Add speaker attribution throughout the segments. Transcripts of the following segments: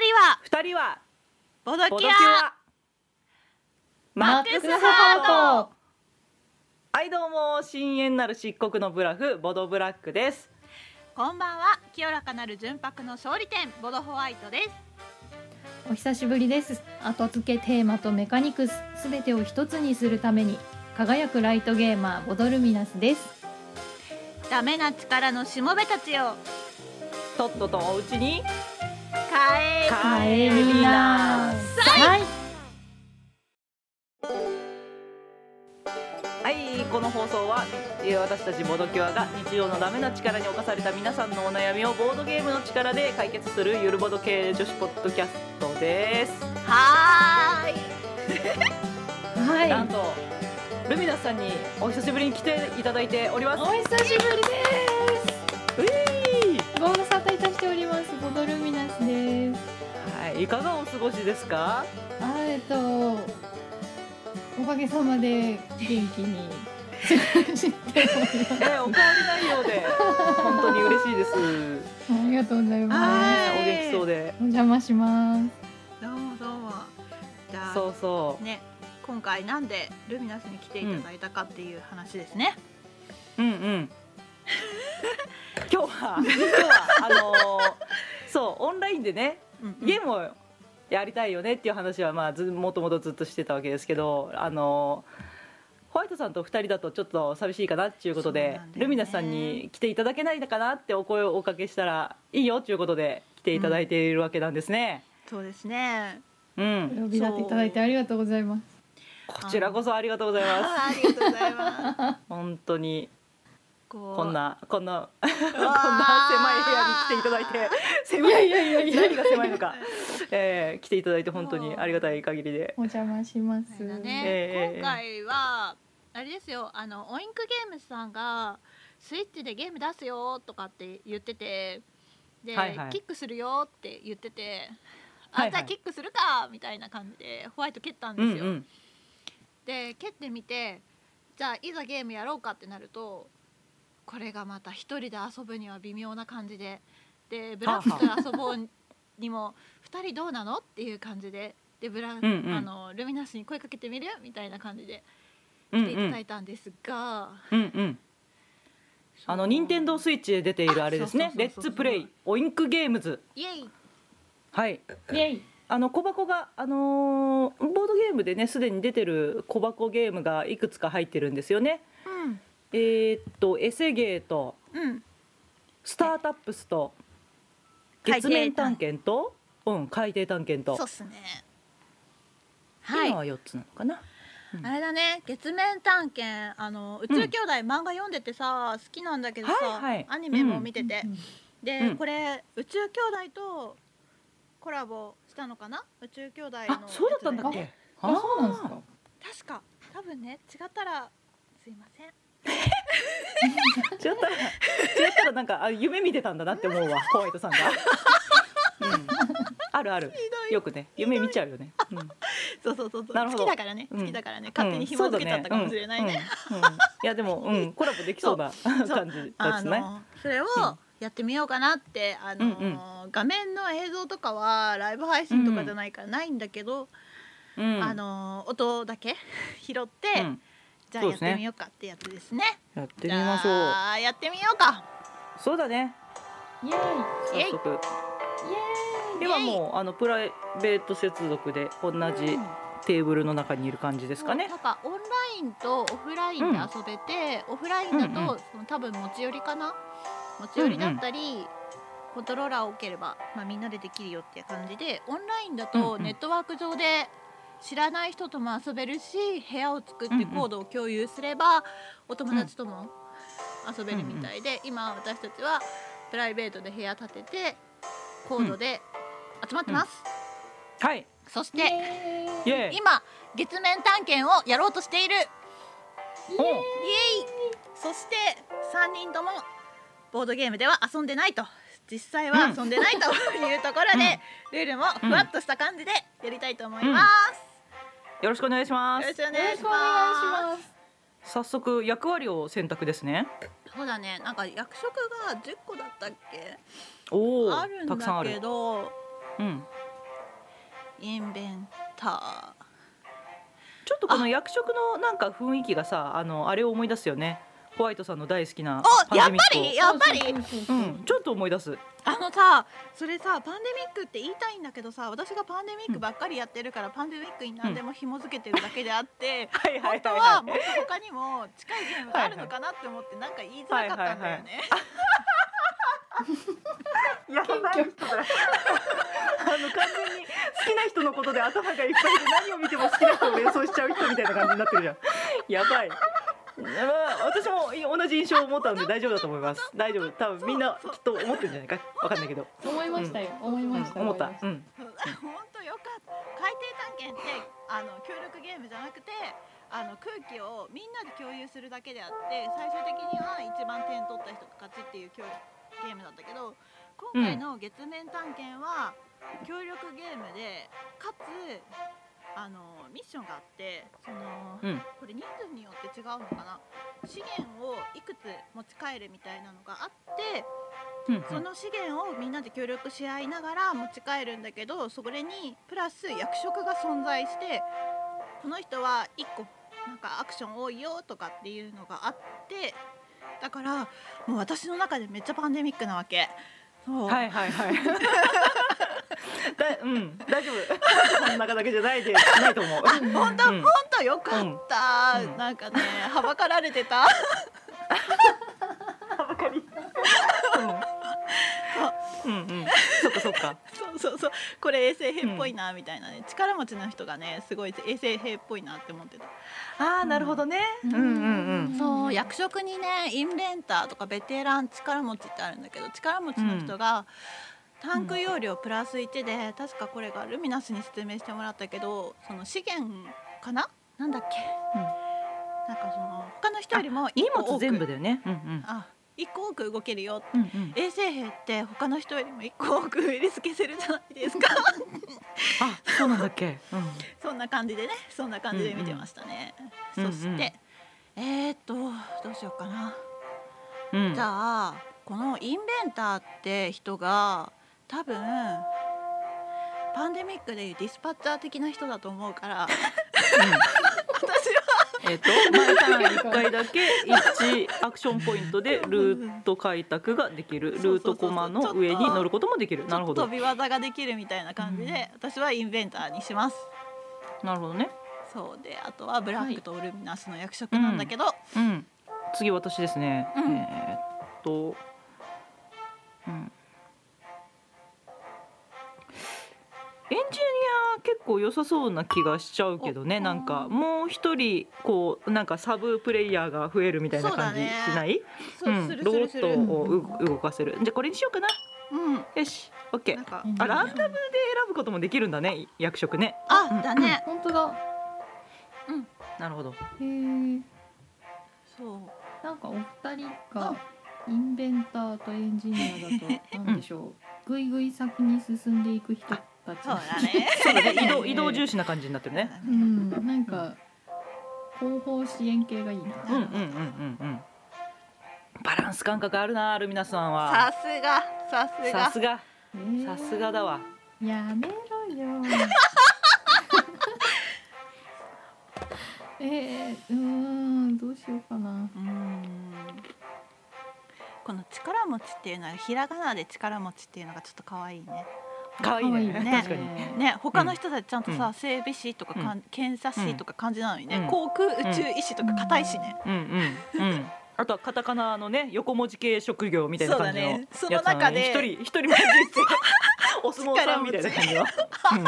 Speaker 1: 人は
Speaker 2: ボド
Speaker 1: ボド
Speaker 2: キ
Speaker 1: キュ
Speaker 2: ア
Speaker 1: ア
Speaker 2: マックスハート
Speaker 1: はいどうも深淵なる漆黒のブラフボドブラックです
Speaker 2: こんばんは清らかなる純白の勝利点ボドホワイトです
Speaker 3: お久しぶりです後付けテーマとメカニクスすべてを一つにするために輝くライトゲーマーボドルミナスです
Speaker 2: ダメな力のしもべたちよ
Speaker 1: とっととおうちに
Speaker 2: 帰
Speaker 1: か
Speaker 3: カエリナさい
Speaker 1: はいこの放送はえー私たちボドキュアが日常のダメな力に侵された皆さんのお悩みをボードゲームの力で解決するゆるボド系女子ポッドキャストです、
Speaker 2: はーい
Speaker 3: はい
Speaker 1: なんとルミナスさんにお久しぶりに来ていただいております
Speaker 3: お久しぶりで
Speaker 1: うい
Speaker 3: すご無沙汰いたしておりますボドルミナスです
Speaker 1: はい、いかがお過ごしですか
Speaker 3: あえっとおかげさまで元気 に知っております
Speaker 1: えー、お変わりないようで本当に嬉しいです
Speaker 3: ありがとうございま
Speaker 2: は
Speaker 1: お
Speaker 2: い
Speaker 1: 元気そうです
Speaker 3: お邪魔します
Speaker 2: どうもどうもじゃあ
Speaker 1: そうそう、
Speaker 2: ね今回なんでルミナスに来ていただいたかっていう話ですね、
Speaker 1: うんうん。今 日は今日はあのーそうオンラインでね
Speaker 2: うんうん
Speaker 1: ゲームをやりたいよねっていう話はまあずもともとずっとしてたわけですけどあのーホワイトさんと2人だとちょっと寂しいかなっていうこと
Speaker 2: そ
Speaker 1: で、
Speaker 2: うなんだよね
Speaker 1: ルミナスさんに来ていただけないかなってお声をおかけしたらいいよっていうことで来ていただいているわけなんですね、
Speaker 2: そうですね
Speaker 1: うん、
Speaker 3: 呼び立ていただいてありがとうございます
Speaker 1: こちらこそありがとうございます
Speaker 2: あーありがとうございます
Speaker 1: 本当に
Speaker 2: こう
Speaker 1: こんなこんなこんな狭い部
Speaker 2: わ
Speaker 1: 屋に来ていただいて 狭い
Speaker 3: いやいやいや
Speaker 1: 何が狭いのか、えー、来ていただいて本当にありがたい限りで
Speaker 3: お邪魔しま
Speaker 2: あ
Speaker 3: す。
Speaker 2: れだね、
Speaker 1: ええ
Speaker 2: 今回はあれですよあのオインクゲームズさんがスイッチでゲーム出すよとかって言っててで、
Speaker 1: はいはい
Speaker 2: キックするよって言っててあ、
Speaker 1: はいはい
Speaker 2: じゃあキックするかみたいな感じでホワイト蹴ったん
Speaker 1: う
Speaker 2: で
Speaker 1: んう
Speaker 2: すよ、
Speaker 1: ん
Speaker 2: で蹴ってみてじゃあいざゲームやろうかってなるとこれがまた一人で遊ぶには微妙な感じででブラックと遊ぼうにも二人どうなのっていう感じででブラ、
Speaker 1: んうん
Speaker 2: あのルミナスに声かけてみるみたいな感じで
Speaker 1: うんう
Speaker 2: 来ていただ
Speaker 1: ん
Speaker 2: いたんですが、
Speaker 1: うんうんあの任天堂スイッチで出ている
Speaker 2: あ
Speaker 1: あれですね
Speaker 2: そう
Speaker 1: レ
Speaker 2: そうそ
Speaker 1: ッ
Speaker 2: うそう
Speaker 1: ツプレイオインクゲームズ
Speaker 2: イエイ
Speaker 1: はい
Speaker 3: イエイ。
Speaker 1: あの小箱があのーボードゲームでねすでに出てる小箱ゲームがいくつか入ってるんですよね
Speaker 2: うん
Speaker 1: えー、っとエセゲーと
Speaker 2: うん
Speaker 1: スタートアップスと
Speaker 2: 海
Speaker 1: 月
Speaker 2: 底
Speaker 1: 面探検とうん海底探検と
Speaker 2: そうっすねはい
Speaker 1: 今は4つなのかな
Speaker 2: あれだね月面探検あの宇宙兄弟漫画読んでてさ、好きなんだけどさ、
Speaker 1: はいはい
Speaker 2: アニメも見てて、で、
Speaker 1: うん
Speaker 2: これ宇宙兄弟とコラボしたのかな宇宙兄弟の
Speaker 1: あそうだったんだっ
Speaker 2: や
Speaker 1: け
Speaker 3: あ、そうなんですか。
Speaker 2: つで確か多分ね違ったらすいません
Speaker 1: 違ったら違ったらなんかあ夢見てたんだなって思 うわホワイトさんが、うん、あるあるよくね夢見ちゃうよね、うんうん
Speaker 2: そうそうそうそう
Speaker 1: なるほど
Speaker 2: 好きだからね
Speaker 1: うん
Speaker 2: 好きだからね、勝手に紐付けちゃったかもしれないね、
Speaker 1: そうだねうんうんうんいやでも、 うん、コラボできそうな
Speaker 2: うそう
Speaker 1: 感じで
Speaker 2: あ
Speaker 1: すね
Speaker 2: のそれを
Speaker 1: うん
Speaker 2: やってみようかなってあの、
Speaker 1: うん
Speaker 2: 画面の映像とかはライブ配信とかじゃないからないんだけど、
Speaker 1: うん
Speaker 2: あの音だけ 拾って、
Speaker 1: うん
Speaker 2: じゃあ
Speaker 1: そう
Speaker 2: や
Speaker 1: で
Speaker 2: っ
Speaker 1: すね
Speaker 2: てみようかってやつですね
Speaker 1: やってみましょ
Speaker 2: じ
Speaker 1: う
Speaker 2: ゃあやってみようか
Speaker 1: そうだね
Speaker 3: イエ
Speaker 2: イエイ
Speaker 1: 早速
Speaker 3: イ。
Speaker 1: ではもうあのプライベート接続で同じテーブルの中にいる感じですかね
Speaker 2: なんかオンラインとオフラインで遊べて、オフラインだと、
Speaker 1: うんう
Speaker 2: その多分持ち寄りかな持ち寄りだったり、コントローラーを置ければ、まあ、みんなでできるよっていう感じでオンラインだ
Speaker 1: う
Speaker 2: と
Speaker 1: んうん
Speaker 2: ネットワーク上で知らない人とも遊べるし部屋を作ってコードを共有すれば、お友達とも遊べるみたいで、今私たちはプライベートで部屋建ててコードで集まってます、
Speaker 1: はい
Speaker 2: そし
Speaker 3: イ
Speaker 2: て
Speaker 3: エ
Speaker 1: イ
Speaker 3: イ。
Speaker 1: エイ
Speaker 2: 今月面探検をやろうとしている
Speaker 1: お
Speaker 2: イエイそして3人ともボードゲームでは遊んでないと実際は遊んでない というところで、ルールもふわっとした感じでやりたいと思います、
Speaker 1: よろしくお願いしま
Speaker 2: よろ
Speaker 1: す
Speaker 2: しくお
Speaker 3: よ
Speaker 2: 願
Speaker 3: ろ
Speaker 2: い
Speaker 3: し
Speaker 2: し
Speaker 3: くお願
Speaker 2: ま
Speaker 3: いします。
Speaker 1: 早速役割を選択ですね
Speaker 2: すそうだねなんか役職が10個だったっけ
Speaker 1: おお
Speaker 2: あるん
Speaker 1: たくさんあ
Speaker 2: だ
Speaker 1: る
Speaker 2: けど
Speaker 1: うん
Speaker 2: インベンタ
Speaker 1: ちょっとこの役職のなんか雰囲気がさあのあれを思い出すよねホワイトさんの大好き
Speaker 2: ー
Speaker 1: な
Speaker 2: お
Speaker 1: パ
Speaker 2: や
Speaker 1: ンデ
Speaker 2: っ
Speaker 1: ミ
Speaker 2: ぱ
Speaker 1: ックを
Speaker 2: りやっぱり
Speaker 3: そ
Speaker 1: う
Speaker 3: うそうそうそうん
Speaker 1: ちょっと思い出す
Speaker 2: あのさそれさパンデミックって言いたいんだけどさ私がパンデミックばっかりやってるから、パンデミックに何でも紐付けてるだけであ って、
Speaker 1: はい
Speaker 2: 本当はもっと他にも近いゲームがあるのかなって思ってなんか言いづらかったんだよね。
Speaker 1: やばい人だあの完全に好きな人のことで頭がいっぱいで何を見ても好きな人を連想しちゃう人みたいな感じになってるじゃんやばいまあ私もい同じ印象を持ったんで大丈夫だと思います大丈夫多分みんなきっと思ってるんじゃないかわかんないけど、
Speaker 3: 思いましたよ、思いうま
Speaker 1: ん
Speaker 3: し、た
Speaker 1: 思った
Speaker 3: いまし
Speaker 1: うん
Speaker 2: 本当よかった海底探検ってあの協力ゲームじゃなくてあの空気をみんなで共有するだけであって最終的には一番点取った人が勝ちっていう協ゲームなんだけど今回の月面探検は協力ゲームでかつあのミッションがあってその、
Speaker 1: うん
Speaker 2: これ人数によって違うのかな資源をいくつ持ち帰るみたいなのがあって
Speaker 1: うん
Speaker 2: その資源をみんなで協力し合いながら持ち帰るんだけどそれにプラス役職が存在してこの人は1個なんかアクション多いよとかっていうのがあってだからもう私の中でめっちゃパンデミックなわけ。そう
Speaker 1: はいはいはいだうん大丈夫この中だけじゃないでないと思う
Speaker 3: た
Speaker 2: 本当、
Speaker 1: うん
Speaker 2: 本当よかった、
Speaker 1: うんうん
Speaker 2: なんかねはばかられてた
Speaker 1: うんうんうんそっかそっか
Speaker 2: そうそうそうこれ衛生兵っぽいなみたいなね、力持ちの人がねすごい衛生兵っぽいなって思ってた
Speaker 1: ああなるほどねうんうんうん
Speaker 2: そう役職にねインベンターとかベテラン力持ちってあるんだけど力持ちの人が、タンク容量プラス1で確かこれがルミナスに説明してもらったけどその資源かななんだっけ、
Speaker 1: うん
Speaker 2: なんかその他の人よりも
Speaker 1: 荷
Speaker 2: 一個多
Speaker 1: 物
Speaker 2: く
Speaker 1: 全部だよねうんうん
Speaker 2: あ一個多く動けるよ
Speaker 1: うんうん
Speaker 2: 衛生兵って他の人よりも一個多く売りつけせるじゃないですか
Speaker 1: あ、そうなんだっけ。うん。
Speaker 2: そんな感じでねそんな感じで見てましたね、
Speaker 1: うんうん
Speaker 2: そして、えー、っとどうしようかな
Speaker 1: うん
Speaker 2: じゃあこのインベンターって人が多分パンデミックでいうディスパッチャー的な人だと思うから 私は
Speaker 1: えっと、毎ターン一回だけ一アクションポイントでルート開拓ができる。ルートコマの上に乗ることもできる。なるほ
Speaker 2: ちょっ
Speaker 1: ど
Speaker 2: と。飛び技ができるみたいな感じで、
Speaker 1: うん
Speaker 2: 私はインベンターにします
Speaker 1: なるほどね。
Speaker 2: そうであとはブラックとオルミナスの役職なんだけど、
Speaker 1: うん。次私ですね。
Speaker 2: うん
Speaker 1: えーっと、うん。エンジニア結構良さそうな気がしちゃうけどね
Speaker 2: お
Speaker 1: なんかもう一人こうなんかサブプレイヤーが増えるみたいな感じし
Speaker 2: そうだ
Speaker 1: な
Speaker 2: ね
Speaker 1: い
Speaker 2: そう
Speaker 1: うん
Speaker 2: する
Speaker 1: ロ
Speaker 2: す
Speaker 1: ボ
Speaker 2: るす
Speaker 1: ッ
Speaker 2: る、
Speaker 1: トをう動かせるじゃあこれにしようかな
Speaker 2: うん、
Speaker 1: よしオッケー
Speaker 2: なん
Speaker 1: で選
Speaker 2: か
Speaker 3: うん
Speaker 1: あらぶこともできるんだね役職ね
Speaker 2: あだね、
Speaker 3: 本当だ
Speaker 1: なるほど
Speaker 3: へえ
Speaker 2: そう
Speaker 3: なんかお二人がインベンターとエンジニアだとなんでしょうぐいぐい先に進んでいく人たち
Speaker 2: そうだね
Speaker 1: そ うだね移動移動重視な感じになってるね
Speaker 3: うんなんか後方支援系がいいな
Speaker 1: うんうんうんうんうんバランス感覚あるなルミナさんは
Speaker 2: さすがさすが
Speaker 1: さすが
Speaker 3: へー
Speaker 1: さすがだわ
Speaker 3: やめろ よえー、うーんどうしようかな
Speaker 2: うーんこの力持ちっていうのはひらがなで力持ちっていうのがちょっと可愛いね。
Speaker 1: 可愛いね
Speaker 3: 可愛
Speaker 2: ね
Speaker 1: 確かに
Speaker 2: ね他の人たちちゃんとさ、
Speaker 1: うん
Speaker 2: 整備士とかかん、
Speaker 1: う
Speaker 2: 検査士とか漢字なのにね、
Speaker 1: うん
Speaker 2: 航空宇宙医師とか硬いしね。
Speaker 1: うんうんうんあとはカタカナのね横文字系職業みたいな感じの
Speaker 2: そうだねその
Speaker 1: やつな
Speaker 2: 中で
Speaker 1: 一人一人混じってお相撲さんみたいな感じのうん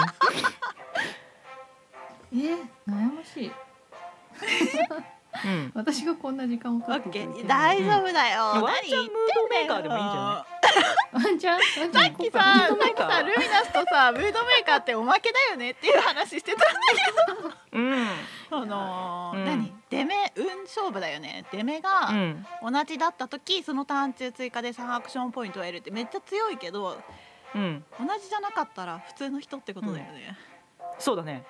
Speaker 3: えー、悩ましい
Speaker 1: うん
Speaker 3: 私がこんな時間を
Speaker 2: オ
Speaker 3: かけ
Speaker 2: ッケ
Speaker 3: ていけ
Speaker 2: ー
Speaker 3: な
Speaker 2: 大
Speaker 3: い
Speaker 2: 丈夫だよ。
Speaker 1: うん
Speaker 2: 何
Speaker 1: ワンチャンムードメーカーでもいいんじゃ
Speaker 3: ワンちゃんワンちゃん
Speaker 2: さっき
Speaker 3: 行こうかな
Speaker 2: さ、さっきさ、ルミナスとさ、ムードメーカーっておまけだよねっていう話してたんだけど、
Speaker 1: うん
Speaker 2: その、
Speaker 1: うん
Speaker 2: 何、出目運勝負だよね。出目が、
Speaker 1: うん
Speaker 2: 同じだった時そのターン中追加で3アクションポイントを得るってめっちゃ強いけど
Speaker 1: うん
Speaker 2: 同じじゃなかったら普通の人ってことだよね、
Speaker 1: そうだね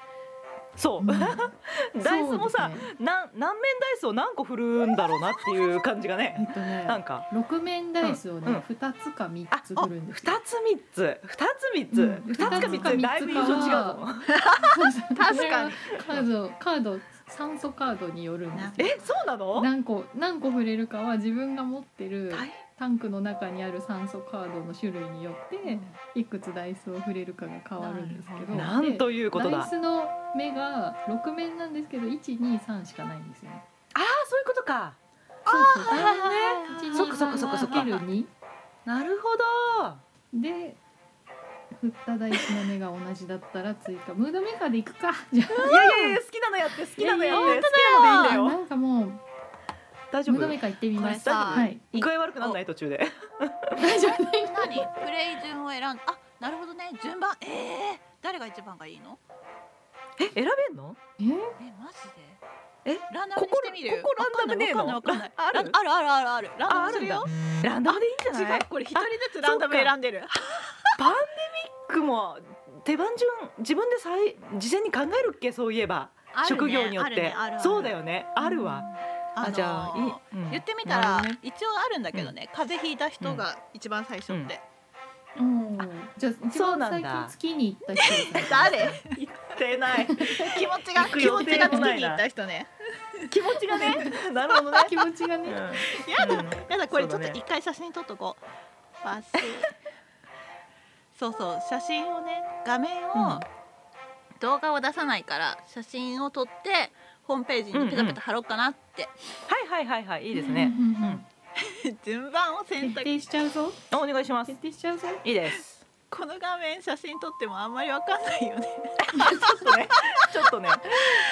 Speaker 1: そう、 ダイスもさ、
Speaker 3: そうですね
Speaker 1: なん何面ダイスを何個振るんだろうなっていう感じが
Speaker 3: え
Speaker 1: ね
Speaker 3: っと
Speaker 1: なん
Speaker 3: ね
Speaker 1: か
Speaker 3: 六面ダイス
Speaker 1: う
Speaker 3: を
Speaker 1: んうん
Speaker 3: ね二、つか三
Speaker 1: あ
Speaker 3: つ
Speaker 1: あ
Speaker 3: 振るんですよ
Speaker 1: 二つ三つ二つ三
Speaker 3: う
Speaker 1: つ
Speaker 3: ん
Speaker 1: 二つか三
Speaker 3: 二つか三
Speaker 1: つ
Speaker 3: つ
Speaker 1: だいぶ印象違うぞ
Speaker 3: か
Speaker 2: かに
Speaker 3: これはカードカード酸素カードによるんですよ
Speaker 1: えそうなの
Speaker 3: 何個何個触れるかは自分が持ってる
Speaker 1: 大
Speaker 3: タンクの中にある酸素カードの種類によっていくつダイスを触れるかが変わるんですけど
Speaker 1: なんということだ
Speaker 3: ダイスの目が6面なんですけど123しかないんですよね。
Speaker 1: ああそういうことか
Speaker 3: そうそうそう
Speaker 1: なるほどね
Speaker 3: 123
Speaker 1: そっかそっかそっかそっか
Speaker 3: かける2
Speaker 1: なるほど
Speaker 3: で振ったダイスの目が同じだったら追加ムードメーカーでいくかじゃ
Speaker 1: いやいやいや好きなのやって好きなのやって
Speaker 3: い
Speaker 1: 好
Speaker 3: やい
Speaker 2: や
Speaker 1: きなのでい
Speaker 3: あ
Speaker 1: いんだ
Speaker 3: な
Speaker 1: よ
Speaker 3: んかもう
Speaker 1: 大丈
Speaker 3: ムー
Speaker 1: 夫
Speaker 3: ドメーカー行ってみ
Speaker 2: こ
Speaker 3: ま
Speaker 2: れ
Speaker 3: す。
Speaker 2: さ、
Speaker 3: はい
Speaker 1: 具合悪くなんない途中で
Speaker 3: 大丈夫
Speaker 2: え 何プレイ順を選んだあなるほどね順番えー、誰が一番がいいの
Speaker 1: え選べんの
Speaker 3: え
Speaker 2: えマジ
Speaker 1: え
Speaker 2: でランダムにしてみる
Speaker 1: ここここランダムねえの
Speaker 2: わかんない
Speaker 1: あ
Speaker 2: わかんない
Speaker 1: る
Speaker 2: あるあるあるあるランダムするよ
Speaker 1: ランダムでいいんじゃない
Speaker 2: 違うこれ一人ずつランダム
Speaker 1: あそっか
Speaker 2: 選んでる
Speaker 1: パンデミックも手番順自分でさい事前に考えるっけそういえば、
Speaker 2: あるね
Speaker 1: 職業によっ
Speaker 2: あ
Speaker 1: て、
Speaker 2: るねあるある
Speaker 1: そうだよねあるわ、
Speaker 2: あの
Speaker 1: あ
Speaker 2: ー
Speaker 1: じゃあいい、うん
Speaker 2: 言ってみたら、
Speaker 3: なるほどね
Speaker 2: 一応あるんだけどね、風邪ひいた人が一番最初って、
Speaker 3: うんじゃあ一
Speaker 1: そう
Speaker 3: 番
Speaker 1: なん
Speaker 3: 最
Speaker 1: だ
Speaker 3: 近月に行った人ですね
Speaker 2: 誰
Speaker 1: 言ってない
Speaker 2: 気持ちが
Speaker 1: 行く
Speaker 2: 気
Speaker 1: 予
Speaker 2: 持
Speaker 1: 定
Speaker 2: ち
Speaker 1: も
Speaker 2: がつき
Speaker 1: ないな
Speaker 2: に行った人ね
Speaker 1: 気持ちがね なるほどね、
Speaker 3: 気持ちが
Speaker 1: うん
Speaker 3: ね
Speaker 2: やだ、
Speaker 1: うん
Speaker 2: やだこれちょっと
Speaker 1: そうだね
Speaker 2: 一回写真撮っとこうバスそうそう写真をね画面
Speaker 1: う
Speaker 2: を
Speaker 1: ん
Speaker 2: 動画を出さないから写真を撮ってホームページにペタペタ貼ろうかなって、
Speaker 1: はいはいはいはいいい
Speaker 3: い
Speaker 1: ですね、
Speaker 3: うんうんうん
Speaker 2: 順番を選
Speaker 3: 決
Speaker 2: 択
Speaker 3: 定しちゃうぞ
Speaker 1: お願いします
Speaker 3: 決定しちゃうぞ
Speaker 1: いいです
Speaker 2: この画面写真撮ってもあんまりわかんないよね
Speaker 1: ちょっとねちょっとね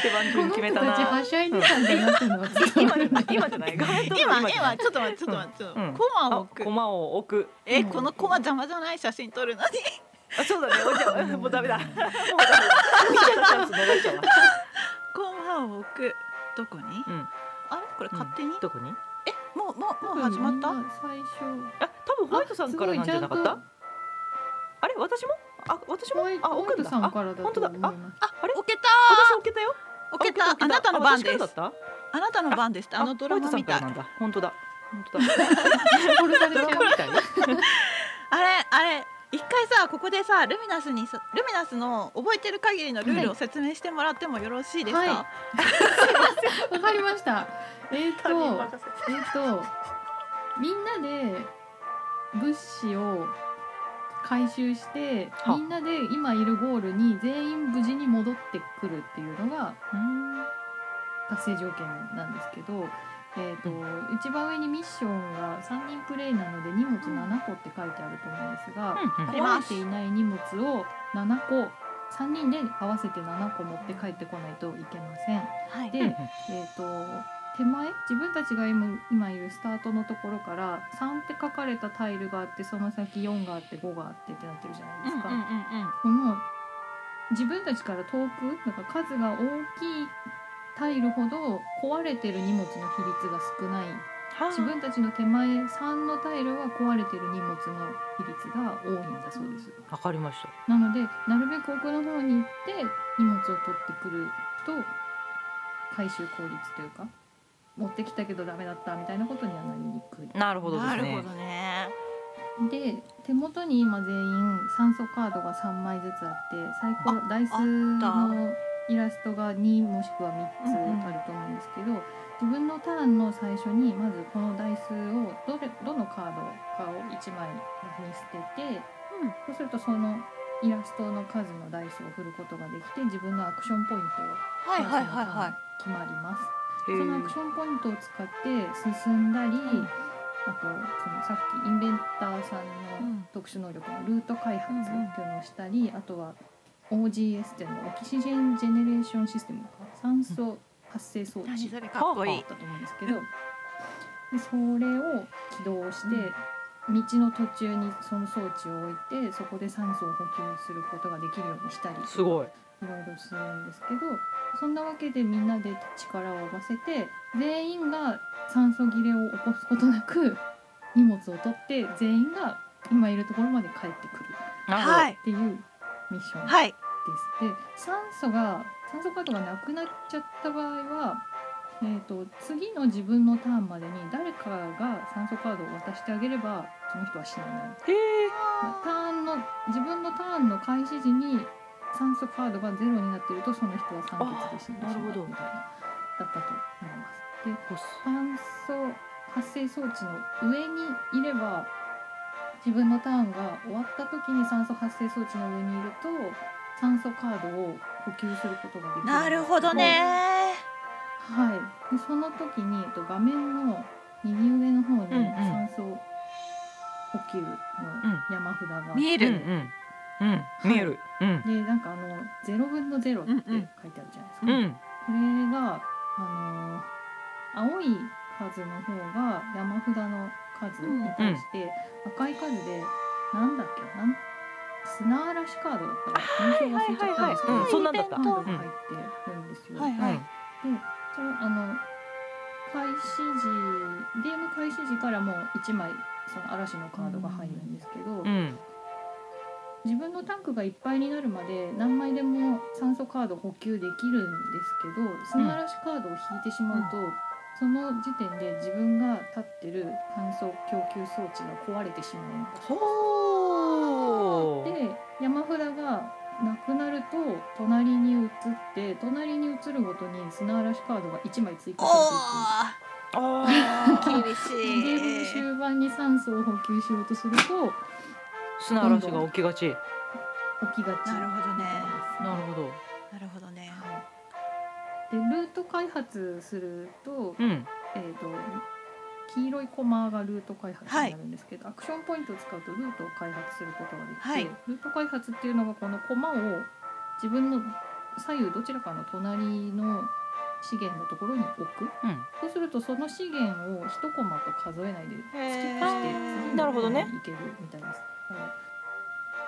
Speaker 1: 手番
Speaker 3: こ
Speaker 1: 順
Speaker 3: の
Speaker 1: 決
Speaker 3: 人
Speaker 1: め
Speaker 3: た
Speaker 1: た
Speaker 3: ちは
Speaker 1: な
Speaker 3: しゃいでたんだなってのは
Speaker 1: 今じゃない今じゃない画面撮るの
Speaker 2: 今
Speaker 1: 今じゃな
Speaker 2: 今
Speaker 1: い
Speaker 2: ちょっと待ってちょっと待って、ちょっと
Speaker 1: う
Speaker 2: 待
Speaker 1: ん
Speaker 2: ってコマを
Speaker 1: あ
Speaker 2: 置く
Speaker 1: コマを置く
Speaker 2: え
Speaker 3: うん
Speaker 2: このコマ邪魔じゃない写真撮るのに
Speaker 1: あそう だねおじゃあもうダメだもうダメだ見ちゃうチャンス逃しちゃうわ
Speaker 2: コマを置くどこに、
Speaker 1: ん
Speaker 2: あれこれ勝手に、
Speaker 1: どこに
Speaker 2: えもうもうもう始まった、
Speaker 3: 最初
Speaker 1: あ多分ホワイトさんからなんじゃなかったあれ私もあ私も
Speaker 3: ホワイ
Speaker 1: あ
Speaker 3: ト
Speaker 1: 置くんだ
Speaker 3: さんから
Speaker 1: あ
Speaker 3: だ
Speaker 1: 本
Speaker 3: と
Speaker 1: 当だ
Speaker 3: 思い
Speaker 1: あ
Speaker 3: ます
Speaker 2: あ
Speaker 1: あれ
Speaker 2: 置けた
Speaker 1: 私置けたよ
Speaker 2: 置け
Speaker 1: あ
Speaker 2: たあなたの番で
Speaker 1: あ私から
Speaker 2: す
Speaker 1: だっ
Speaker 2: あなたの番ですって
Speaker 1: た
Speaker 2: あのドラマみたい
Speaker 1: ホワ
Speaker 2: あ
Speaker 1: イトさんからなんだ本当だ本当だ
Speaker 3: 殺され
Speaker 1: ド
Speaker 3: ちゃう
Speaker 1: ラマみたい
Speaker 2: れあれ一回さここでさルミナスにさルミナスの覚えてる限りのルールを説明してもらってもよろしいですか、
Speaker 3: はいわかりましたえっ、ー、とえっ、とみんなで物資を回収して
Speaker 1: は
Speaker 3: みんなで今いるゴールに全員無事に戻ってくるっていうのが達成条件なんですけど、えー、と一番上にミッションが3人プレイなので荷物7個って書いてあると思うんですが、
Speaker 2: ん
Speaker 1: う
Speaker 2: りま
Speaker 3: 壊
Speaker 2: す
Speaker 3: れていない荷物を7個3人で合わせて7個持って帰ってこないといけません。
Speaker 2: はい
Speaker 3: で、
Speaker 1: んうん
Speaker 3: えー、と手前自分たちが今今いるスタートのところから3って書かれたタイルがあってその先4があって5があってってなってるじゃないですか。この自分たちから遠くなんか数が大きいタイルほど壊れてる荷物の比率が少ない自分たちの手前3のタイルは壊れてる荷物の比率が多いんだそうです。
Speaker 1: わかりました
Speaker 3: なのでなるべく奥の方に行って荷物を取ってくると回収効率というか持ってきたけどダメだったみたいなことにはなりにくい。
Speaker 1: なるほどで
Speaker 2: な
Speaker 1: す
Speaker 2: る
Speaker 1: ね
Speaker 2: ほどね
Speaker 3: で手元に今全員酸素カードが3枚ずつあって最高ダイスのイラストが2もしくは3
Speaker 2: うんうん
Speaker 3: つあると思うんですけど、自分のターンの最初にまずこのダイスをどれどのカードかを1枚に捨てて、
Speaker 2: うん
Speaker 3: そうするとそのイラストの数のダイスを振ることができて自分のアクションポイントを
Speaker 2: はいはいはいはい
Speaker 3: 決まります。
Speaker 1: へ
Speaker 3: そのアク
Speaker 1: ー
Speaker 3: ションポイントを使って進んだり、
Speaker 2: ん
Speaker 3: あとそのさっきインベンターさ
Speaker 2: う
Speaker 3: んの
Speaker 2: ん
Speaker 3: 特殊能力のルート開発っていうのをしたり、あとは OGS っていうのはオキシジェン・ジェネレーション・システムか酸素発生装置
Speaker 2: 何そ
Speaker 3: だっ
Speaker 2: れかっこいい
Speaker 3: たと思うんですけどでそれを起動して。道の途中にその装置を置いてそこで酸素を補給することができるようにしたりとか
Speaker 1: すごい
Speaker 3: いろいろするんですけどそんなわけでみんなで力を合わせて全員が酸素切れを起こすことなく荷物を取って全員が今いるところまで帰ってくる
Speaker 1: なるほど
Speaker 2: はい
Speaker 3: っていうミッション
Speaker 2: はい
Speaker 3: ですで酸素が酸素カードがなくなっちゃった場合は、えー、と次の自分のターンまでに誰かが酸素カードを渡してあげればその人は死なない
Speaker 1: へえ
Speaker 3: まあターンの自分のターンの開始時に酸素カードがゼロになっているとその人は酸欠で死んでしま
Speaker 1: あなる
Speaker 3: う
Speaker 1: ほど
Speaker 3: みたいなだったと思います。で酸素発生装置の上にいれば自分のターンが終わった時に酸素発生装置の上にいると酸素カードを補給することができるんですけ
Speaker 2: なるほどね
Speaker 3: はい、でその時にえっと画面の右上の方に
Speaker 1: うんうん
Speaker 3: 酸素補給の山札が、
Speaker 2: 見え
Speaker 1: うんう
Speaker 2: る、
Speaker 1: んうん見えるうん
Speaker 3: でなんかあの0分の0って書いてあるじゃないで
Speaker 1: う
Speaker 3: すか、
Speaker 1: ん
Speaker 3: これがあの青い数の方が山札の数に対して、赤い数でなんだっけなん砂嵐カードだったら印象が忘れちゃったんですけど、
Speaker 1: はいはいはいはいうんそんなんだった
Speaker 3: カードが
Speaker 1: うん
Speaker 3: 入ってるんですよ。
Speaker 2: はいはい
Speaker 3: それあの開始時ゲーム開始時からもう1枚その嵐のカードが入るんですけど、
Speaker 1: うん
Speaker 3: 自分のタンクがいっぱいになるまで何枚でも酸素カード補給できるんですけど砂嵐カードを引いてしまうと、その時点で自分が立ってる酸素供給装置が壊れてしまうんだ
Speaker 1: ほ ー
Speaker 3: で山札がなくなると隣に移って隣に移るごとに砂嵐カードが1枚追
Speaker 2: お
Speaker 3: 加
Speaker 2: お
Speaker 3: されてい
Speaker 1: あ
Speaker 3: く
Speaker 2: ー厳
Speaker 3: ゲーム
Speaker 2: しい
Speaker 3: 終盤に酸素を補給しようとすると
Speaker 1: ー砂嵐が起きがち
Speaker 3: 起きがち
Speaker 2: なるほどね
Speaker 1: なるほど
Speaker 2: なるほどね
Speaker 3: はいでルート開発すると,、
Speaker 1: うん
Speaker 3: えー、と黄色いコマがルート開発になるんですけど、アクションポイントを使うとルートを開発することができて、
Speaker 2: はい
Speaker 3: ルート開発っていうのがこのコマを自分の左右どちらかの隣の資源のところに置く
Speaker 1: うん
Speaker 3: そうするとその資源を1コマと数えないで
Speaker 2: へ
Speaker 3: スキッ
Speaker 2: ー
Speaker 3: プして次
Speaker 1: なる
Speaker 3: の
Speaker 1: ほど
Speaker 3: 方に
Speaker 1: ね
Speaker 3: 行けるみたいです。はい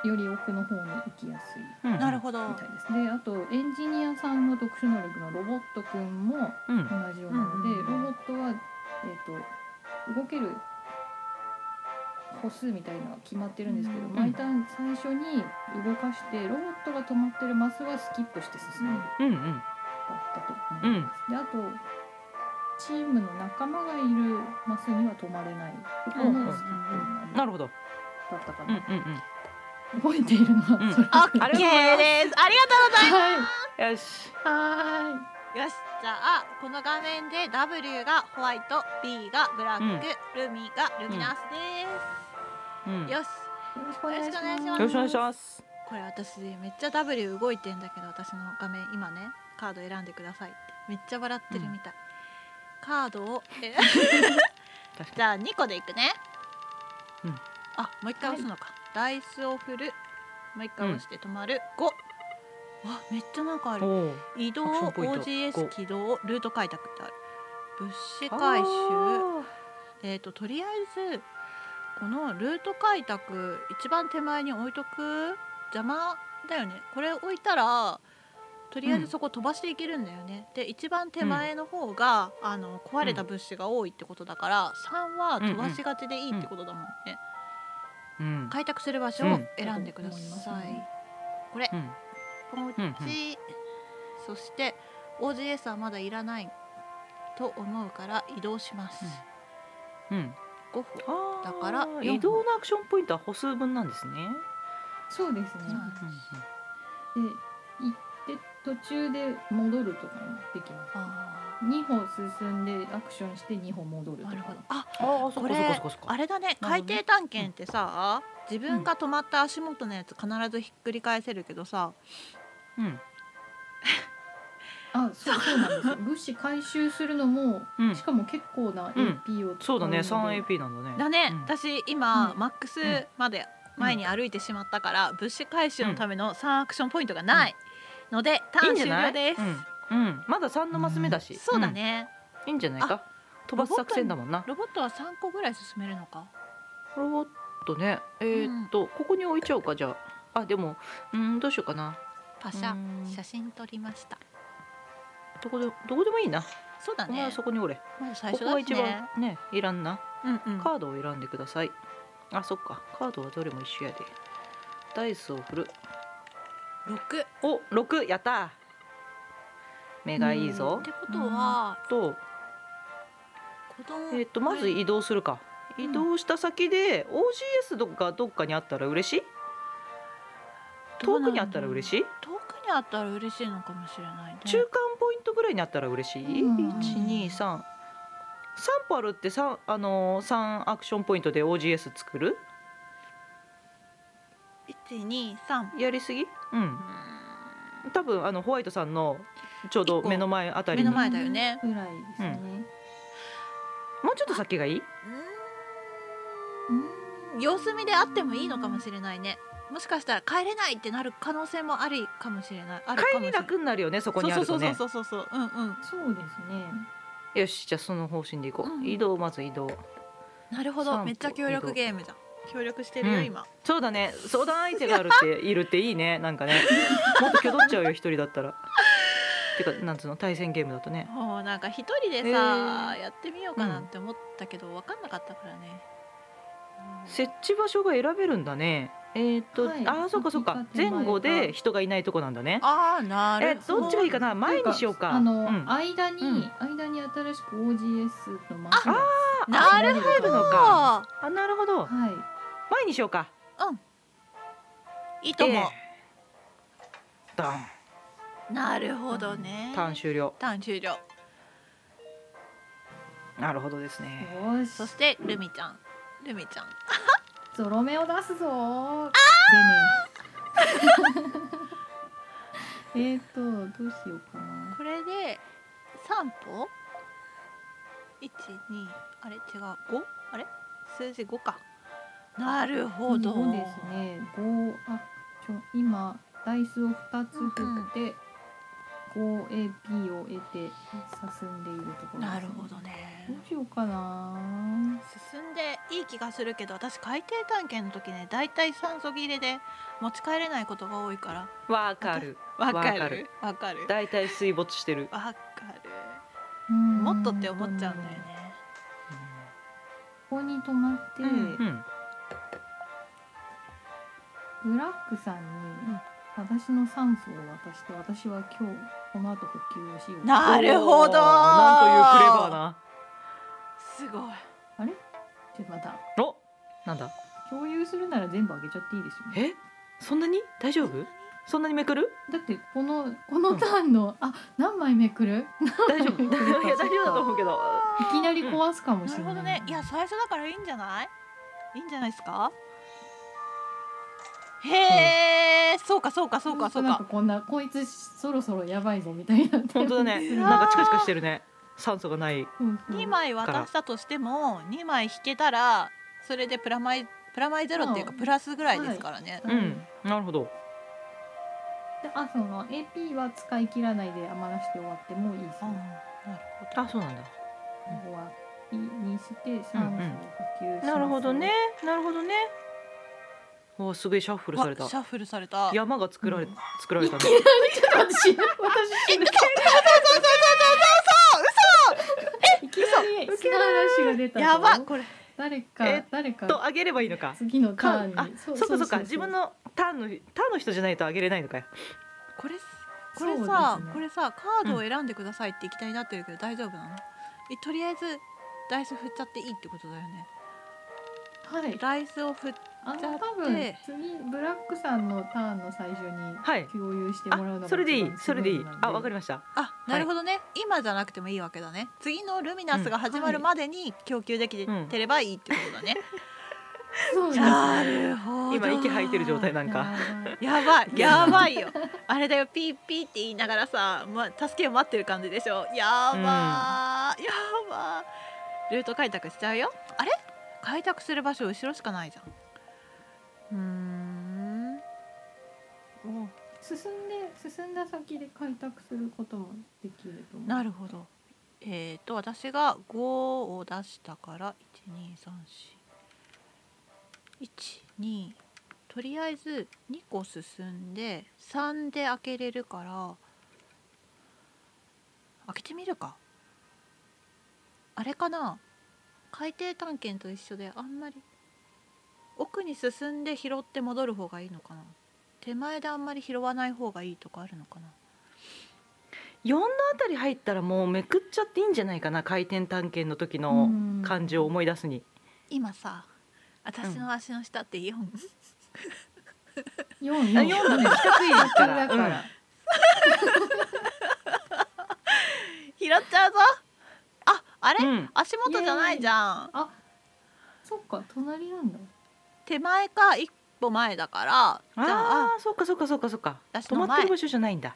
Speaker 3: より奥の方に行きやすい
Speaker 1: うん
Speaker 2: なるほど
Speaker 3: みたいです。であとエンジニアさんの特殊能力のロボットくんも
Speaker 1: うん
Speaker 3: 同じようなので、
Speaker 1: うんうんうん
Speaker 3: ロボットは、えー、と動ける歩数みたいなのが決まってるんですけど、
Speaker 2: うん
Speaker 3: 毎ターン最初に動かしてロボットが止まってるマスはスキップして進む。
Speaker 1: うんうん
Speaker 3: だったと思います。であとチームの仲間がいるマスには止まれないところのスキップになる
Speaker 1: なるほど
Speaker 3: だったか
Speaker 1: うんう
Speaker 3: な、
Speaker 1: んうん
Speaker 3: 覚えているのは
Speaker 1: うん
Speaker 3: それく
Speaker 2: オ
Speaker 3: らい
Speaker 2: ッケーですありがとうござい
Speaker 3: はい
Speaker 1: よし
Speaker 3: は
Speaker 2: ます
Speaker 3: ーい
Speaker 2: よしじゃあこの画面で W がホワイト B がブラック、ルミがルミナスです、
Speaker 1: うんよ
Speaker 2: よし
Speaker 3: よろしくお願いします
Speaker 2: よ
Speaker 1: ろしくお願いします
Speaker 2: これ私めっちゃ W 動いてんだけど私の画面今ねカード選んでくださいってめっちゃ笑ってるみたい、カードをえ
Speaker 1: 確
Speaker 2: じゃあ2個でいくね、
Speaker 1: うん
Speaker 2: あもう一回押すのか、ダイスを振るもう一回押して止まる、5わめっちゃなんかあ
Speaker 1: お
Speaker 2: る
Speaker 1: おー
Speaker 2: 移動
Speaker 1: アクションポイント
Speaker 2: OGS
Speaker 1: 五
Speaker 2: 起動ルート開拓ってある物資回収えー、ととりあえずこのルート開拓一番手前に置いとく邪魔だよねこれ置いたらとりあえずそこ飛ばしていけるんだよね、で一番手前の方が、あの壊れた物資が多いってことだから、3は飛ばしがちでいいってことだもんね、
Speaker 1: うん
Speaker 2: 開拓する場所
Speaker 1: う
Speaker 2: を
Speaker 1: ん
Speaker 2: 選んでください、これ
Speaker 1: うん
Speaker 2: ポチ、
Speaker 1: うん
Speaker 2: そして OGS はまだいらないと思うから移動します、
Speaker 1: うん
Speaker 2: 5歩
Speaker 1: あー
Speaker 2: だから四
Speaker 1: 移動のアクションポイントは歩数分なんですね
Speaker 3: そうですね。で、行って途中で戻るとかもできます。
Speaker 2: あー
Speaker 3: 二歩進んでアクションして二歩戻ると
Speaker 2: な
Speaker 3: か
Speaker 2: るほど。あ、
Speaker 1: ああそ
Speaker 2: こ
Speaker 1: っか
Speaker 2: れ
Speaker 1: そっかそっかそっか
Speaker 2: あれだね。
Speaker 1: な
Speaker 2: 海
Speaker 1: るほどね
Speaker 2: 底探検ってさ、自分が止まった足元のやつ必ずひっくり返せるけどさ、
Speaker 1: うん
Speaker 3: あ、そうそうなんですよ。 物資回収するのも、
Speaker 1: うん
Speaker 3: しかも結構な AP を、
Speaker 1: そうだね
Speaker 3: 使ので
Speaker 1: 3AP なんだね
Speaker 2: だね。
Speaker 1: うん
Speaker 2: 私今、
Speaker 3: うん
Speaker 2: マックス
Speaker 1: ん
Speaker 2: まで前に歩いてしまったから、物資回収のための3アクションポイントがないので、タ
Speaker 1: い
Speaker 2: ー
Speaker 1: いん
Speaker 2: ン
Speaker 1: じゃ
Speaker 2: 終
Speaker 1: な
Speaker 2: 了
Speaker 1: い
Speaker 2: です。
Speaker 1: うん、うんまだ3のマス目だし、
Speaker 2: そうだね。
Speaker 1: うんいいんじゃないか飛ばす作戦だもんな
Speaker 2: ロボットは3個ぐらい進めるのか。
Speaker 1: ロボットねえー、っと、ここに置いちゃおうかじゃああでもうんどうしようかな
Speaker 2: パシャ
Speaker 1: う。ん
Speaker 2: 写真撮りました。
Speaker 1: どこでどこでもいいな、
Speaker 2: そうだ
Speaker 1: お前
Speaker 2: ね
Speaker 1: は。そこにおれ、
Speaker 2: まず最
Speaker 1: こ
Speaker 2: 初
Speaker 1: こ
Speaker 2: だ
Speaker 1: が
Speaker 2: し
Speaker 1: 一
Speaker 2: ね
Speaker 1: 番。ねいらんな
Speaker 2: うんうん。
Speaker 1: カードを選んでください、あそっかカードはどれも一緒やでダイスを振る
Speaker 2: 六。
Speaker 1: お六やった目がいいぞ
Speaker 2: っ、てことは
Speaker 1: と
Speaker 2: 子供
Speaker 1: えっ、とまず移動するか
Speaker 3: うん
Speaker 1: 移動した先で OGS がどっかにあったら嬉しい遠くにあったら嬉
Speaker 2: しい。
Speaker 1: しい
Speaker 2: 遠くにあったら嬉しいのかもしれないね。
Speaker 1: 中間ポイントぐらいにあったら嬉しい
Speaker 3: うん
Speaker 1: 1233歩あるって三あのー三アクションポイントで OGS 作る
Speaker 2: 一二三。
Speaker 1: やりすぎうん
Speaker 2: う
Speaker 1: 多分あのホワイトさんのちょうど
Speaker 2: 一個
Speaker 1: 目の前あたり
Speaker 2: 目の
Speaker 1: にも
Speaker 2: 前
Speaker 1: う
Speaker 2: だよね
Speaker 3: ぐらいですね。
Speaker 1: ちょっと先がいい
Speaker 3: う
Speaker 2: ー
Speaker 3: ん
Speaker 2: ん様子見であってもいいのかもしれないね。もしかしたら帰れないってなる可能性もありかもしれない。あるか
Speaker 1: 帰
Speaker 2: も
Speaker 1: り
Speaker 2: しれない。
Speaker 1: 楽になるよねそこにあ
Speaker 2: そう
Speaker 1: る
Speaker 2: そ
Speaker 1: と
Speaker 2: うそ
Speaker 1: ね
Speaker 2: うそうそうそう。うんうん。
Speaker 3: そうですね。
Speaker 1: よしじゃあその方針でいこう、
Speaker 2: うん
Speaker 1: 移動まず移動
Speaker 2: なるほ
Speaker 1: 散
Speaker 2: ど。
Speaker 1: 歩
Speaker 2: めっちゃ協力ゲームじゃん。協力してるよ
Speaker 1: うん
Speaker 2: 今。
Speaker 1: そうだね相談相手があるっているっていいねなんか ねもっときょどっちゃうよ一人だったらてかなんつうの対戦ゲームだとね
Speaker 2: もうなんか一人でさ、やってみようかなって思ったけど、わかんなかったからね。
Speaker 1: 設置場所が選べるんだねえーっと、
Speaker 3: はい
Speaker 1: ああそっかそっか前
Speaker 3: 先か手前か
Speaker 1: 後で人がいないとこなんだね
Speaker 2: ああな
Speaker 1: え
Speaker 2: るほど。
Speaker 1: どっちがいいかな前にしようか
Speaker 3: あの、
Speaker 1: うん、あ
Speaker 3: 間に、
Speaker 1: うん
Speaker 3: 間に新しく OGS のマシンが
Speaker 2: なる
Speaker 1: 入るのか
Speaker 2: ほど。
Speaker 1: あなるほど
Speaker 3: はい。
Speaker 1: 前にしようか
Speaker 2: いいと
Speaker 1: え
Speaker 2: も。
Speaker 1: ーダン
Speaker 2: なるほどね。
Speaker 1: ターン終了
Speaker 2: ターン終了。
Speaker 1: なるほどですね
Speaker 3: よし
Speaker 2: そ。してルミちゃん。ルミちゃん。
Speaker 3: ゾロ目を出すぞー。で ね。えっとどうしようかな。
Speaker 2: これで三歩。一二あれ違う五あれ数字五か。なるほど。
Speaker 3: そうですね。五アクション今ダイスを二つ振って。5AP を得て進んでいるところです、
Speaker 2: なるほどね
Speaker 3: ど。うしようかな
Speaker 2: 進んでいい気がするけど私海底探検の時ねだいたい酸素切れで持ち帰れないことが多いから
Speaker 1: わかる
Speaker 2: わか
Speaker 1: わか
Speaker 2: る
Speaker 1: る
Speaker 2: わかる
Speaker 1: だいたい水没してる
Speaker 2: わかる
Speaker 3: うん
Speaker 2: もっとって思っちゃうんだよね
Speaker 3: ここに泊まって、
Speaker 2: うん
Speaker 1: うん
Speaker 3: ブラックさんに私の酸素を渡して私は今日この後補給をしよう
Speaker 2: なるほど
Speaker 1: おーなんというクレバーな
Speaker 2: すごい
Speaker 3: あれちょっとまた
Speaker 1: おなんだ
Speaker 3: 共有するなら全部あげちゃっていいですよね
Speaker 1: えそんなに大丈夫そんなにめくる
Speaker 3: だってこのこのターンの、あ何枚めくる
Speaker 1: 大丈夫 いや大丈夫だと思うけど
Speaker 3: いきなり壊すかもし
Speaker 2: な
Speaker 3: れ
Speaker 2: る
Speaker 3: ない
Speaker 2: ほどねいや最初だからいいんじゃないいいんじゃないですかへえ、そうかそうかそうかそう
Speaker 3: なん
Speaker 2: か
Speaker 3: かこんなこいつそろそろやばいぞみたいな
Speaker 1: 本当だね
Speaker 2: うわー
Speaker 1: なんかチカチカしてるね酸素がない
Speaker 3: うんうん
Speaker 2: 2枚渡したとしても2枚引けたらそれでプラマイプラマイゼロっていうか
Speaker 3: うん
Speaker 2: プラスぐらいですからね、
Speaker 3: う
Speaker 1: うんんなるほど
Speaker 3: であその AP は使い切らないで余らして終わってもいいです
Speaker 2: うん
Speaker 3: ね、
Speaker 2: なるほど
Speaker 1: あそうなんだ
Speaker 3: 終わりにして酸素を補給します、
Speaker 1: なるほどねなるほどねおーすごいシャッフルされた
Speaker 2: わシャッフルされた
Speaker 1: 山が作られ
Speaker 3: うん
Speaker 1: 作られたね
Speaker 3: ちょっと私死ぬ私死ぬいきなりスターラッシュが出たぞ
Speaker 2: やばこれ
Speaker 3: 誰か、
Speaker 1: えっ
Speaker 3: 誰
Speaker 1: と
Speaker 3: か
Speaker 1: あげればいいのか
Speaker 3: 次のタ
Speaker 1: か
Speaker 3: ーン
Speaker 1: あ
Speaker 3: に
Speaker 1: そっかそっか自分のターンのターンの人じゃないとあげれないのかよ
Speaker 2: これこ
Speaker 3: そう
Speaker 2: れ
Speaker 3: ですね
Speaker 2: さ、これさカードを選んでくださいっていきたいになってるけど、大丈夫なのえとりあえずダイス振っちゃっていいってことだよね
Speaker 3: はい
Speaker 2: ダイスを振っ
Speaker 3: あ
Speaker 2: じゃ
Speaker 3: の
Speaker 2: あ
Speaker 3: 多分次ブラックさんのターンの最初
Speaker 1: はい
Speaker 3: に共有してもらうの
Speaker 1: あ
Speaker 3: が
Speaker 1: それでいいそれでいいあわかり
Speaker 3: ま
Speaker 1: ました
Speaker 2: あなるほどね、今じゃなくてもいいわけだね次のルミナスが始まるまでに供給でき
Speaker 1: うん
Speaker 2: てればいいってこと だね、
Speaker 3: すそうです
Speaker 2: なるほど
Speaker 1: 今息吐いてる状態なんか
Speaker 3: や
Speaker 2: やばいやばいよあれだよピーピーって言いながらさ、ま、助けを待ってる感じでしょやばー、
Speaker 1: うん
Speaker 2: やばールート開拓しちゃうよあれ開拓する場所後ろしかないじゃんうーんお
Speaker 3: ばい進んで進んだ先で開拓することもできると思う
Speaker 2: なるほどえっ、と私が5を出したから12341とりあえず2個進んで3で開けれるから開けてみるかあれかな海底探検と一緒であんまり奥に進んで拾って戻る方がいいのかな手前であんまり拾わない方がいいとかあるのかな
Speaker 1: 4のあたり入ったらもうめくっちゃっていいんじゃないかな回転探検の時の
Speaker 3: うん
Speaker 1: 感じを思い出すに、
Speaker 2: 今さ私の足の下ってイオ ン、
Speaker 3: 四
Speaker 1: あ
Speaker 3: 四
Speaker 1: 4だね四角いですか
Speaker 3: だ
Speaker 1: ら、
Speaker 3: か
Speaker 1: うん
Speaker 3: ら、
Speaker 2: 拾っちゃうぞああれ、
Speaker 1: うん
Speaker 2: 足元じゃないじゃん
Speaker 3: あそっか隣なんだ
Speaker 2: 手前か一歩前だからじゃ
Speaker 1: あ
Speaker 2: あ
Speaker 1: あそっかそっかそっかそっか
Speaker 2: 私
Speaker 1: 止
Speaker 2: の前
Speaker 1: まってる場所じゃないんだ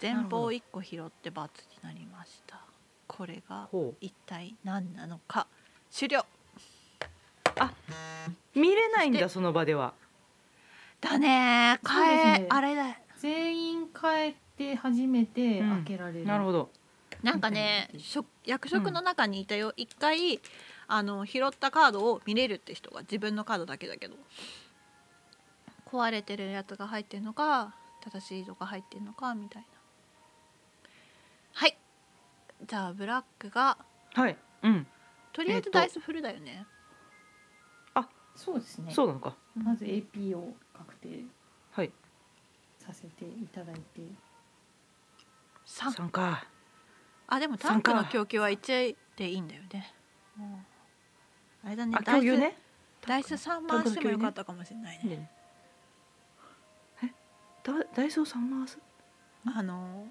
Speaker 2: 前
Speaker 1: なる
Speaker 2: 方
Speaker 1: ほど
Speaker 2: 一個拾って罰になりましたこれが
Speaker 1: ほ
Speaker 2: 一体何なのか終了
Speaker 1: う見れないん
Speaker 2: そ
Speaker 1: だ
Speaker 2: し
Speaker 1: その場では
Speaker 2: だね
Speaker 3: そうで
Speaker 2: 替
Speaker 3: す
Speaker 2: え、
Speaker 3: ね
Speaker 2: あれだ
Speaker 3: 全員帰って初めて
Speaker 1: うん
Speaker 3: 開けられる、
Speaker 1: なるほど
Speaker 2: なんかね職役職の中にいたよ一回あの拾ったカードを見れるって人が自分のカードだけだけど壊れてるやつが入ってるのか正しいのが入ってるのかみたいなはいじゃあブラックが
Speaker 1: はいうん
Speaker 2: とりあえ
Speaker 1: え
Speaker 2: ず
Speaker 1: っと
Speaker 2: ダイスフルだよね、
Speaker 3: そうですね
Speaker 1: そうなのか
Speaker 3: まず AP を確定
Speaker 1: はい
Speaker 3: させていただいて
Speaker 2: 三
Speaker 1: 3か
Speaker 2: あでもタンクの
Speaker 1: 三か
Speaker 2: 供給は1でいいんだよねもうあれだね
Speaker 1: あ
Speaker 2: ダイ
Speaker 1: 共
Speaker 2: ス
Speaker 1: 有ね
Speaker 2: ダイス3
Speaker 1: タン
Speaker 2: 万
Speaker 1: ク
Speaker 2: し
Speaker 1: の
Speaker 2: て
Speaker 1: 共有ね
Speaker 2: もよかったかもしれないね
Speaker 1: ねえダダイソーさん回す
Speaker 2: あの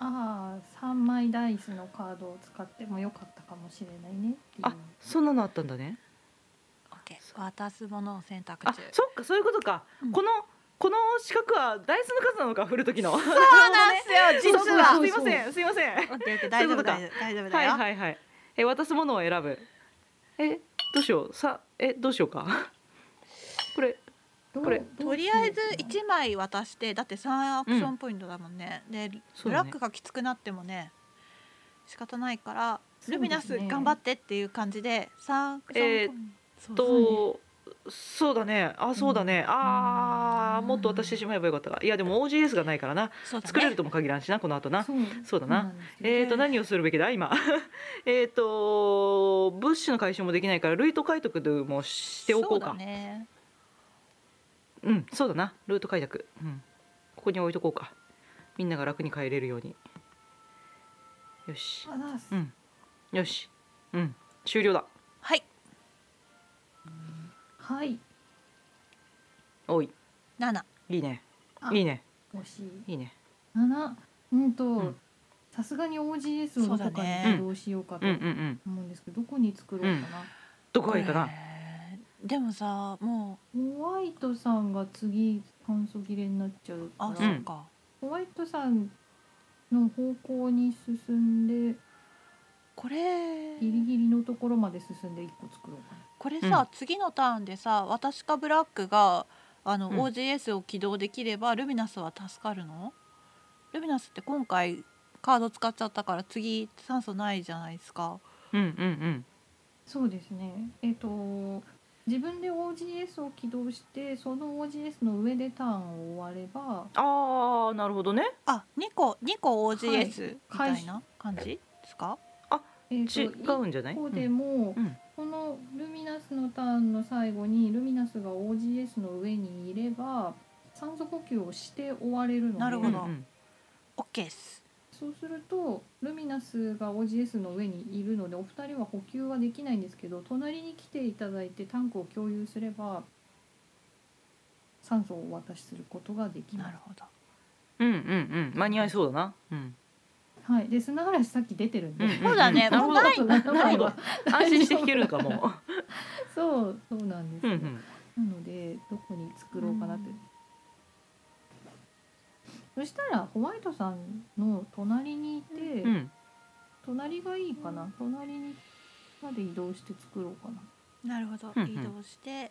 Speaker 3: ああ3枚ダイスのカードを使ってもよかったかもしれないねっていう
Speaker 1: あそんなのあったんだね
Speaker 2: オッケー渡すものを選択
Speaker 1: あ
Speaker 2: 中
Speaker 1: そっかそういうことか、
Speaker 2: うん
Speaker 1: このこの四角はダイスの数なのか振る時 のそう
Speaker 2: そうなんですよ実は
Speaker 3: そう
Speaker 1: す
Speaker 3: そう
Speaker 1: いませんすいません
Speaker 2: オッケーオッケー大丈
Speaker 1: そういうこ
Speaker 2: 夫
Speaker 1: とか
Speaker 2: 大丈夫大丈夫だ
Speaker 1: はい
Speaker 2: よ、
Speaker 1: はいはいえ渡すものを選ぶえどうしようさえどうしようか これ
Speaker 3: どう
Speaker 1: これ
Speaker 3: どう
Speaker 2: とりあえず
Speaker 3: しようかな
Speaker 2: 1枚渡してだって3アクションポイントだもんね、で
Speaker 1: そ
Speaker 2: ブ
Speaker 1: うだ
Speaker 2: ラ
Speaker 1: ね
Speaker 2: ックがきつくなってもね仕方ないから、
Speaker 3: そうですね
Speaker 2: ルミナス頑張ってっていう感じで3アクションポイント、そう
Speaker 1: とそうだねあそうだね、あーもっと渡してしまえばよかったかいやでも OGS がないからな
Speaker 2: そうだね
Speaker 1: 作れるとも限らんしなこの後な
Speaker 3: そう
Speaker 1: そうだなん
Speaker 3: ですよ
Speaker 1: えー、と何をするべきだ今 えっと物資の回収もできないからルート開拓でもしておこうか
Speaker 2: そうだね
Speaker 1: うんそうだなルート開拓、うん、ここに置いとこうかみんなが楽に帰れるようによし
Speaker 3: あダイス
Speaker 1: うんよしうん終了だ
Speaker 2: はい
Speaker 3: はい
Speaker 1: おい
Speaker 2: 7
Speaker 1: いいね
Speaker 3: あ
Speaker 1: いいね
Speaker 3: 惜しい
Speaker 1: いいね
Speaker 3: 七うんと
Speaker 1: ん
Speaker 3: さすがに OGS の
Speaker 2: そう
Speaker 3: 中
Speaker 2: だ
Speaker 3: に
Speaker 2: ね
Speaker 3: 移動しようかと
Speaker 1: うんうん
Speaker 3: 思
Speaker 1: うん
Speaker 3: うんですけどどこに作ろうかな
Speaker 1: どこがいいかな
Speaker 2: えーでもさもう
Speaker 3: ホワイトさんが次炭素切れになっちゃう
Speaker 2: あ、
Speaker 3: か
Speaker 2: そ
Speaker 3: ら、
Speaker 2: うか
Speaker 3: ホワイトさんの方向に進んで
Speaker 2: これ
Speaker 3: ギリギリのところまで進んで一個作ろうかな。
Speaker 2: これさ、次のターンでさ私かブラックがあの、
Speaker 1: うん
Speaker 2: OGS を起動できればルミナスは助かるのルミナスって今回カード使っちゃったから次酸素ないじゃないですか。
Speaker 1: うんうん
Speaker 3: そうですね。えっ、と自分で OGS を起動してその OGS の上でターンを終われば
Speaker 1: うんああなるほどね
Speaker 2: あ2個2個 OGS み
Speaker 3: は
Speaker 2: た
Speaker 3: い
Speaker 2: いな感じですか、
Speaker 3: えっ、
Speaker 1: 違
Speaker 3: と
Speaker 1: うんじゃない
Speaker 3: 一個で
Speaker 1: うん
Speaker 3: も、
Speaker 1: うん
Speaker 3: このルミナスのターンの最後にルミナスが OGS の上にいれば酸素呼吸をして終われるので
Speaker 2: なる
Speaker 1: う
Speaker 2: ほ
Speaker 1: ん
Speaker 2: ど
Speaker 1: うん
Speaker 2: オッ OK です。
Speaker 3: そうするとルミナスが OGS の上にいるのでお二人は補給はできないんですけど隣に来ていただいてタンクを共有すれば酸素をお渡しすることができ
Speaker 2: な
Speaker 3: ま
Speaker 2: るほど。
Speaker 1: うんうんうん間に合いそうだなうん
Speaker 3: す。はい、で砂嵐さっき出てるんで、
Speaker 1: うんうん
Speaker 2: そうだね、
Speaker 1: なる
Speaker 2: も
Speaker 1: ほ
Speaker 2: う
Speaker 1: ど
Speaker 2: ない
Speaker 3: そんなことないわ
Speaker 1: 安心して弾けるのかも
Speaker 3: そうそうなんです
Speaker 1: うんう
Speaker 3: よ、
Speaker 1: ん
Speaker 3: なのでどこに作ろうかなって、
Speaker 2: うん
Speaker 3: そしたらホワイトさんの隣にいて、
Speaker 1: うん
Speaker 3: 隣がいいかな隣にまで移動して作ろうかな
Speaker 2: なるほど
Speaker 1: うんうん
Speaker 2: 移動して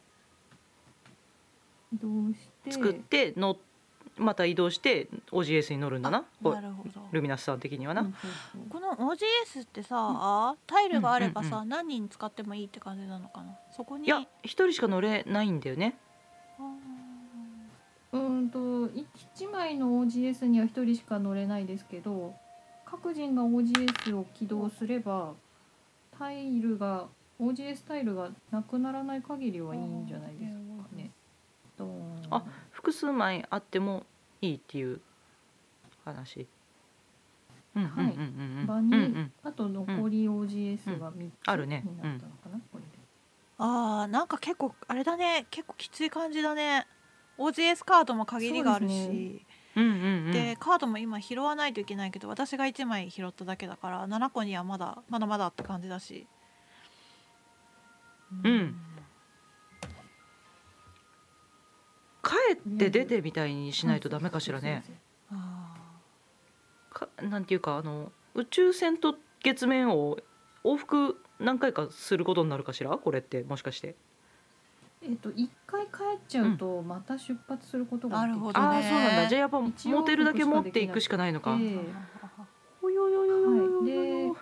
Speaker 3: 移動して
Speaker 1: 作ってのまた移動して OGS に乗るんだなこう
Speaker 2: なるほど。
Speaker 1: ルミナスさん的にはな、
Speaker 3: うんそうそ
Speaker 2: こ
Speaker 3: う
Speaker 2: の OGS ってさ、タイルがあれば
Speaker 1: うん
Speaker 2: さ、
Speaker 1: うん
Speaker 2: 何人使ってもいいって感じなのかなそこに
Speaker 1: いや一人しか乗れないんだよね
Speaker 2: あー
Speaker 3: うーんと1枚の OGS には1人しか乗れないですけど各人が OGS を起動すればタイルが OGS タイルがなくならない限りはいいんじゃないですかね。ドーン
Speaker 1: あ複数枚あってもいいっていう話。うんうんうん
Speaker 3: はい
Speaker 1: うんうん
Speaker 3: 場に
Speaker 1: うんうん
Speaker 3: あと残り OGS が3つ
Speaker 1: あるね
Speaker 3: になったのかな、これで
Speaker 2: あーなんか結構あれだね結構きつい感じだね OGS カードも限りがある
Speaker 3: そうです
Speaker 2: し
Speaker 1: うんうんう
Speaker 2: で,、
Speaker 1: ん
Speaker 2: カードも今拾わないといけないけど私が1枚拾っただけだから7個にはまだまだまだって感じだし
Speaker 1: うん帰って出てみたいにしないとダメかしらね。
Speaker 2: あ
Speaker 1: かなんていうかあの宇宙船と月面を往復何回かすることになるかしらこれってもしかして。
Speaker 3: えっ、と一回帰っちゃうとまた出発することができ
Speaker 2: なるほどね
Speaker 1: ああーそうなんだじゃあやっぱ
Speaker 3: 一応
Speaker 1: 持てるだけ持っていくしかないの
Speaker 2: ー
Speaker 1: か。
Speaker 3: ええ
Speaker 1: およよよよよよよよ
Speaker 3: は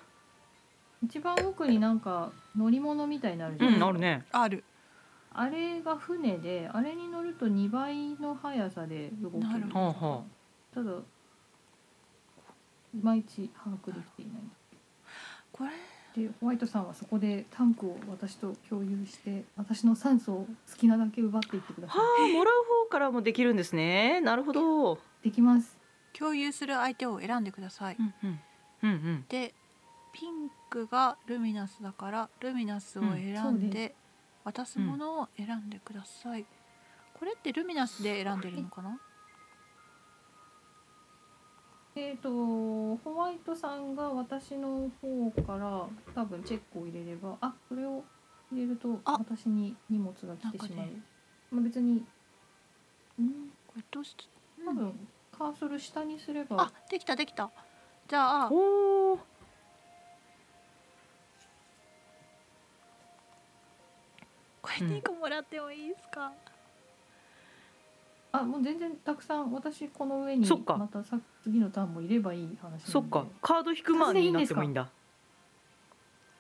Speaker 3: い一番奥になんか乗り物みたいになるじ
Speaker 1: う
Speaker 3: ゃないです
Speaker 1: ん
Speaker 3: か、
Speaker 1: あるね。
Speaker 2: ある
Speaker 3: あれが船であれに乗ると2倍の速さで動ける
Speaker 2: なる
Speaker 1: ほど
Speaker 3: ただいまいち把握できていない
Speaker 2: これ
Speaker 3: でホワイトさんはそこでタンクを私と共有して私の酸素を好きなだけ奪っていってくださ
Speaker 1: はあもらう方からもできるんですね。なるほど。うん
Speaker 3: いできます
Speaker 2: 共有する相手を選んでください、
Speaker 1: うんうんうん。
Speaker 2: でピンクがルミナスだからルミナスを選
Speaker 3: うんそ
Speaker 2: ん
Speaker 3: う
Speaker 2: で渡すものを選んでください、これってルミナスで選んでるのかな
Speaker 3: えっ、とホワイトさんが私の方から多分チェックを入れればあこれを入れると
Speaker 2: あ
Speaker 3: 私に荷物が来てし
Speaker 2: なんか
Speaker 3: まう、
Speaker 2: ね
Speaker 3: まあ、別にうん
Speaker 2: これどうして
Speaker 3: 多分カーソル下にすれば
Speaker 2: あできたできたじゃあ
Speaker 1: おお。
Speaker 2: これ2個もらってもいいですか、
Speaker 3: あもう全然たくさん私この上に
Speaker 1: そっか
Speaker 3: またさ次のターンもいればいい話なんで
Speaker 1: そっかカード引くマンになってもいいんだ。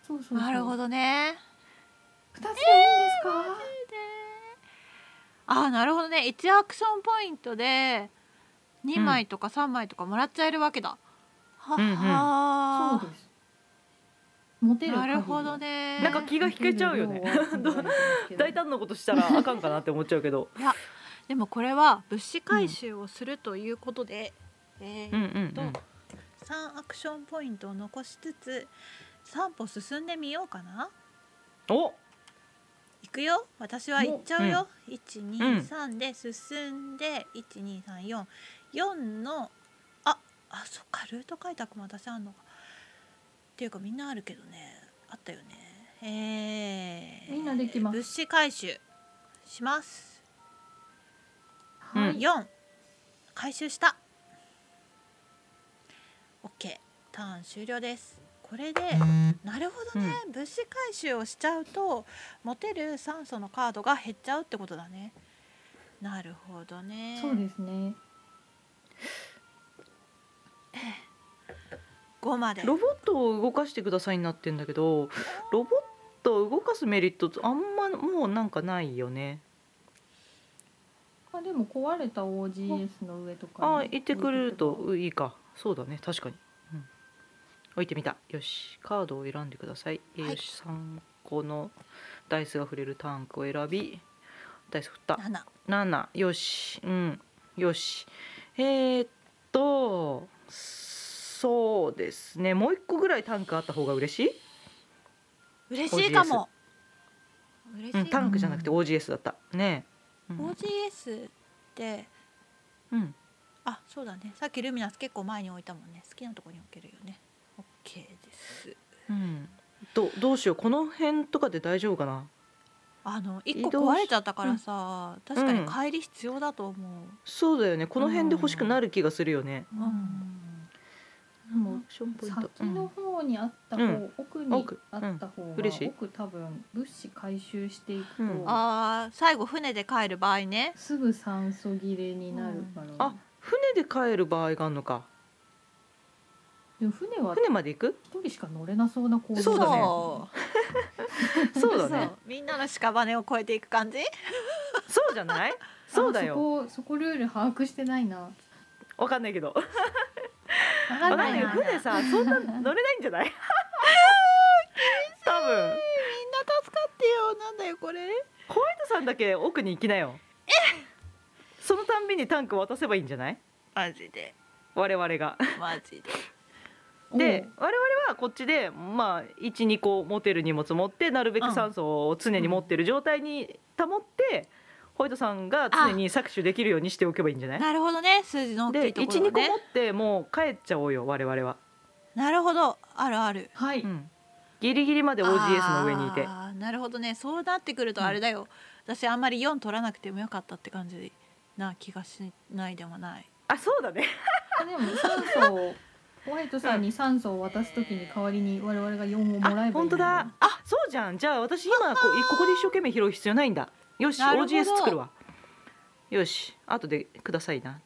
Speaker 3: そうそうそう
Speaker 2: なるほどね
Speaker 3: 2つでいいんですか、
Speaker 2: あーなるほどね1アクションポイントで2枚とか3枚とかもらっちゃえるわけだ、は
Speaker 1: うんうん
Speaker 2: は
Speaker 3: そうですモテる
Speaker 2: な
Speaker 3: 限り
Speaker 2: るほどね
Speaker 1: なんか気が引けちゃうよね。大胆なことしたらあかんかなって思っちゃうけど。
Speaker 2: でもこれは物資回収をするということで、えー
Speaker 1: うんうんうん。
Speaker 2: 3アクションポイントを残しつつ3歩進んでみようかな
Speaker 1: お
Speaker 2: 行くよ私は行っちゃうよ、123で進んで12344のああそっかルート開拓も私あんのかっていうかみんなあるけどねあったよねえー、
Speaker 3: みんなできます
Speaker 2: 物資回収します
Speaker 1: うん
Speaker 3: はい、
Speaker 2: 4回収した OK ターン終了ですこれでなるほどね、物資回収をしちゃうと持てる酸素のカードが減っちゃうってことだねなるほどね
Speaker 3: そうですね
Speaker 2: 5まで
Speaker 1: ロボットを動かしてくださいになってんだけどロボットを動かすメリットあんまもうなんかないよね。
Speaker 3: まあでも壊れた OGS の上とか
Speaker 1: あ
Speaker 3: に
Speaker 1: 行ってくれるといいかそうだね確かに、うん、置いてみたよしカードを選んでください、
Speaker 2: はい
Speaker 1: よし3個のダイスが触れるタンクを選びダイス振った
Speaker 2: 7
Speaker 1: 7よしうんよしえー、っとそうですねもう一個ぐらいタンクあった方が嬉しい、
Speaker 2: 嬉しいかも嬉しいか
Speaker 1: う
Speaker 2: も、
Speaker 1: ん、タンクじゃなくて OGS だったねえ、うん
Speaker 2: OGS って
Speaker 1: うん
Speaker 2: あそうだねさっきルミナス結構前に置いたもんね好きなとこに置けるよね OK です
Speaker 1: うん、どどうしようこの辺とかで大丈夫かな
Speaker 2: あの一
Speaker 1: 移
Speaker 2: 個
Speaker 1: 動し
Speaker 2: 壊れちゃったからさ、確か
Speaker 1: う
Speaker 2: に
Speaker 1: ん
Speaker 2: 帰り必要だと思う、
Speaker 1: そうだよねこの辺で欲しくなる気がするよね、
Speaker 3: う
Speaker 1: うん
Speaker 3: んもう
Speaker 1: ションポイント。
Speaker 3: 先の方にあった方、
Speaker 1: うん
Speaker 3: 奥に
Speaker 1: 奥
Speaker 3: あった方が、
Speaker 1: ん嬉しい
Speaker 3: 奥多分物資回収していくと、
Speaker 1: うん
Speaker 2: あー最後船で帰る場合ね
Speaker 3: すぐ酸素切れになるから、
Speaker 1: あ、船で帰る場合があるのか。
Speaker 3: でも船は
Speaker 1: 船まで行く？
Speaker 3: 一人しか乗れなそうな構
Speaker 1: そうだね
Speaker 2: そ
Speaker 1: そう
Speaker 2: う
Speaker 1: だね
Speaker 2: そ。うみんなの屍を越えていく感じ
Speaker 1: そうじゃない？そうだよ。
Speaker 3: あそこそこルール把握してないな。
Speaker 1: わかんないけど。わ
Speaker 3: わ
Speaker 2: か
Speaker 1: か
Speaker 2: んな
Speaker 1: んないいけど
Speaker 2: な
Speaker 1: 船さ、そんな乗れないんじゃない？多分。
Speaker 2: みんな助かってよなんだよこれ
Speaker 1: ホワイトさんだけ奥に行きなよ。そのたんびにタンク渡せばいいんじゃない
Speaker 2: マジで
Speaker 1: 我々が
Speaker 2: マ ジで
Speaker 1: で我々はこっちでまあ12個持てる荷物持ってなるべく酸素を常に持ってる状態に保って、ホイトさんが常に搾取できるようにしておけばいいんじゃない
Speaker 2: なるほどね数字の大き
Speaker 1: で
Speaker 2: いところ
Speaker 1: 12個
Speaker 2: がね
Speaker 1: 持ってもう帰っちゃおうよ我々は、
Speaker 2: なるほどあるある
Speaker 3: はい、
Speaker 1: うんギリギリまで OGS の上にいて
Speaker 2: あーなるほどねそうなってくるとあれだよ、私あんまり4取らなくてもよかったって感じな気がしないでもない
Speaker 1: あそうだね
Speaker 3: あでも酸素をホワイトさんに酸素を渡すときに代わりに我々が4をもらえばいい
Speaker 1: あ本当だあそうじゃんじゃあ私今こうここで一生懸命拾う必要ないんだよし
Speaker 2: なるほど
Speaker 1: OGS 作るわよし後でくださいな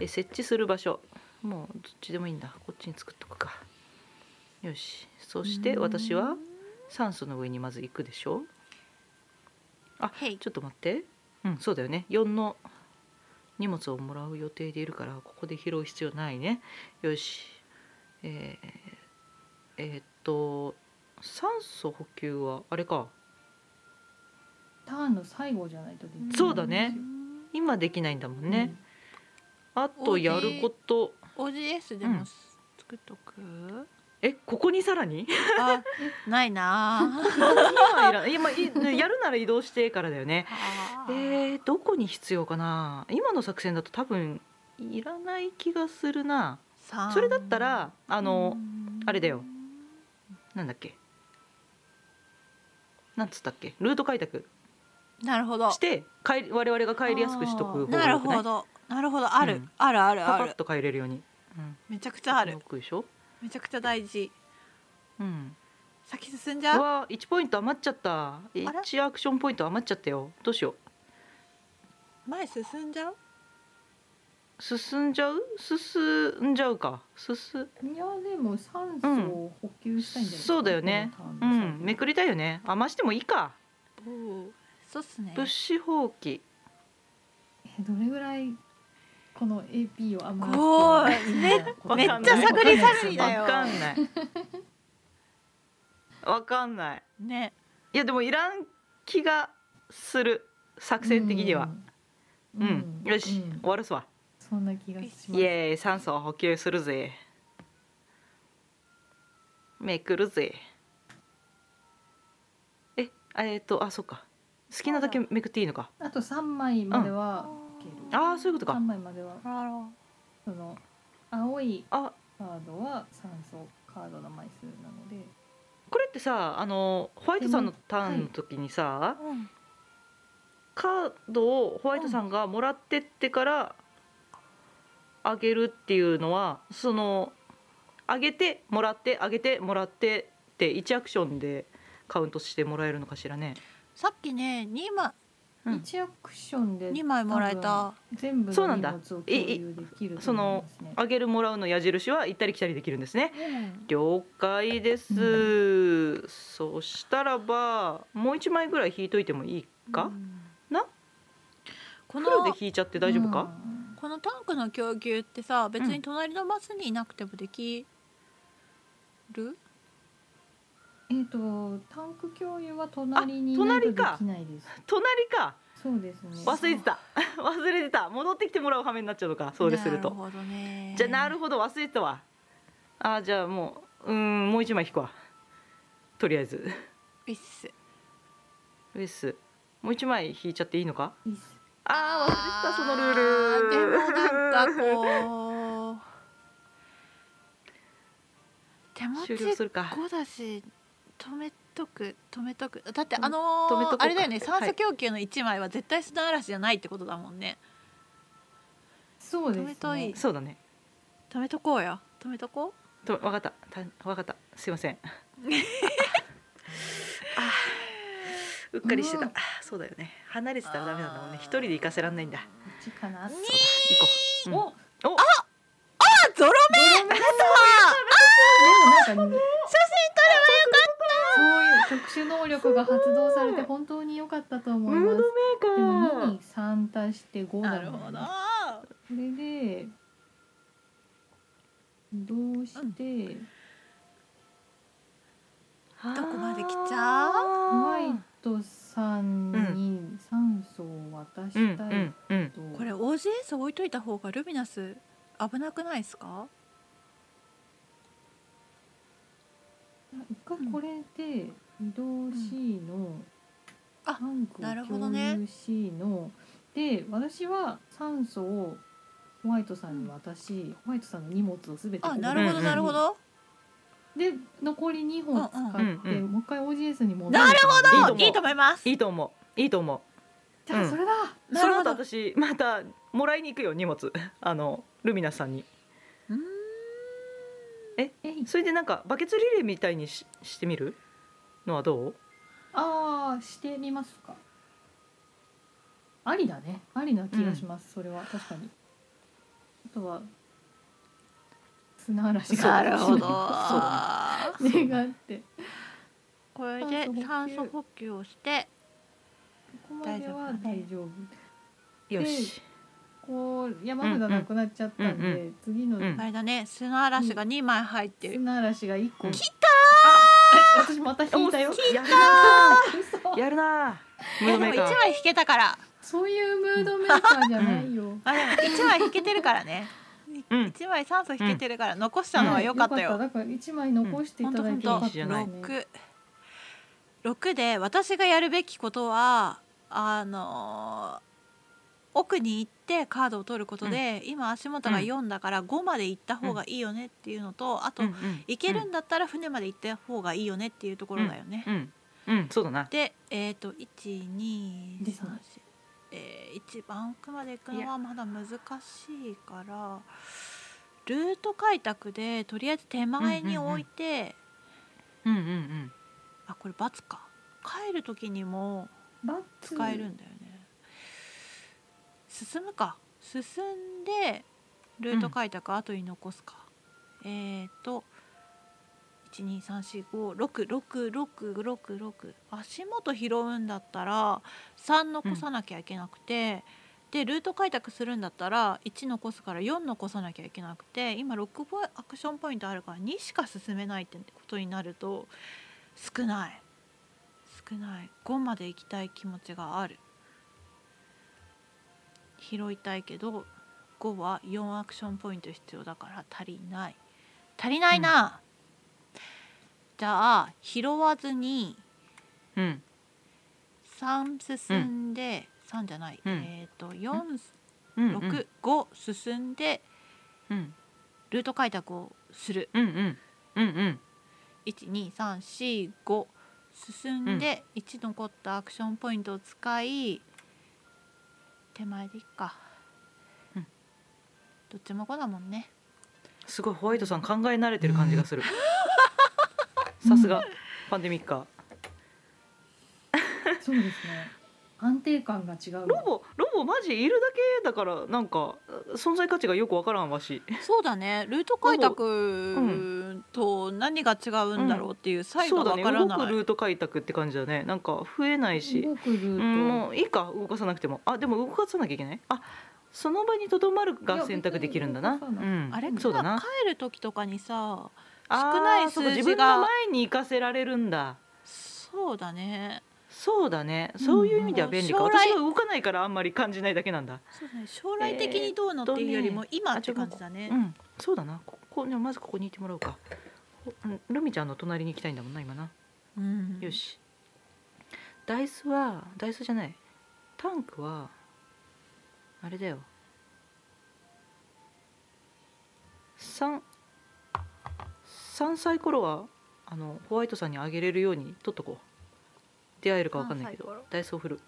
Speaker 1: え設置する場所もうどっちでもいいんだこっちに作っとくかよしそして私は酸素の上にまず行くでしょあ
Speaker 2: へい
Speaker 1: ちょっと待ってうんそうだよね4の荷物をもらう予定でいるからここで拾う必要ないねよしえー、えーっと酸素補給はあれか
Speaker 3: ターンの最後じゃないとできない
Speaker 1: そうだね今できないんだもんね、あとやること
Speaker 2: うん OGS でも
Speaker 1: うん
Speaker 2: 作っとく、
Speaker 1: えここにさらに
Speaker 2: あない なあ
Speaker 1: 今いら今いやるなら移動してからだよね
Speaker 2: あ
Speaker 1: え
Speaker 2: ー
Speaker 1: ー、どこに必要かな今の作戦だと多分いらない気がするな
Speaker 2: さん
Speaker 1: それだったらあ
Speaker 2: あ
Speaker 1: のあれだよなんだっけなんつったっけルート開拓
Speaker 2: なるほど
Speaker 1: して帰り我々が帰りやすくしとく方が
Speaker 2: なる
Speaker 1: よくない
Speaker 2: ほどなるほどある、
Speaker 1: うん
Speaker 2: あるある
Speaker 1: パパ
Speaker 2: あ
Speaker 1: ッ
Speaker 2: る
Speaker 1: と帰れるように、うん、
Speaker 2: めちゃくちゃある
Speaker 1: 奥でしょ
Speaker 2: めちゃくちゃ大事
Speaker 1: うん
Speaker 2: 先進んじ
Speaker 1: う
Speaker 2: ゃう
Speaker 1: わ1ポイント余っちゃった1アクションポイント余っちゃったよどうしよう
Speaker 2: 前進んじゃう
Speaker 1: 進んじゃう進んじゃうか進
Speaker 3: いやでも酸素を補給したいんじゃないですか
Speaker 1: そうだよね
Speaker 3: このタ
Speaker 1: う
Speaker 3: ーンの最後
Speaker 1: んめくりたいよね余してもいいか
Speaker 2: そうっすね
Speaker 1: 物資放棄
Speaker 3: えどれぐらいこの AP を余
Speaker 2: す
Speaker 3: すめっ
Speaker 1: ごい
Speaker 2: めっ
Speaker 1: わかん
Speaker 2: ち
Speaker 1: な
Speaker 2: ゃ
Speaker 1: い
Speaker 2: 探り探りだよ
Speaker 1: わかんないわかんない
Speaker 2: ね
Speaker 1: いやでもいらん気がする作戦的にはうん、よし、
Speaker 3: うん
Speaker 1: 終わるすわ
Speaker 3: そんな気がします
Speaker 1: イエーイ酸素を補給するぜめくるぜえあえっ、とあそっか好きなだけめくっていいのか
Speaker 3: あと三枚までは
Speaker 2: うん
Speaker 3: いける
Speaker 1: ああそういうことか
Speaker 3: 三枚までは
Speaker 2: あら
Speaker 3: その青い
Speaker 1: あ
Speaker 3: カードは酸素カードの枚数なので
Speaker 1: これってさあのホワイトさんのターンの時にさ、
Speaker 2: うん
Speaker 1: カードをホワイトさんがもらってってからあげるっていうのはそのあげてもらってあげてもらってって1アクションでカウントしてもらえるのかしらね
Speaker 2: さっきね二枚
Speaker 1: うん
Speaker 3: 一アクションで
Speaker 2: 二枚もらえた
Speaker 3: 全部
Speaker 1: そうな
Speaker 3: の荷
Speaker 1: んだ
Speaker 3: 物を共有できると思いますね
Speaker 1: あげるもらうの矢印は行ったり来たりできるんですね
Speaker 2: うん
Speaker 1: 了解です、そしたらばもう1枚ぐらい引いといてもいいか、な
Speaker 2: こ
Speaker 1: 黒で
Speaker 2: の
Speaker 1: 引いちゃって大丈夫か、
Speaker 2: このタンクの供給ってさ別に隣のバスにいなくてもできる
Speaker 3: うんえっ、とタンク共有は隣にいないと
Speaker 1: 隣
Speaker 3: で
Speaker 1: か
Speaker 3: きないです
Speaker 1: 隣か
Speaker 3: そうですね
Speaker 1: 忘れてた 忘れてた戻ってきてもらう羽目になっちゃうのかそうですると
Speaker 2: なるほどね
Speaker 1: じゃあなるほど忘れてたわあーじゃあもううーんもう一枚引くわとりあえず
Speaker 2: いいっす
Speaker 1: ウエスもう一枚引いちゃっていいのか
Speaker 3: いいっす
Speaker 1: あー忘れてたそのルール
Speaker 2: あーでもなんかこう手持
Speaker 1: 終了
Speaker 2: ち
Speaker 1: するか
Speaker 2: 5だし止めとく止めとくだって
Speaker 1: 止め
Speaker 2: あのー
Speaker 1: 止めとこうか
Speaker 2: あれだよね酸
Speaker 1: は
Speaker 2: 素
Speaker 1: い
Speaker 2: 供給の1枚は絶対砂嵐じゃないってことだもんね
Speaker 3: そうです、
Speaker 2: 止
Speaker 3: ね
Speaker 2: め、とい
Speaker 1: そうだね
Speaker 2: 止めとこうよ止めとこと
Speaker 1: わかったたわかったすいません あーうっかりしてた、
Speaker 3: うん
Speaker 1: そうだよね離れてたらダメなんだもんね一人で行かせらんないんだ
Speaker 3: こっちかな
Speaker 1: そうだ行こう、うん
Speaker 2: あ
Speaker 1: お
Speaker 2: ゾロ目
Speaker 3: でもなんかねそういう特殊能力が発動されて本当に良かったと思い
Speaker 1: ムード
Speaker 3: ますで
Speaker 1: メーカ
Speaker 3: も
Speaker 1: ー
Speaker 3: 2に3足して5
Speaker 2: な
Speaker 3: だ
Speaker 2: る
Speaker 3: も
Speaker 2: ほ
Speaker 3: ん
Speaker 2: ど
Speaker 3: ねこれでどうして、
Speaker 2: どこまで来ちゃう
Speaker 3: ホワイ
Speaker 1: う
Speaker 3: トさんに酸スを渡
Speaker 1: うんう
Speaker 3: したい
Speaker 1: んうん
Speaker 3: と、
Speaker 2: これ OGS 置いといた方がルミナス危なくないですか
Speaker 3: 一回これで移動 C の
Speaker 2: あ
Speaker 3: タンク
Speaker 2: なる
Speaker 3: を
Speaker 2: ほど
Speaker 3: 共
Speaker 2: ね
Speaker 3: 有 C の、で私は酸素をホワイトさんに渡しホワイトさんの荷物を全て
Speaker 2: あなるほどなるほど
Speaker 3: で残り2本使って、
Speaker 1: うんうん
Speaker 3: もう一回 OGS に戻
Speaker 2: なる
Speaker 1: いい
Speaker 2: あ
Speaker 1: と思う
Speaker 2: いいと思います
Speaker 1: いいと思ういいと思
Speaker 3: じゃあそれだ、
Speaker 1: う
Speaker 2: な
Speaker 1: そ
Speaker 2: る
Speaker 1: の
Speaker 2: ほ
Speaker 1: 後
Speaker 2: ど
Speaker 1: 私またもらいに行くよ荷物 あのルミナさんに
Speaker 2: うーん
Speaker 3: えい
Speaker 1: それでなんかバケツリレーみたいにししてみるのはどう
Speaker 3: ああしてみますかありだねありな気がします、それは確かにあとは砂嵐が
Speaker 2: なるほど
Speaker 1: そう
Speaker 3: 願って
Speaker 2: これで酸素補給をして
Speaker 3: ここまでは大丈夫、
Speaker 1: よし
Speaker 3: こう山札なくなっちゃったんで、
Speaker 1: うんう
Speaker 3: 次の
Speaker 1: うん
Speaker 2: あれだね砂嵐が2枚入ってる、
Speaker 3: 砂嵐が一個、
Speaker 1: うん
Speaker 3: 来
Speaker 1: 来
Speaker 3: た私また引いたよ
Speaker 1: おやるなやるなム
Speaker 3: 嘘
Speaker 2: い
Speaker 1: ー
Speaker 2: やでも
Speaker 1: ドメー
Speaker 2: 1
Speaker 1: カー
Speaker 2: 枚引けたから
Speaker 3: そういうムードメーカーじゃないよ、
Speaker 2: あでも1枚引けてるからね
Speaker 1: うん
Speaker 2: 1枚酸素引けてるから残したのは良かったよ
Speaker 3: だから一枚残してい
Speaker 2: 本
Speaker 3: た
Speaker 2: 当
Speaker 3: だい
Speaker 2: 本
Speaker 3: てよ
Speaker 2: 当
Speaker 3: かった
Speaker 1: じゃない
Speaker 2: 六六で私がやるべきことはあのー奥に行ってカードを取ることで、今足元が
Speaker 1: うん
Speaker 2: 4だから5まで行った方がいいよねっていうのと、あと、
Speaker 1: うんうん
Speaker 2: 行けるんだったら船まで行った方がいいよねっていうところだよね。
Speaker 1: うんうんそうだな
Speaker 2: でえっ、と1 2
Speaker 3: です
Speaker 2: 3
Speaker 3: ね
Speaker 2: えー、一番奥まで行く
Speaker 1: い
Speaker 2: の
Speaker 1: や
Speaker 2: はまだ難しいからルート開拓でとりあえず手前に置いて。
Speaker 1: うんうんうん
Speaker 2: あこれ×か帰る時にも
Speaker 3: バッツ
Speaker 2: 使えるんだよね、進むか進んでルート開拓後に残すか、えーと12345666666足元拾うんだったら3残さなきゃいけなくて、でルート開拓するんだったら1残すから4残さなきゃいけなくて今6ポイアクションポイントあるから2しか進めないってことになると少ない少ない5まで行きたい気持ちがある拾いたいけど5は4アクションポイント必要だから足りない足りないな、じゃあ拾わずに
Speaker 1: うん
Speaker 2: 3進んで、3じゃない、
Speaker 1: うん
Speaker 2: えっ、と4
Speaker 1: うんうん
Speaker 2: 6 5進んで
Speaker 1: うん
Speaker 2: ルート開拓をする
Speaker 1: うんうんうんうん
Speaker 2: 12345進んで1残ったアクションポイントを使い手前でいっか、
Speaker 1: うん
Speaker 2: どっちも5だもんね
Speaker 1: すごいホワイトさん考え慣れてる感じがするさすがパンデミッカー
Speaker 3: そうですね安定感が違う
Speaker 1: ロボロボマジいるだけだからなんか存在価値がよくわからんわし
Speaker 2: そうだねルート開拓と何が違うんだろうっていう差異
Speaker 1: そ
Speaker 2: が
Speaker 1: うだ
Speaker 2: わ
Speaker 1: ね
Speaker 2: から
Speaker 1: 動
Speaker 2: な
Speaker 1: く
Speaker 2: い、
Speaker 1: ルート開拓って感じだねなんか増えないし
Speaker 3: 動くルー
Speaker 1: う
Speaker 3: ト、
Speaker 1: んもういいか動かさなくてもあでも動かさなきゃいけないあその場にとどまる
Speaker 3: いや
Speaker 1: が選択できるんだな
Speaker 3: 別に動かさ
Speaker 1: う
Speaker 3: なん
Speaker 2: あれか
Speaker 1: そうだな
Speaker 2: 帰る時とかにさ
Speaker 1: あー
Speaker 2: 少ない
Speaker 1: そうか
Speaker 2: 数
Speaker 1: 自
Speaker 2: 字
Speaker 1: 分
Speaker 2: が
Speaker 1: の前に行かせられるんだ
Speaker 2: そうだね
Speaker 1: そうだねそういう意味では便利か、
Speaker 2: うんうん
Speaker 1: 私は動かないからあんまり感じないだけなんだ
Speaker 2: そうだね将来的にどうのっていうよりも今って感じだね,、
Speaker 1: うん、そうだな。ここねまずここにいてもらおうか。こうんルミちゃんの隣に行きたいんだもんな今な。
Speaker 2: うん
Speaker 1: よし。ダイスはダイスじゃない。タンクはあれだよ。三三歳頃はあのホワイトさんにあげれるように取っとこう。出会えるかわかんな
Speaker 2: 三
Speaker 1: いけ
Speaker 2: 歳
Speaker 1: ど
Speaker 2: 頃。
Speaker 1: ダイスを振る。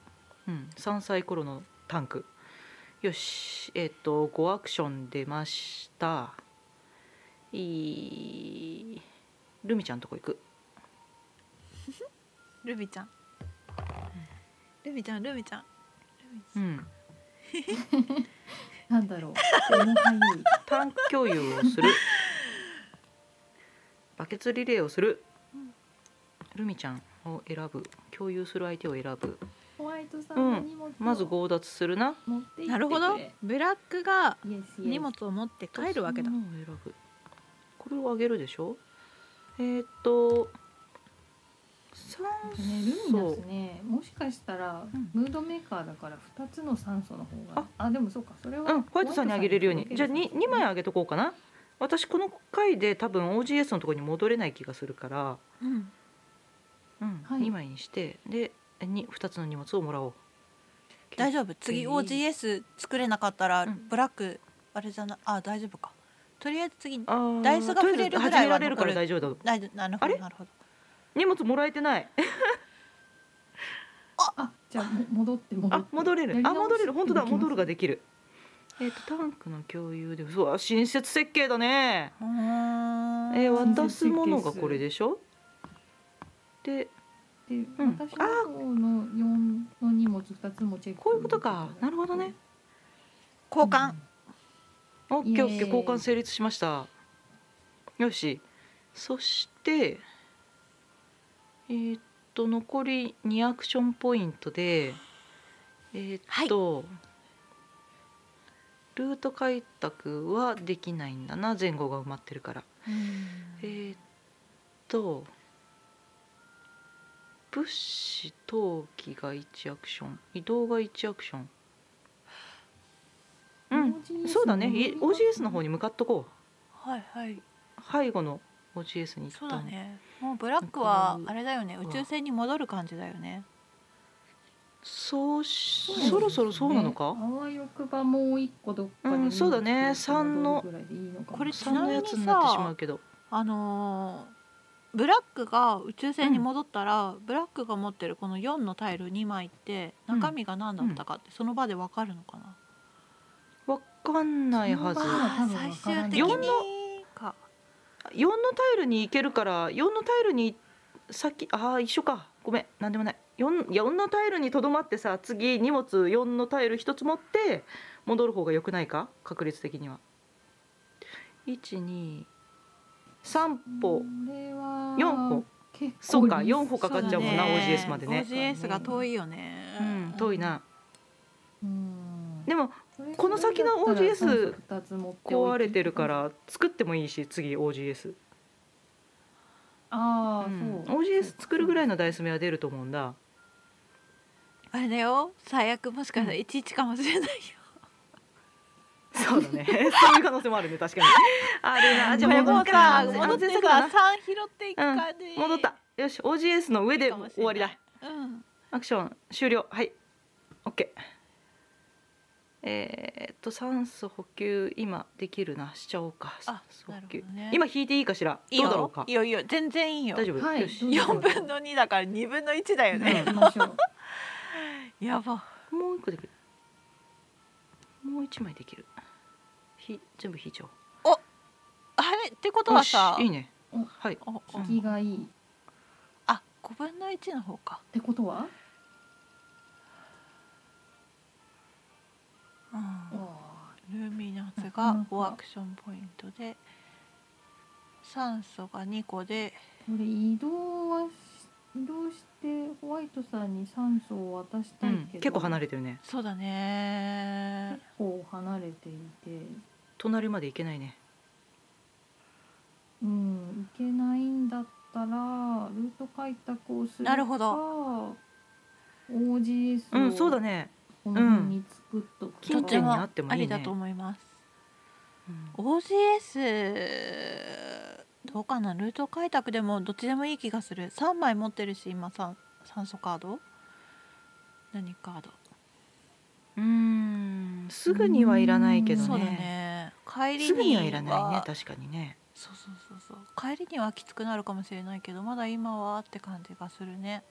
Speaker 1: うん。三歳頃のタンク。よし。えっ、と五アクション出ました。いい。ルミちゃんとこ行く。
Speaker 2: ルミちゃん。ルミちゃん、ルミちゃん。ルミち
Speaker 1: う
Speaker 2: ゃん
Speaker 1: ん。
Speaker 3: なんだろうその俳優
Speaker 1: 単共有をする バケツリレーをする
Speaker 2: うん
Speaker 1: ルミちゃんを選ぶ共有する相手を選ぶ
Speaker 3: ホワイトさんの荷物を
Speaker 1: まず強奪するな
Speaker 3: 持っていってくれ
Speaker 2: なるほど
Speaker 3: イエ。
Speaker 2: ブラックが
Speaker 3: スイエス
Speaker 2: 荷物を持って帰るわけだ
Speaker 1: そ。のを選ぶこれをあげるでしょえーっと
Speaker 2: 酸
Speaker 3: でねルミナスねもしかしたら
Speaker 1: うん
Speaker 3: ムードメーカーだから2つの酸素の方があでもそうかそれは
Speaker 1: うん、ホワイトさんにあげれるようにじゃあ 2, 2枚
Speaker 3: あ
Speaker 1: あげとこうかな私この回で多分 OGS のところに戻れない気がするから、
Speaker 2: うん
Speaker 1: うん
Speaker 3: はい
Speaker 1: 2枚にしてで 2, 2つの荷物をもらおう
Speaker 2: 大丈夫次 OGS 作れなかったら
Speaker 1: うん
Speaker 2: ブラックあれじゃなあ大丈夫かとりあえず次に
Speaker 1: あー
Speaker 2: ダイスが触れるぐらいは
Speaker 1: とりあえず始められるから
Speaker 2: 残る
Speaker 1: 大丈夫だ
Speaker 2: 大丈夫なるほ
Speaker 1: あ
Speaker 2: ど
Speaker 1: れ
Speaker 2: なるほど
Speaker 1: 荷物もらえてない
Speaker 3: あじゃあも戻って戻っ
Speaker 1: あ
Speaker 3: て
Speaker 1: 戻れ
Speaker 3: や
Speaker 1: る
Speaker 3: り
Speaker 1: あ
Speaker 3: 直し
Speaker 1: 戻れる本当だ
Speaker 3: できます
Speaker 1: 戻るができるえっ、とタンクの共有でそうあ親切設計だね
Speaker 2: うーん
Speaker 1: えー
Speaker 3: 親
Speaker 1: 渡
Speaker 3: 切
Speaker 1: す
Speaker 3: 設計
Speaker 1: ものがこれでしょで
Speaker 3: で、
Speaker 1: ん
Speaker 3: 私の方の四の荷物二つもチェック
Speaker 1: こういうことかなるほどね
Speaker 2: 交換
Speaker 1: オッケーオッ
Speaker 3: イエ
Speaker 1: ケー
Speaker 3: ーイ
Speaker 1: 交換成立しましたよしそしてえーっと残り2アクションポイントでえーっと、ルート開拓はできないんだな前後が埋まってるからえーっと物資投棄が1アクション移動が1アクションうんそうだね。い OGS の方
Speaker 3: に
Speaker 1: に向かっとこ。
Speaker 2: はいはいう
Speaker 1: 背後の OGS に行
Speaker 2: そ
Speaker 1: っ
Speaker 2: う
Speaker 1: た
Speaker 2: だねもうブラックはあれだよね
Speaker 1: ん
Speaker 2: 宇宙船に戻る感じだよね
Speaker 1: そうし
Speaker 3: そうで
Speaker 1: そ
Speaker 3: すね
Speaker 1: ろそろそうなのか。
Speaker 3: あわよくばもう一個どっかで
Speaker 1: うんそうだね
Speaker 3: 荷物を
Speaker 1: 三の
Speaker 3: ぐらいでいいのかも
Speaker 2: これ
Speaker 1: 3のやつになってしまうけど。
Speaker 2: あのーブラックが宇宙船に戻ったら、ブラックが持ってるこの4のタイル2枚って中身が何だったかってその場でわかるのかな、
Speaker 1: わかんないはず
Speaker 3: そ。の場合は多分わ
Speaker 2: 最
Speaker 3: からな
Speaker 2: 終
Speaker 3: い
Speaker 2: 的に
Speaker 1: 四の
Speaker 2: か
Speaker 1: 4のタイルに行けるから4のタイルに先ああ一緒か。ごめんなんでもない。4, 4のタイルにとどまってさ次荷物4のタイル一つ持って戻る方が良くないか確率的には。123歩
Speaker 3: これは
Speaker 1: 4歩
Speaker 3: 結構
Speaker 1: そうか4歩かかっちゃうもんな、
Speaker 2: そうだ
Speaker 1: OGS までね。
Speaker 2: OGS が遠いよね、
Speaker 1: うん、遠いな。
Speaker 3: うん
Speaker 1: でも
Speaker 3: それ
Speaker 1: この先の
Speaker 3: それだ
Speaker 1: OGS
Speaker 3: ったら酸素二つ持ってお
Speaker 1: 壊
Speaker 3: いて
Speaker 1: れてるから作ってもいいし次 OGS、
Speaker 3: ああ、
Speaker 1: うん、
Speaker 3: そう
Speaker 1: OGS 作るぐらいのダイ
Speaker 3: 好
Speaker 1: ス目は出ると思うんだ
Speaker 2: あれだよ最悪もしかしたら11かもしれないよ、
Speaker 1: そうだ ねそういう可能性もあるね確かにあるなじゃ
Speaker 2: こ
Speaker 1: あ
Speaker 2: れ
Speaker 1: 戻
Speaker 2: も
Speaker 1: っ
Speaker 2: う
Speaker 1: て
Speaker 2: さ
Speaker 1: 完全
Speaker 2: 戻って
Speaker 1: 完全
Speaker 2: さ3
Speaker 1: だ
Speaker 2: 拾っていく感じ、
Speaker 1: な戻ったよし OGS の上で終わりだ
Speaker 2: うん
Speaker 1: アクション終了はい OK えーっと酸素補給今できるなしちゃおうか酸
Speaker 2: あ
Speaker 1: 素
Speaker 2: な
Speaker 1: 補
Speaker 2: るほ
Speaker 1: 給
Speaker 2: ど、ね
Speaker 1: 今引いていいかしら
Speaker 2: いい
Speaker 1: どうだろう
Speaker 2: よ
Speaker 1: か
Speaker 2: いいよいいよ全然いいよ
Speaker 1: 大丈夫、
Speaker 3: はい
Speaker 1: よし
Speaker 3: どうぞ
Speaker 2: 4分の2だから2分の1だよね、
Speaker 3: きましょう
Speaker 2: やば
Speaker 1: もう一個できる。もう一枚できる。ひ全部引いちゃおう。
Speaker 2: あれってことはさ
Speaker 1: よしいいね
Speaker 3: お。
Speaker 1: はい。
Speaker 2: おお
Speaker 1: うん
Speaker 3: 引きがいいっ
Speaker 2: あ5分の1の方か、
Speaker 3: てことは
Speaker 2: うん、
Speaker 3: あ
Speaker 2: ルミナス
Speaker 3: う
Speaker 2: が
Speaker 3: ん
Speaker 2: 5アクションポイントで酸素が2個で
Speaker 3: ーこれ移動はし移動してホワイトさんに酸素を渡し
Speaker 1: う
Speaker 3: たい
Speaker 1: ん、
Speaker 3: けど、
Speaker 1: 結構離
Speaker 3: れ
Speaker 1: れてるね。
Speaker 2: そうだね
Speaker 3: 結構離れていて
Speaker 1: 隣まで行けないね。
Speaker 3: うん行けないんだったらルート開拓をするか
Speaker 2: なるほ
Speaker 3: OGS
Speaker 1: う
Speaker 3: を
Speaker 1: ん、そうだね。
Speaker 3: この辺に作っ
Speaker 1: う
Speaker 3: とく
Speaker 1: ん
Speaker 2: と
Speaker 1: 近
Speaker 2: て
Speaker 1: 辺に
Speaker 2: も
Speaker 1: あ
Speaker 2: あ
Speaker 1: ってもいいね
Speaker 2: りだと思います
Speaker 1: うん、
Speaker 2: OGS どうかなルート開拓でもどっちでもいい気がする3枚持ってるし今さ酸素カード何カード
Speaker 1: うーんすぐにはいらないけど
Speaker 2: そうだ
Speaker 1: ね。
Speaker 2: ね帰りに
Speaker 1: すぐにはいらないね
Speaker 2: は、
Speaker 1: 確かにね。
Speaker 2: そうそうそうそう帰りにはきつくなるかもしれないけどまだ今はって感じがするね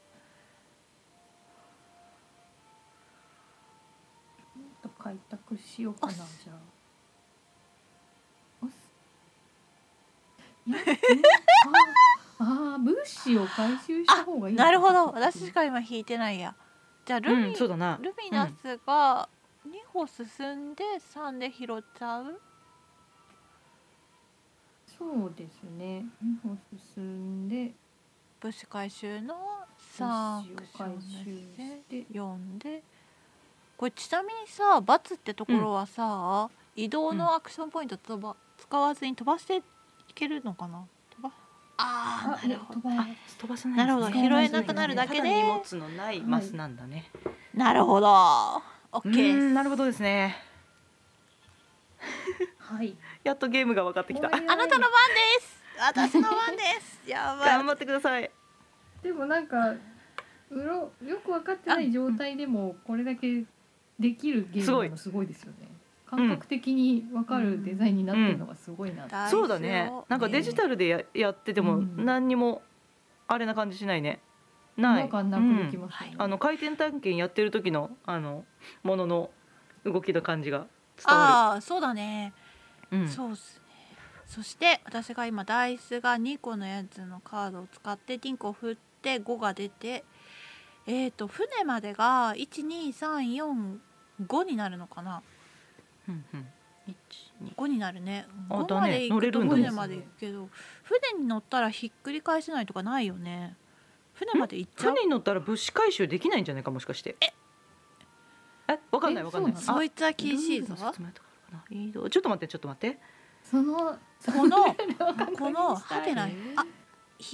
Speaker 3: ちょっと開拓しようかな
Speaker 2: おっ
Speaker 3: じ
Speaker 2: す
Speaker 3: ゃあ。おっすいや えあーあー物資を回収した方がいいのか
Speaker 2: なるほど私しか今引いてないやじゃあル
Speaker 1: う
Speaker 2: ミ,、
Speaker 1: ん、そうだな。
Speaker 2: ルミナスが2歩進んで3で拾っちゃう
Speaker 3: そうですね二歩進んで
Speaker 2: 物資回収の
Speaker 3: 物
Speaker 2: 3
Speaker 3: 資を
Speaker 2: クショ
Speaker 3: 回
Speaker 2: ン
Speaker 3: 収し
Speaker 2: して4でこれちなみにさバツってところはさ、移動のアクションポイントとば使わずに飛ばしていけるのかな飛ばあ
Speaker 3: あ
Speaker 2: あ、なるほど。
Speaker 3: 飛ば
Speaker 1: 飛ばせ
Speaker 2: なるほど、
Speaker 3: 使
Speaker 2: 拾
Speaker 3: わない
Speaker 2: えなくなるだけで。
Speaker 1: ただ荷物のないマスなんだね。
Speaker 2: なるほど。オッケ
Speaker 1: うー
Speaker 2: ー。
Speaker 1: んなるほどですね。
Speaker 3: はい
Speaker 1: やっとゲームが分かってきた。
Speaker 2: あなたの番です。私の番です。やば
Speaker 1: 頑
Speaker 2: い。
Speaker 1: 張ってください。
Speaker 3: でもなんかうろよく分かってない状態でもこれだけできるゲームなのすごいですよね感覚的に分かるデザインになってるのがすごいなって、
Speaker 2: 大丈夫
Speaker 1: そうだね。なんかデジタルでややってても
Speaker 3: うん
Speaker 1: 何にもあれな感じしないね。な。
Speaker 3: ないんかなくできますよね、
Speaker 1: あの回転探検やってる時のあのものの動きの感じが伝わ
Speaker 2: ああ、そうだね。
Speaker 1: る。うん
Speaker 2: そうっすね。そして私が今ダイスが2個のやつのカードを使ってティンコを振って5が出てえー、と船までが12345になるのかな
Speaker 1: うんうん
Speaker 2: 5になるね
Speaker 1: あ
Speaker 2: 5
Speaker 1: だね
Speaker 2: まで行
Speaker 1: 乗れ
Speaker 2: くと
Speaker 1: る
Speaker 3: んだ
Speaker 2: 船まで行くけど船に乗ったらひっくり返せないとかないよね船まで行っちゃう
Speaker 1: 船に乗ったら物資回収できないんじゃないかもしかして。
Speaker 2: え
Speaker 1: え？わかんない
Speaker 3: え
Speaker 1: わかんない。
Speaker 3: そうな
Speaker 1: あ
Speaker 2: そいつは
Speaker 1: ル
Speaker 2: 厳しい
Speaker 1: ール
Speaker 2: ぞ
Speaker 1: の説明とかあるかな移動ちょっと待ってちょっと待って。
Speaker 3: その
Speaker 2: このこ
Speaker 3: こ
Speaker 2: のハテナ
Speaker 1: えー
Speaker 2: あ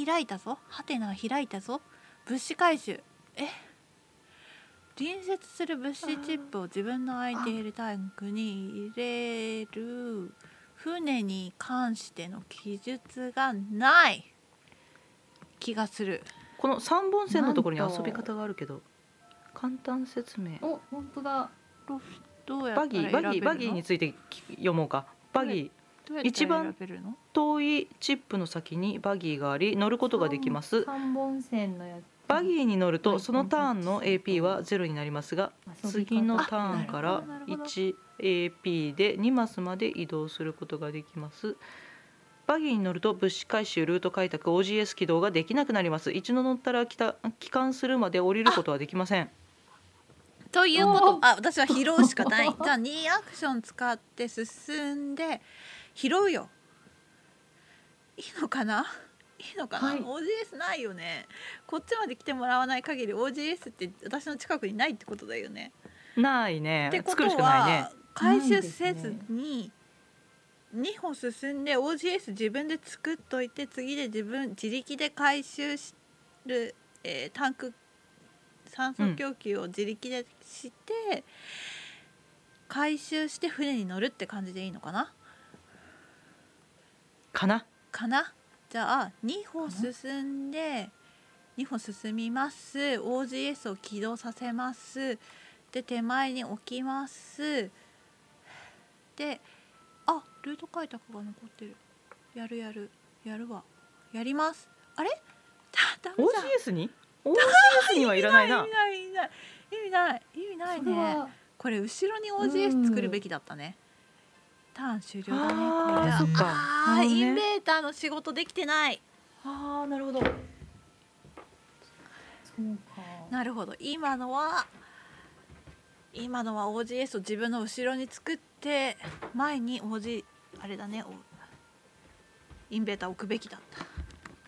Speaker 2: 開いたぞハテナ開いたぞ物資回収え隣接する物資チップを自分の空いているタンクに入れる船に関しての記述がない気がする
Speaker 1: この三本線のところに
Speaker 3: なんと
Speaker 1: 遊び方があるけど。簡単説明。
Speaker 3: お本当だ
Speaker 2: ロフどうや
Speaker 1: バ
Speaker 2: った
Speaker 1: ギ
Speaker 2: ら選
Speaker 1: ー
Speaker 2: べる
Speaker 1: バギー
Speaker 2: の
Speaker 1: バギーについてき読もうか。バギー。
Speaker 2: どうやった
Speaker 1: 一
Speaker 2: ら
Speaker 1: 番
Speaker 2: 選べるの
Speaker 1: 遠いチップの先にバギーがあり乗ることができます
Speaker 3: 三本線のやつ
Speaker 1: バギーに乗る
Speaker 3: は
Speaker 1: と
Speaker 3: い
Speaker 1: そのターンの
Speaker 3: 本当に
Speaker 1: AP はゼロになりますが
Speaker 3: 遊び方
Speaker 1: 次のターンか
Speaker 2: あ
Speaker 1: ら
Speaker 2: なるほどなる
Speaker 1: 1AP で2マスまで移動することができますバギーに乗ると物資回収ルート開拓 OGS 起動ができなくなります一度乗ったら帰た帰還するまで降りることはできません
Speaker 2: ということ
Speaker 3: お
Speaker 2: あ私は拾うしかない じゃあ2アクション使って進んで拾うよいいのかないいのかな、
Speaker 3: はい
Speaker 2: OGS ないよねこっちまで来てもらわない限り OGS って私の近くにないってことだよね
Speaker 1: ない
Speaker 2: っ
Speaker 1: ね
Speaker 2: てこ
Speaker 1: 作
Speaker 2: と
Speaker 1: るしかないね
Speaker 2: は回収せずに2歩進んで OGS 自分で作っといて次で自分自力で回収する、えータンク酸素供給を自力でして、回収して船に乗るって感じでいいのかな
Speaker 1: かな
Speaker 2: かなじゃあ2歩
Speaker 3: かな
Speaker 2: 進んで2歩進みます OGS を起動させますで手前に置きますであルート開拓が残ってるやるやるやるわやりますあれだダメじゃん
Speaker 1: OGS に OGS にはいらない
Speaker 2: 意
Speaker 1: な
Speaker 2: 味ない意味ない意味ない意味ない
Speaker 3: そ
Speaker 2: ね
Speaker 3: れは
Speaker 2: これ後ろに
Speaker 3: う
Speaker 2: OGS
Speaker 3: ん
Speaker 2: 作るべきだったね。ターン終了だね。
Speaker 1: あー
Speaker 2: これは
Speaker 1: そっか
Speaker 2: あ
Speaker 1: な
Speaker 2: ー
Speaker 1: るほどね
Speaker 2: インベーターの仕事できてない。
Speaker 1: ああなるほど
Speaker 3: そうか
Speaker 2: なるほど。今のは今のは OGS を自分の後ろに作って前に OG あれだね。おインベーター置くべきだっ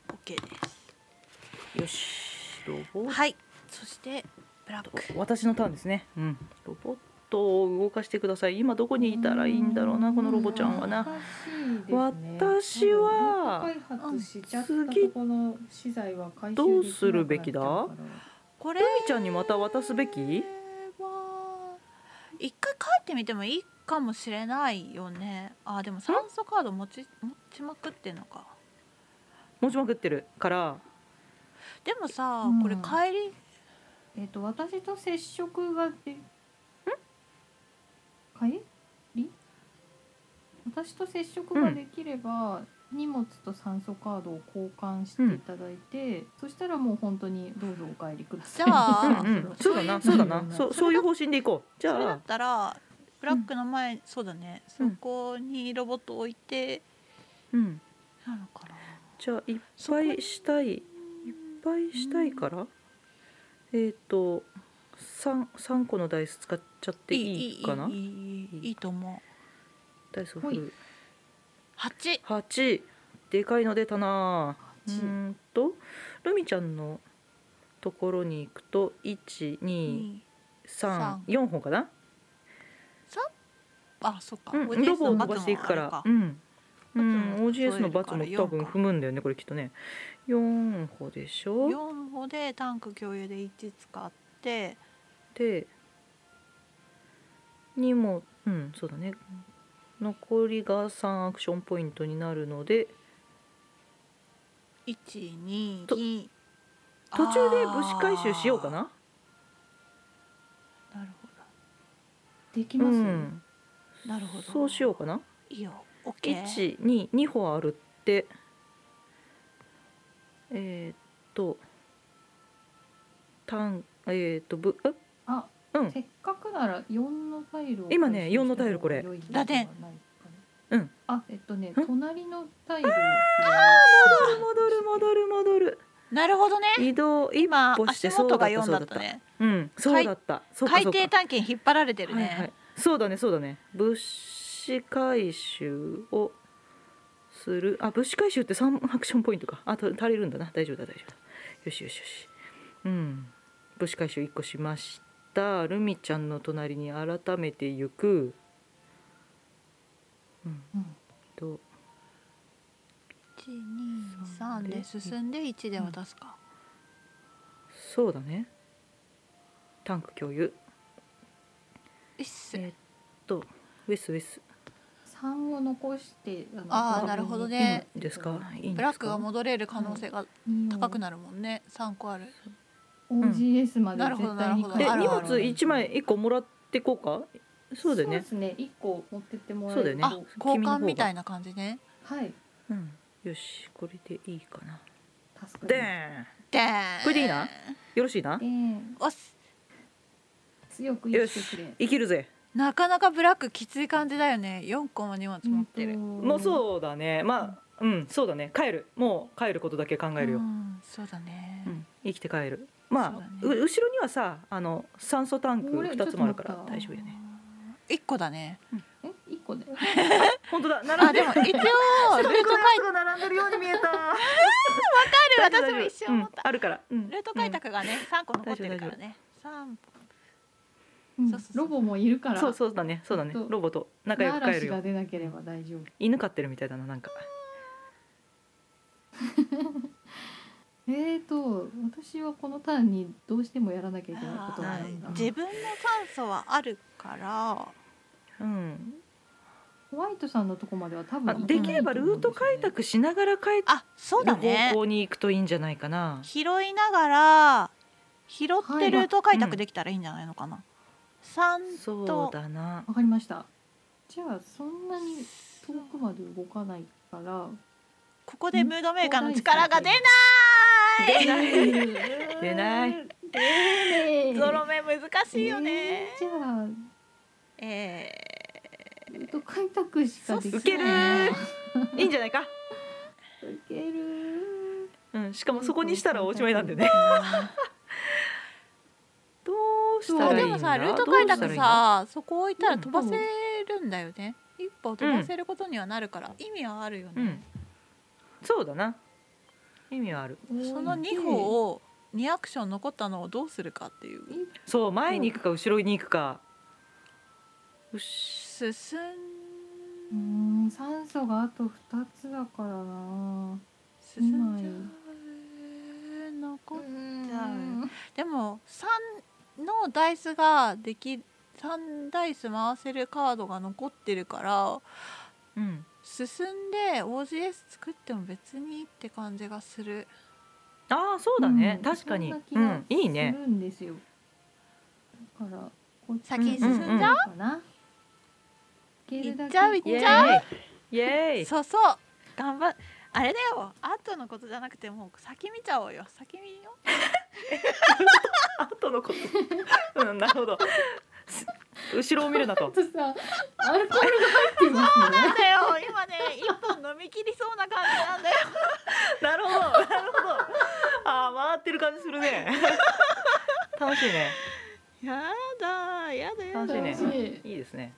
Speaker 2: た。OK です。
Speaker 1: よしロボッ
Speaker 2: はい。そしてブラック。
Speaker 1: 私のターンですね、うん、ロボットを動かしてください今どこにいたらいいんだろうなこのロボちゃんはな
Speaker 3: 難しいです
Speaker 1: 私
Speaker 3: ね
Speaker 1: は
Speaker 3: ロボット開発しちゃったとこの資材は回収できなくなっちゃうか
Speaker 1: ど
Speaker 3: ら
Speaker 1: うするべきだ
Speaker 2: これ
Speaker 1: みちゃんにまた渡すべき
Speaker 2: は一回帰ってみてもいいかもしれないよねあでも酸素カード持ち持ちまくってんのか
Speaker 1: 持ちまくってるから
Speaker 2: でもさ、
Speaker 3: うん
Speaker 2: これ帰り
Speaker 3: えっと私と接触がでん帰り私と接触ができれば、荷物と酸素カードを交換していただいて、そしたらもう本当にどうぞお帰りください
Speaker 2: じゃ あ
Speaker 1: う
Speaker 2: あ
Speaker 1: ん
Speaker 2: ー
Speaker 1: うんそうだな
Speaker 2: そ
Speaker 1: そう
Speaker 2: いう
Speaker 1: うだなそうそういう方針でいこうじ
Speaker 2: それだ
Speaker 1: ゃ
Speaker 2: っ
Speaker 1: あ
Speaker 2: たらブラックの前、そうだねそ
Speaker 1: うん
Speaker 2: こにロボット置いて
Speaker 1: うん
Speaker 2: なのかな、
Speaker 1: じゃあいっぱいしたいいっぱいしたいからえっと三三個のダイス使っちゃっていいかない
Speaker 2: いいいいいいと思う
Speaker 1: ダイスを振る
Speaker 2: 八
Speaker 1: 八でかいの出たなう
Speaker 3: 八
Speaker 1: ーんとルミちゃんのところに行くと123
Speaker 2: 二三
Speaker 1: 4本かな、
Speaker 2: あそっか、
Speaker 1: うん、
Speaker 2: OGS
Speaker 1: ロボを
Speaker 2: の
Speaker 1: 飛
Speaker 2: 数
Speaker 1: ばしていくか
Speaker 2: もあ
Speaker 1: ら
Speaker 2: る
Speaker 1: うん、うん、
Speaker 2: 数
Speaker 1: OGS
Speaker 2: え
Speaker 1: の
Speaker 2: るか
Speaker 1: バ
Speaker 2: ら
Speaker 1: ツも
Speaker 2: 4
Speaker 1: 多分
Speaker 2: か
Speaker 1: 踏むんだよねこれきっとね4歩でしょ
Speaker 2: 4歩でタンク共有で1使って
Speaker 1: で2もうんそうだね残りが3アクションポイントになるので
Speaker 2: 12
Speaker 1: と
Speaker 2: に
Speaker 1: 途中で物資回収しようかな
Speaker 2: あーなるほ
Speaker 3: でき
Speaker 1: う
Speaker 3: ます、
Speaker 1: ん
Speaker 2: どなるほど
Speaker 1: そうしようかない
Speaker 2: いよ OK
Speaker 1: 122歩あるってえー、っと単えー、っとぶえ
Speaker 3: あ
Speaker 1: うん
Speaker 3: せっかくなら4のタイルを
Speaker 1: 今ね4のタイルこれ
Speaker 2: だね
Speaker 1: うん
Speaker 3: あえっとね
Speaker 1: うん
Speaker 3: 隣のタイルを
Speaker 1: 戻る戻る戻る
Speaker 2: なるほどね
Speaker 1: 移動一
Speaker 2: 今
Speaker 1: 歩して
Speaker 2: 足
Speaker 1: そうだ
Speaker 2: 元
Speaker 1: った
Speaker 2: が4だったね
Speaker 1: うんそうだったそうか
Speaker 2: 海
Speaker 1: そうか
Speaker 2: 底探検引っ張られてるね、
Speaker 1: はいはい、そうだねそうだね物資回収をするあ物資回収って3アクションポイントかあと足りるんだな大丈夫だ大丈夫だよしよしよしうん物資回収1個しましたルミちゃんの隣に改めて行くうん
Speaker 3: うん
Speaker 1: と
Speaker 2: 123で進んで1で渡すか、
Speaker 1: そうだねタンク共有
Speaker 2: うっす
Speaker 1: えとウェスウェス
Speaker 3: 3を残しての
Speaker 2: あーなるほどね
Speaker 1: いいんですかいいんですか
Speaker 2: ブラックが戻れる可能性が高くなるもんね3個ある
Speaker 3: OGS まで
Speaker 2: なるほど
Speaker 3: 絶対に
Speaker 2: なるほ
Speaker 1: で
Speaker 2: どある
Speaker 1: 荷
Speaker 2: ある
Speaker 1: 物一枚一個もらってこうかそうだよね
Speaker 3: ですね1個持ってってもらえ
Speaker 1: そう
Speaker 3: る
Speaker 1: だよね
Speaker 2: あ交
Speaker 1: 君の
Speaker 2: 換
Speaker 1: 方が
Speaker 2: みたいな感じね
Speaker 3: はい
Speaker 1: うん、よしこれでいいかな
Speaker 3: 助か
Speaker 1: で
Speaker 3: りま
Speaker 1: ーん
Speaker 2: でーん
Speaker 1: これでいいなよろしいな
Speaker 3: すで
Speaker 2: おっす
Speaker 3: 強く生きてくれ
Speaker 1: いけるぜ
Speaker 2: なかなかブラックきつい感じだよね4個も荷物持ってる、
Speaker 1: もう
Speaker 3: う
Speaker 1: そうだねまあうんそうだね帰るもう帰ることだけ考えるよ、
Speaker 2: うんそうだね、
Speaker 1: うん生きて帰るまあ
Speaker 2: そうだね
Speaker 1: う後ろにはさあの酸素タンク
Speaker 3: 俺
Speaker 1: 2つもあるから
Speaker 3: ちょっと待った
Speaker 1: 大丈夫やね
Speaker 2: 1個だね
Speaker 3: え一個で
Speaker 1: 本当だ並
Speaker 2: あ
Speaker 1: ん
Speaker 2: で
Speaker 1: でる
Speaker 2: も 一応ルート書いて
Speaker 1: が並んでるように見えたわか
Speaker 2: る私も一瞬思った
Speaker 1: あるから、うん
Speaker 2: ルート開拓がね3個残ってるからね3
Speaker 3: うん
Speaker 2: そうそうそう
Speaker 3: ロボもいるか
Speaker 1: うん
Speaker 3: ら
Speaker 1: そうそうだねそうだね
Speaker 3: ちょっと
Speaker 1: ロボと仲良く帰
Speaker 3: 嵐
Speaker 1: る
Speaker 3: が
Speaker 1: よ
Speaker 3: 出なければ大丈夫
Speaker 1: 犬飼ってるみたいだななんか
Speaker 3: えーと私はこのターンにどうしてもやらなきゃいけないことがあるんだ
Speaker 1: あー
Speaker 2: 自分の酸素はあるから
Speaker 1: うん
Speaker 3: ホワイトさんのとこまでは多
Speaker 1: あ
Speaker 3: 分
Speaker 1: できればルート開拓しながら帰っ
Speaker 2: あそうだ
Speaker 1: る
Speaker 2: ね
Speaker 1: 方向に行くといいんじゃないかな。
Speaker 2: 拾いながら拾っ
Speaker 3: は
Speaker 2: て
Speaker 3: い
Speaker 2: ルート開拓できたらいいんじゃないのかな、三
Speaker 1: そうだな。
Speaker 3: わかりましたじゃあそんなに遠くまで動かないから
Speaker 2: ここでムードメーカーの力が出ない
Speaker 1: 出ない。出ない
Speaker 3: 出
Speaker 2: ゾロ目難しいよね、
Speaker 3: じゃあ
Speaker 2: え
Speaker 3: ルート開拓しかできない
Speaker 1: ウケる
Speaker 3: な。
Speaker 1: いいんじゃないか。
Speaker 3: ウケる
Speaker 1: うん。しかもそこにしたらおしまいなんでね。どうし
Speaker 2: ー、
Speaker 3: ー
Speaker 1: た
Speaker 2: あ
Speaker 1: らい
Speaker 2: で
Speaker 1: いんだ。
Speaker 2: もさルート開拓
Speaker 1: どうしたら
Speaker 2: さそこ置いたら飛ばせるんだよね、一歩飛ばせることにはなるから、意味はあるよね、
Speaker 1: いいんだ。うん。そうだな。意味はある。
Speaker 2: その2
Speaker 3: を
Speaker 2: 歩を2アクション残ったのをどうするかっていう
Speaker 1: そう前に行くか後ろに行くか。うし。
Speaker 2: 進
Speaker 3: うーん酸素があと2つだからな
Speaker 2: 進んじゃう残っ
Speaker 3: うん
Speaker 2: でも3のダイスができ3ダイス回せるカードが残ってるから
Speaker 1: うん。
Speaker 2: 進んで OGS 作っても別にって感じがする
Speaker 1: ああそうだね
Speaker 3: う。ん
Speaker 1: 確かに。
Speaker 3: そ
Speaker 1: うん
Speaker 3: な気が
Speaker 1: ん。いい
Speaker 3: す
Speaker 1: ね。
Speaker 3: るんですよだからこっち
Speaker 2: 先に
Speaker 1: 進んじゃう
Speaker 3: かな行
Speaker 2: 行っちゃう行
Speaker 1: イエ
Speaker 2: っちゃう
Speaker 1: ーイ。イエーイ。
Speaker 2: そうそう頑張っあれだよ後のことじゃなくてもう先見ちゃおうよ先見よ
Speaker 1: 後のこと。 うん、なるほど。す後ろを見るなと
Speaker 3: ち。ょっとさアルコールが入っていますね
Speaker 2: なんだ よ今ね1本飲み切りそうな感じなんだよ
Speaker 1: なるほど、なるほど。ああ、回ってる感じする ね。楽しいね。
Speaker 2: やだやだやだ
Speaker 1: 楽しい
Speaker 3: 楽し
Speaker 1: ね。
Speaker 3: い
Speaker 1: いいですね。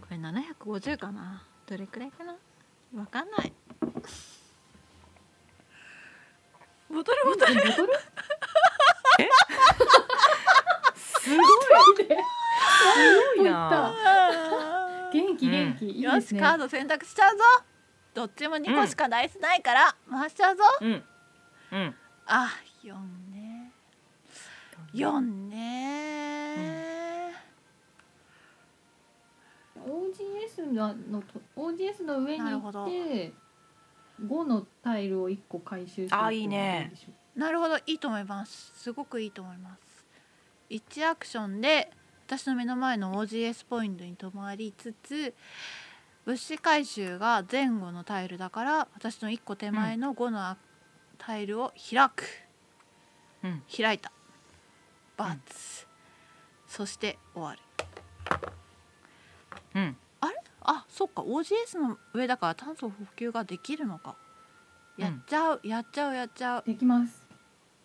Speaker 2: これ750かなどれくらいかなわかんないボトルボトル
Speaker 3: ボトル
Speaker 1: すごい。すごいな。
Speaker 3: 元気元気、いいで
Speaker 2: よ
Speaker 3: す
Speaker 2: し
Speaker 3: ね
Speaker 2: カード選択しちゃうぞどっちも2個しかダイスないから回しちゃうぞ
Speaker 1: うんうん
Speaker 2: あ4ね4ね、
Speaker 3: OGS ののと OGS の上に
Speaker 2: なる
Speaker 3: 行
Speaker 2: ほど
Speaker 3: って5のタイルを1個回収する
Speaker 1: あ
Speaker 3: って
Speaker 1: いいう
Speaker 3: のはど
Speaker 1: ね
Speaker 3: うでしょう
Speaker 2: なるほどいいと思いますすごくいいと思います1アクションで私の目の前の OGS ポイントに止まりつつ物資回収が前後のタイルだから私の1個手前の5のあタイルを開く、
Speaker 1: うん
Speaker 2: 開いたバ
Speaker 1: う
Speaker 2: ツ
Speaker 1: ん、
Speaker 2: そして終わる
Speaker 1: うん
Speaker 2: あそっか OGS の上だから炭素補給ができるのかやっちゃう、やっちゃうやっちゃう
Speaker 3: できます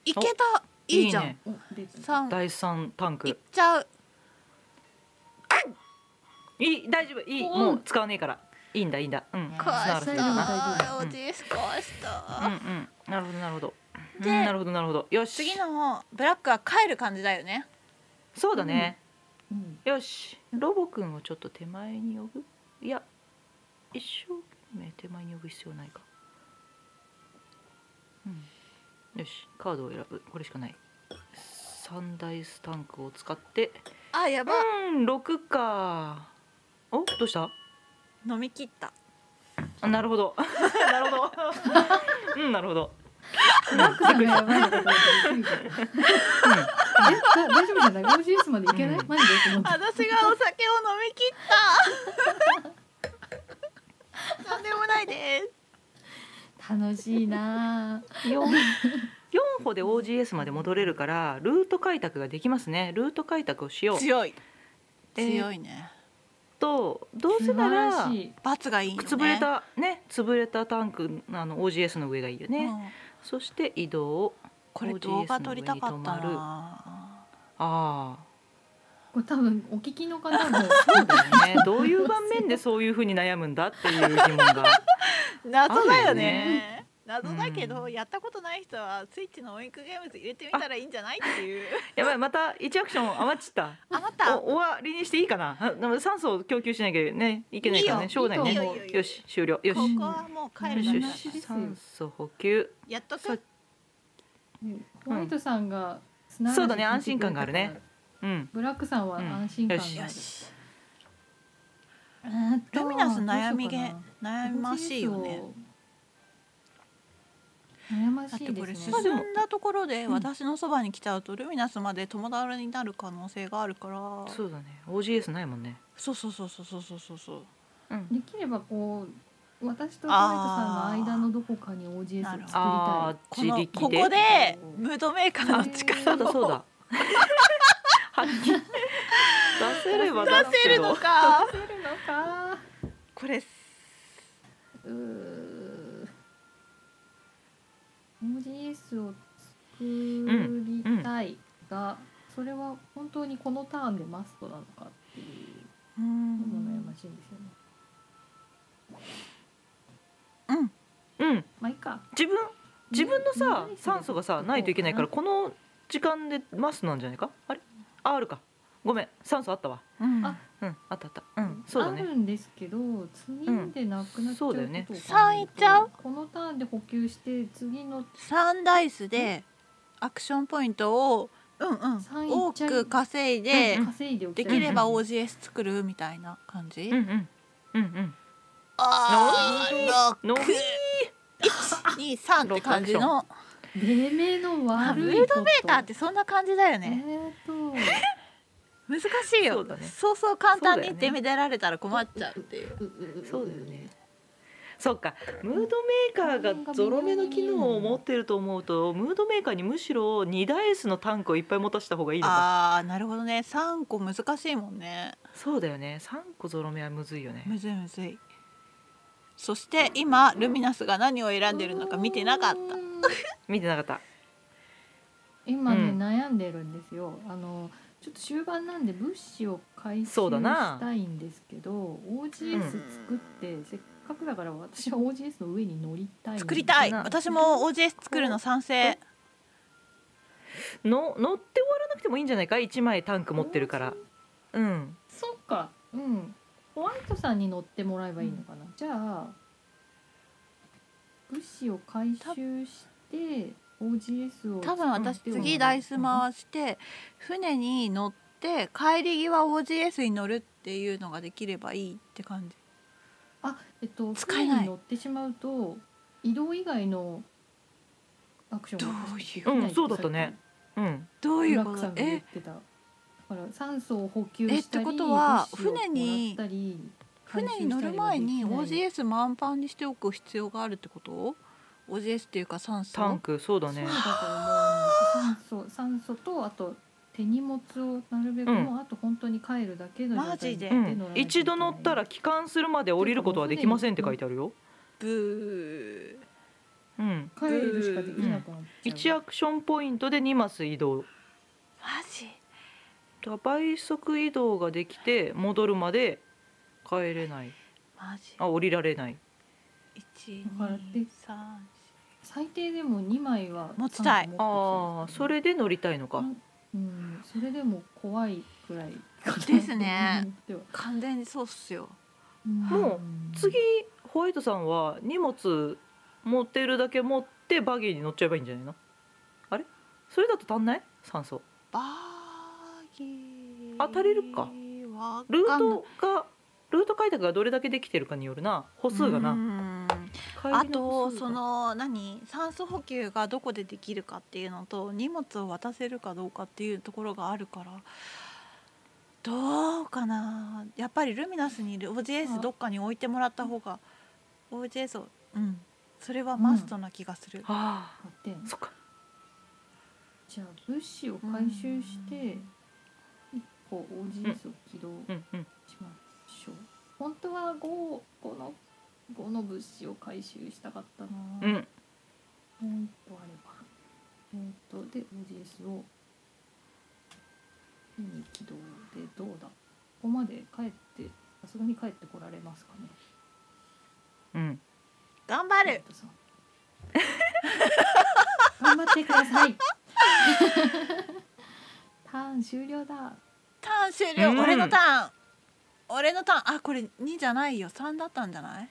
Speaker 2: いけたいいじゃん
Speaker 1: ね、
Speaker 3: お出た
Speaker 2: 三
Speaker 1: 第三タン
Speaker 2: いっ
Speaker 1: ク
Speaker 2: ちゃう
Speaker 1: いい大丈夫いい
Speaker 3: うん
Speaker 1: もう使わねえからいいんだいいんだうん
Speaker 2: 壊
Speaker 1: な
Speaker 2: し
Speaker 1: る
Speaker 2: た
Speaker 1: ほ
Speaker 2: ー
Speaker 1: どな
Speaker 3: うん
Speaker 2: OGS 壊した
Speaker 1: うんうんなるほどなるほどうん
Speaker 2: で
Speaker 1: なるほどなるほどよし
Speaker 2: 次のブラックは帰る感じだよね
Speaker 1: そうだね
Speaker 3: うん
Speaker 1: よしロボくんをちょっと手前に呼ぶいや一生懸命手前に呼ぶ必要ないかうんよしカードを選ぶこれしかない三大スタンクを使って
Speaker 2: あやば
Speaker 1: うん6かおどうした
Speaker 2: 飲み切 った
Speaker 1: あなるほど なるほどうんなるほど
Speaker 3: ブラックさんがやばいことができるからえだ大丈夫じゃない ?OGS までいけない、
Speaker 1: うん
Speaker 3: マジでと思って
Speaker 2: 私がお酒を飲み切った なんでもないです
Speaker 3: 楽しいなぁ
Speaker 1: 4四歩で OGS まで戻れるからルート開拓ができますねルート開拓をしよう
Speaker 2: 強い
Speaker 1: えー
Speaker 2: 強いね
Speaker 1: とどうせ
Speaker 3: 素
Speaker 1: な
Speaker 3: 晴
Speaker 1: ら
Speaker 3: らしい
Speaker 2: 罰がいいよね
Speaker 1: 潰れたね潰れたタンクあの OGS の上がいいよね、
Speaker 2: うん
Speaker 1: そして移動
Speaker 2: これ
Speaker 1: OGS
Speaker 2: 動画撮りたかった
Speaker 1: の上に止
Speaker 2: な
Speaker 1: あ
Speaker 3: これ多分お聞きの方も
Speaker 1: あそうだよねどういう場面でそういうふうに悩むんだっていう疑問が
Speaker 2: 謎だよね
Speaker 1: るよね
Speaker 2: 謎だけど、
Speaker 1: うん
Speaker 2: やったことない人はスイッチのオインクゲームズ入れてみたらいいんじゃないっていう
Speaker 1: やばいまた1アクション余っちゃっ
Speaker 2: あまた
Speaker 1: たお終わりにしていいかなあでも酸素を供給しなきゃねいけないから
Speaker 2: い
Speaker 1: ね
Speaker 2: い
Speaker 1: しょうがない
Speaker 3: いい
Speaker 1: ね
Speaker 3: よ
Speaker 1: よし終了よし
Speaker 2: こ
Speaker 1: よ
Speaker 2: こはもう帰る
Speaker 1: し
Speaker 2: だ
Speaker 1: よ
Speaker 2: な
Speaker 1: し酸素補給
Speaker 2: やっと
Speaker 1: そ
Speaker 2: く
Speaker 1: う
Speaker 3: ホワイトさんが砂嵐
Speaker 1: そうだね
Speaker 3: 聞いてくれたから
Speaker 1: 安心感があるねうん
Speaker 3: ブラックさんは
Speaker 1: うん
Speaker 3: 安心感がある、
Speaker 1: よ
Speaker 2: よ
Speaker 1: し
Speaker 2: し
Speaker 3: えーっと
Speaker 2: ルミナス悩み
Speaker 3: どうし
Speaker 2: げ
Speaker 3: ようかな
Speaker 2: 悩ましいよね
Speaker 3: OGS を悩ま
Speaker 2: だっ
Speaker 3: してい
Speaker 2: これ
Speaker 3: です
Speaker 2: 進
Speaker 3: ね
Speaker 1: でも
Speaker 2: んだところで
Speaker 1: うん
Speaker 2: 私のそばに来ちゃうとルミナスまで友達になる可能性があるから
Speaker 1: そうだね OGS ないもんね
Speaker 2: そうそうそうそうそうそうそうそう
Speaker 1: うん
Speaker 3: できればこう私とホワイトさんの間のどこかに OGS を作り
Speaker 2: なるほど
Speaker 3: た
Speaker 1: ああ
Speaker 3: い
Speaker 2: こ
Speaker 1: 自
Speaker 2: の
Speaker 1: 力で
Speaker 2: ここでムードメーカーの
Speaker 1: そ
Speaker 2: 力
Speaker 1: うだそうだ。発揮出せれば
Speaker 2: を出せるのか
Speaker 3: 出るのか
Speaker 2: これ
Speaker 3: うー OGS を作りたいが、それは本当にこのターンでマストなのかっていう
Speaker 2: う
Speaker 3: のも悩
Speaker 2: ん
Speaker 3: ましいんですよね。
Speaker 2: うん
Speaker 1: うん。
Speaker 3: まあいいか。
Speaker 1: 自分自分のさ
Speaker 3: ね
Speaker 1: 酸素がさないといけないからこの時間でマスなんじゃないか。あれ？ああるか。ごめん酸素あったわ。
Speaker 2: うん
Speaker 3: あ
Speaker 1: うんあったあった。うんそうだ
Speaker 3: あ
Speaker 1: ね。
Speaker 3: るんですけど次でなくな
Speaker 1: うん
Speaker 3: っちゃうことを考えると、
Speaker 1: そうだよね
Speaker 2: 三いっちゃう
Speaker 3: このターンで補給して次の
Speaker 2: 3ダイスでアクションポイントをうんうん
Speaker 3: 三い
Speaker 2: 多
Speaker 3: っちゃい
Speaker 2: く稼いで
Speaker 1: うんうん
Speaker 3: 稼いでおきた
Speaker 2: でき
Speaker 3: い
Speaker 2: れば
Speaker 1: うん
Speaker 2: OGS 作るみたいな感じ、
Speaker 1: うんうんうんうん。
Speaker 2: ああ
Speaker 1: のびー
Speaker 2: 623って感じの
Speaker 3: 出目の
Speaker 2: あム
Speaker 3: 悪い
Speaker 2: ー
Speaker 3: こと
Speaker 2: ドメーカーってそんな感じだよね、
Speaker 3: えーと
Speaker 2: 難しいよ
Speaker 1: そ
Speaker 2: そうう,、
Speaker 1: だね
Speaker 2: そう簡単に
Speaker 1: そ
Speaker 2: っ
Speaker 1: うだ
Speaker 2: て
Speaker 1: よね
Speaker 2: めでられたら困っちゃうっていう
Speaker 1: そうだよね。そうかムードメーカーがゾロ目の機能を持ってると思うとムードメーカーにむしろ2ダイスのタンクをいっぱい持たせた方がいいのか
Speaker 2: あーなるほどね3個難しいもんね
Speaker 1: そうだよね3個ゾロ目はむずいよね
Speaker 2: むずいむずいそして今ルミナスが何を選んでるのか見てなかった
Speaker 3: た。
Speaker 1: 見てなかった
Speaker 3: 今ね、
Speaker 1: うん
Speaker 3: 悩んでるんですよあのちょっと終盤なんで物資を回収
Speaker 1: そうだな
Speaker 3: したいんですけど OGS 作って、せっかくだから私は OGS の上に乗りたいんです
Speaker 2: 作りたい
Speaker 1: な
Speaker 2: 私も OGS 作るの賛成
Speaker 1: の乗って終わらなくてもいいんじゃないか1枚タンク持ってるからうん
Speaker 3: そっかうんホワイトさんに乗ってもらえばいいのかな、じゃあ物資を回収して OGS を
Speaker 2: 多分私
Speaker 3: 作っておく
Speaker 2: 次ダイス回して船に乗って帰り際 OGS に乗るっていうのができればいいって感じ
Speaker 3: あえっと
Speaker 2: 使えない
Speaker 3: 船に乗ってしまうと移動以外のアクションが確
Speaker 1: ど
Speaker 3: か
Speaker 1: ういう
Speaker 3: できないって
Speaker 1: うんそうだったねうん
Speaker 2: どう
Speaker 3: さ
Speaker 2: いう
Speaker 3: っきブラ
Speaker 2: こ
Speaker 3: ックさ
Speaker 2: と
Speaker 3: んが言
Speaker 2: え
Speaker 3: ってただから酸素を補給
Speaker 2: えっ
Speaker 3: したり
Speaker 2: てことは
Speaker 3: 物資をもら
Speaker 2: 船に
Speaker 3: ったり
Speaker 2: 船に乗る前に
Speaker 3: 回収したりはで
Speaker 2: OGS 満帆にしておく必要があるってこと ?OGS っていうか酸
Speaker 1: タン
Speaker 2: 素
Speaker 1: クそうだ
Speaker 3: き
Speaker 1: ね
Speaker 3: ないそうだと思うんです酸素酸素とあと手荷物をなるべく
Speaker 1: うん
Speaker 3: もうあと本当に帰るだけの
Speaker 2: マ
Speaker 3: 状態
Speaker 2: ジで
Speaker 3: に
Speaker 1: う
Speaker 3: なって乗ら
Speaker 1: ん
Speaker 3: な、きゃいけない
Speaker 1: 一度乗ったら帰還するまで降りることはできませんって書いてあるよ。
Speaker 2: ブ
Speaker 1: うん、
Speaker 3: 帰るしかできなくなっち
Speaker 1: 1
Speaker 3: ゃう、
Speaker 1: アクションポイントで2マス移動
Speaker 2: ーマジ
Speaker 1: だから倍速移動ができて戻るまで帰れない
Speaker 2: マジ
Speaker 1: あ降りられない
Speaker 2: 一
Speaker 3: だからで
Speaker 2: 二三
Speaker 3: 最低でも2枚は
Speaker 2: 持ちたい
Speaker 3: 持ってほ
Speaker 1: ああ
Speaker 3: しいですね
Speaker 1: それで乗りたいのか
Speaker 3: うん、それでも怖いくらいかな
Speaker 2: ですね。
Speaker 3: 自分にとっては
Speaker 2: 完全にそうっすよ
Speaker 1: も
Speaker 3: うん
Speaker 1: 次ホワイトさんは荷物持ってるだけ持ってバギーに乗っちゃえばいいんじゃないのあれそれだと足んない酸素
Speaker 2: バーギー
Speaker 1: あ足りるか
Speaker 2: わ
Speaker 1: ル
Speaker 2: か
Speaker 1: ー
Speaker 2: んない
Speaker 1: トがルート開拓がどれだけできてるかによるな歩数が
Speaker 2: う
Speaker 1: なん帰りの
Speaker 2: あ
Speaker 1: 歩
Speaker 2: と
Speaker 1: 数が
Speaker 2: その何酸素補給がどこでできるかっていうのと荷物を渡せるかどうかっていうところがあるからどうかなやっぱりルミナスにいる
Speaker 3: あ
Speaker 2: OGS どっかに置いてもらった方が OGS をうんそれはマストな気がする、
Speaker 1: あ
Speaker 3: 買って
Speaker 1: あそっか
Speaker 3: じゃあ物資を回収して一個 OGS を起動
Speaker 1: うんうん
Speaker 3: しましょう。本当は五五の五の物資を回収したかったな。
Speaker 1: う
Speaker 3: も
Speaker 1: ん
Speaker 3: う一個あれば。えーっとで OGS を手に起動でどうだ。ここまで帰ってさすがに帰ってこられますか
Speaker 1: う
Speaker 3: ね。
Speaker 1: ん
Speaker 2: 頑張る
Speaker 3: ホワイトさん頑張ってく ださい。ターン終了だ。
Speaker 2: ターン終了、
Speaker 1: うん
Speaker 2: 俺のターン俺のターンあこれ2じゃないよ3だったんじゃない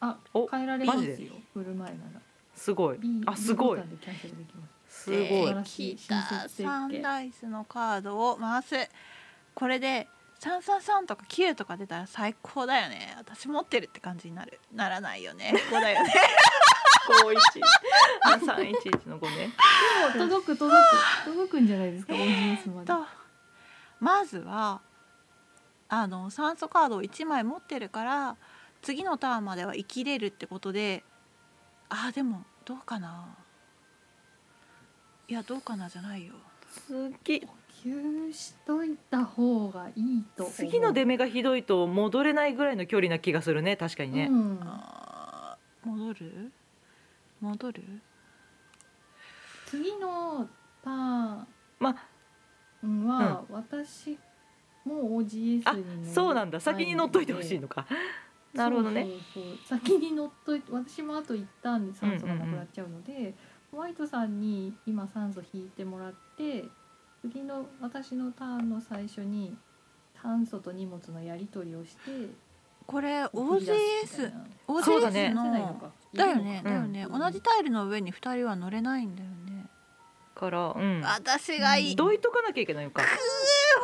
Speaker 3: あ、
Speaker 1: お
Speaker 3: 変えられま
Speaker 1: マ
Speaker 3: す
Speaker 1: ジで
Speaker 3: よ。振る前なら。
Speaker 1: すごい
Speaker 3: B
Speaker 1: あすご
Speaker 3: B
Speaker 1: い
Speaker 3: ボタンでキャンセルできます。
Speaker 1: すごい
Speaker 3: で
Speaker 2: き
Speaker 3: 新
Speaker 2: た
Speaker 3: 設設計
Speaker 2: サンダイスのカードを回すこれで333とか9とか出たら最高だよね私持ってるって感じになるならないよねこうだよね
Speaker 1: 高一 あ三一一の五ね
Speaker 3: 届く届く届くんじゃないですか。OGS まで。
Speaker 2: とまずはあの酸素カードを1枚持ってるから次のターンまでは生きれるってことであーでもどうかないやどうかなじゃないよ
Speaker 1: 次
Speaker 3: 給しといた方がいいと思う。
Speaker 1: 次の出目がひどいと戻れないぐらいの距離な気がするね確かにね
Speaker 3: う、ん。
Speaker 2: あー戻る戻る
Speaker 3: 次のター
Speaker 1: まあ
Speaker 3: ンは私も OGS に
Speaker 1: あ
Speaker 3: 乗る
Speaker 1: そうなんだ先に乗っといてほしいのかなるほどね
Speaker 3: そうそうそう先に乗っといて私もあと一旦で酸素がなくなっちゃうので、ホワイトさんに今酸素引いてもらって次の私のターンの最初に炭素と荷物のやり取りをして
Speaker 2: これ
Speaker 3: 送り出すみた
Speaker 2: OGS
Speaker 3: いな
Speaker 1: そうだ
Speaker 2: OGS
Speaker 1: ね
Speaker 3: 出せないの
Speaker 2: の
Speaker 3: か
Speaker 2: だよね、
Speaker 1: う
Speaker 2: だよ
Speaker 1: ん
Speaker 2: ね、同じタイルの上に二人は乗れないんだよね。
Speaker 1: からうん
Speaker 2: 私
Speaker 3: が
Speaker 2: が
Speaker 3: い
Speaker 2: い
Speaker 3: い
Speaker 2: い、
Speaker 1: どいとかなきゃいけないのか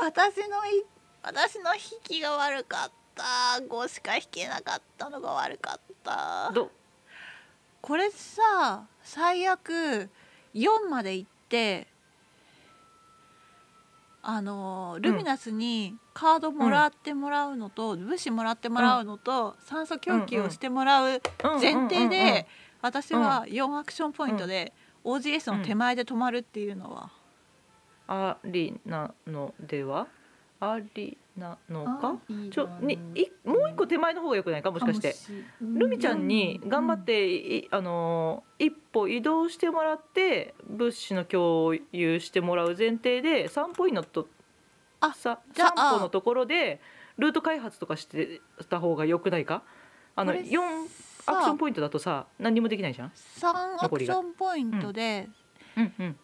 Speaker 2: 私のい、私の引きが悪かった、五しか引けなかったのが悪かった。
Speaker 1: ど
Speaker 2: これさ、最悪四まで行って。あのルミナスにカードもらってもらうのと、物資もらってもらうのと、酸素供給をしてもらう前提で、私は4アクションポイントで OGS の手前で止まるっていうのは、
Speaker 1: うんうんうんありなのではありなのかちょにいもう一個手前の方が良くないかもしかしてルミちゃんに頑張っ、て、いあのー一歩移動してもらって物資の共有してもらう前提で3ポイントと
Speaker 2: あ
Speaker 1: さ
Speaker 2: じゃあ
Speaker 1: 3歩のとこころでルート開発とかしてた方が良くないかあの
Speaker 2: これ
Speaker 1: 4
Speaker 2: さ
Speaker 1: アクションポイントだとさ何もできないじゃん、
Speaker 2: 3アクションポイントで、
Speaker 1: うんうん、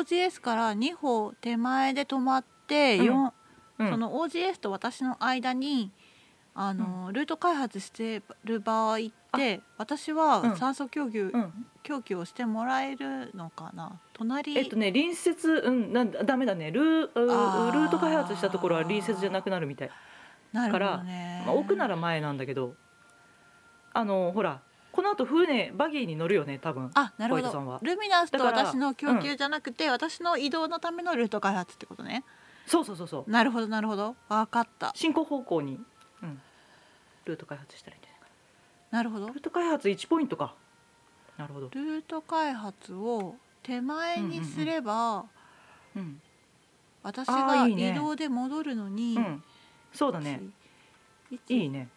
Speaker 2: OGS から2歩手前で止まって4、
Speaker 1: うん
Speaker 2: その OGS と私の間にあの、ルート開発してる場合って私は酸素供給、
Speaker 1: うん、
Speaker 2: 供給をしてもらえるのかな隣、
Speaker 1: えっとね隣接うんなんだめだねルーう
Speaker 2: あー
Speaker 1: ルート開発したところは隣接じゃなくなるみたい、
Speaker 2: なるほ
Speaker 1: から
Speaker 2: どね、
Speaker 1: まあ、奥なら前なんだけどあのほらこの後船バギーに乗るよね多分
Speaker 2: あなるほ
Speaker 1: 小出さんは
Speaker 2: どルミナスと
Speaker 1: だから
Speaker 2: 私の供給じゃなくて、私の移動のためのルート開発ってことね
Speaker 1: そうそうそうそう
Speaker 2: なるほどなるほど分かった
Speaker 1: 進行方向に、うん、ルート開発したらいいんじゃないか
Speaker 2: なるほど
Speaker 1: なルート開発1ポイントかなるほど、
Speaker 2: ルート開発を手前にすれば、
Speaker 1: うん
Speaker 2: 私
Speaker 1: あ
Speaker 2: が
Speaker 1: ーいいね
Speaker 2: 移動で戻るのに
Speaker 1: うん、そうだねいいね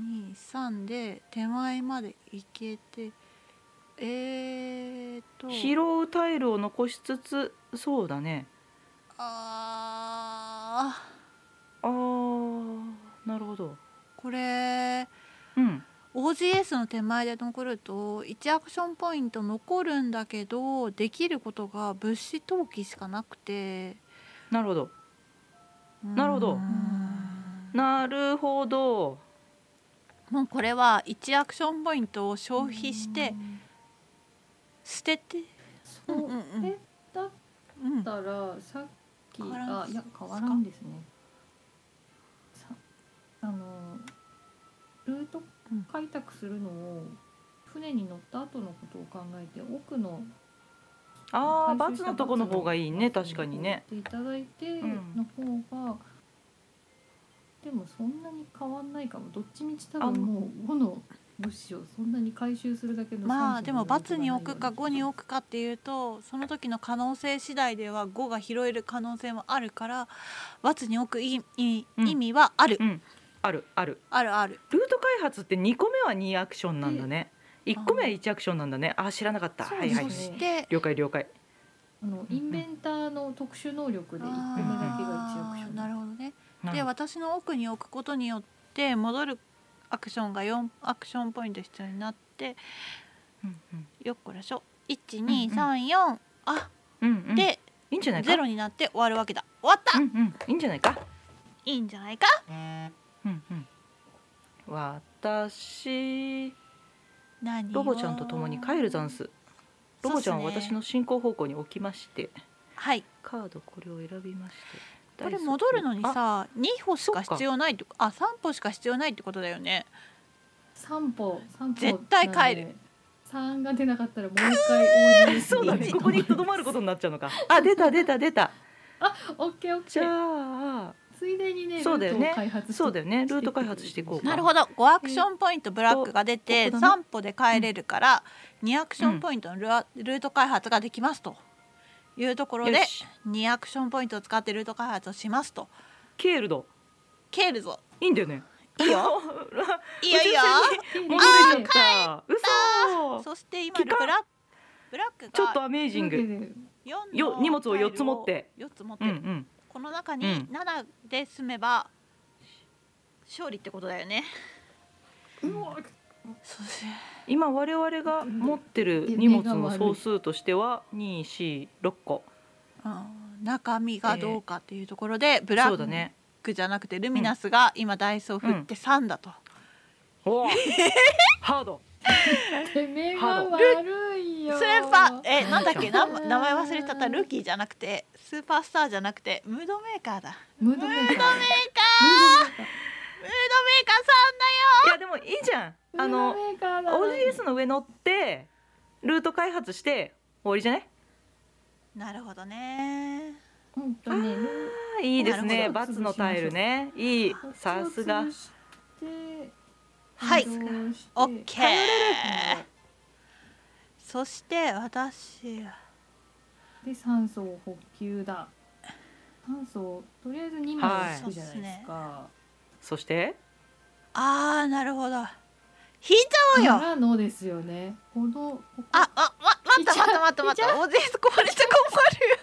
Speaker 2: 123で手前まで行けてえー、っと
Speaker 1: 拾うタイルを残しつつそうだね
Speaker 2: あ
Speaker 1: あーなるほど
Speaker 2: ーこれ
Speaker 1: うん
Speaker 2: OGS の手前で残ると1アクションポイント残るんだけどできることが物資投棄しかなくて
Speaker 1: なるほどなるほど
Speaker 2: うーん
Speaker 1: なるほど
Speaker 2: もうこれは1アクションポイントを消費して捨てて
Speaker 3: そううん
Speaker 2: うんうん
Speaker 3: えだっ
Speaker 2: うん
Speaker 3: たらさっき
Speaker 2: 変わらん
Speaker 3: あいや変わらんですねさあのルート
Speaker 2: うん
Speaker 3: 開拓するのを船に乗った後のことを考えて奥の
Speaker 1: あーバ
Speaker 3: 回
Speaker 1: ツ
Speaker 3: 収した
Speaker 1: のとこの方がいいね確かにね
Speaker 3: バツの方をやっていただいて
Speaker 1: うん
Speaker 3: の方が、でもそんなに変わんないかもどっちみち多
Speaker 1: あ
Speaker 3: 分もう5の物資をそんなに回収するだけの
Speaker 2: まあ
Speaker 3: 酸
Speaker 2: で
Speaker 3: 素の
Speaker 2: も
Speaker 3: 量と
Speaker 2: ×に置くか
Speaker 3: な
Speaker 2: 5
Speaker 3: いような気
Speaker 2: に
Speaker 3: が
Speaker 2: 置くかっていうとその時の可能性次第では5が拾える可能性もあるから×に置く意味
Speaker 1: うん
Speaker 2: 意味はある、
Speaker 1: うんあるある
Speaker 2: あるある
Speaker 1: ルート開発って2個目は2アクションなんだね1個目は1アクションなんだねあー知らなかった
Speaker 3: そう
Speaker 1: はいはい
Speaker 2: そ
Speaker 3: す
Speaker 2: し
Speaker 3: ね
Speaker 2: て
Speaker 1: 了解了解
Speaker 3: あのインベンターの特殊能力で1個目だけが
Speaker 2: あ
Speaker 3: 1アクショ
Speaker 2: ー
Speaker 3: ン
Speaker 2: なるほどね
Speaker 1: なる
Speaker 2: で
Speaker 1: ほど
Speaker 2: 私の奥に置くことによって戻るアクションが4アクションポイント必要になって
Speaker 1: うんうん
Speaker 2: よっこらしょ
Speaker 1: うん
Speaker 2: 1234、あ
Speaker 1: うんうん
Speaker 2: で、
Speaker 1: いいんじゃないか
Speaker 2: ゼロになって終わるわけだ終わった、
Speaker 1: うんうんいいんじゃないか
Speaker 2: いいんじゃないか
Speaker 1: うんうん私
Speaker 2: 何
Speaker 1: ロボちゃんと共に帰るざん
Speaker 2: を
Speaker 1: すロボちゃんは
Speaker 2: そうっすね
Speaker 1: 私の進行方向に置きまして
Speaker 2: はい
Speaker 1: カードこれを選びまして
Speaker 2: これ戻るのに
Speaker 1: あ
Speaker 2: さ2歩しか
Speaker 1: そっか
Speaker 2: 必要ないってあ三3歩しか必要ないってことだよね
Speaker 3: 三歩三歩
Speaker 2: 絶対帰る
Speaker 3: 3が出なかったらもう一回大
Speaker 1: そうだね
Speaker 2: 一
Speaker 1: ここにとどまることになっちゃうのかあ出た出た出た
Speaker 3: オッケーオッ
Speaker 1: じ
Speaker 3: ケー
Speaker 1: ゃあ
Speaker 3: ついでにね
Speaker 1: そうだよね
Speaker 3: ルートを開発して
Speaker 1: そうだよねルート開発していこうか
Speaker 2: なるほど5アクションポイントブラックが出
Speaker 1: え
Speaker 2: て
Speaker 1: っとここだな
Speaker 2: 3歩で帰れるから2アクションポイントのルアルート開発ができますというところ
Speaker 1: よ
Speaker 2: で
Speaker 1: し
Speaker 2: 2アクションポイントを使ってルート開発をしますと
Speaker 1: ケールド
Speaker 2: ケールぞ
Speaker 1: いいんだよね
Speaker 2: いいよいいよいいよ
Speaker 1: 戻れちゃった嘘
Speaker 2: そして今
Speaker 1: 帰った
Speaker 2: ブラブラック
Speaker 1: ちょっと
Speaker 2: が
Speaker 1: アメージング
Speaker 3: グ
Speaker 2: 4の
Speaker 1: よ荷物を四
Speaker 2: タイ
Speaker 1: つ
Speaker 2: ル
Speaker 1: 持って
Speaker 2: 4つ持っ
Speaker 1: う
Speaker 2: て
Speaker 1: んう
Speaker 2: る、
Speaker 1: ん
Speaker 2: この中
Speaker 1: う
Speaker 2: に
Speaker 1: ん
Speaker 2: 7で済めば勝利ってことだよね
Speaker 3: うわ
Speaker 2: そう
Speaker 1: 今我々が持ってる荷物の総数としては二四六個
Speaker 2: うん中身がどうかっていうところで、ブラ
Speaker 1: そうだ
Speaker 2: ッ
Speaker 1: ね
Speaker 2: クじゃなくてルミナスが今ダイスを振って3だと、
Speaker 1: おーハード
Speaker 3: てめえが悪いよ
Speaker 2: スーパーえなんだっけな
Speaker 3: うん
Speaker 2: 名前忘れちゃったルーキーじゃなくてスーパースターじゃなくてムードメーカーだ
Speaker 3: ムードメーカームードメ
Speaker 2: ムードメ
Speaker 3: ー
Speaker 2: ーカーさ
Speaker 1: いやでもいいじゃんあの
Speaker 3: カーだな
Speaker 1: OGS の上乗ってルート開発して終わりじゃね
Speaker 2: んだよなるほどね
Speaker 3: 本当ね
Speaker 1: あいいですね
Speaker 3: な
Speaker 1: バ
Speaker 3: るほ
Speaker 1: ツ
Speaker 3: ど
Speaker 1: のタイルねいい
Speaker 3: こっちを
Speaker 1: さすが
Speaker 3: 潰して
Speaker 2: はい
Speaker 3: 移動して
Speaker 2: オッケー
Speaker 3: 頼れる
Speaker 2: そして私
Speaker 3: で酸素を補給だ酸素をとりあえず2枚つくじゃないですか、
Speaker 1: そして
Speaker 2: あーなるほど引いちゃおうよ
Speaker 3: からのですよねこのここ
Speaker 2: あ、あ、ま、待った待った待った待った。オーディエンス壊れちゃ困る。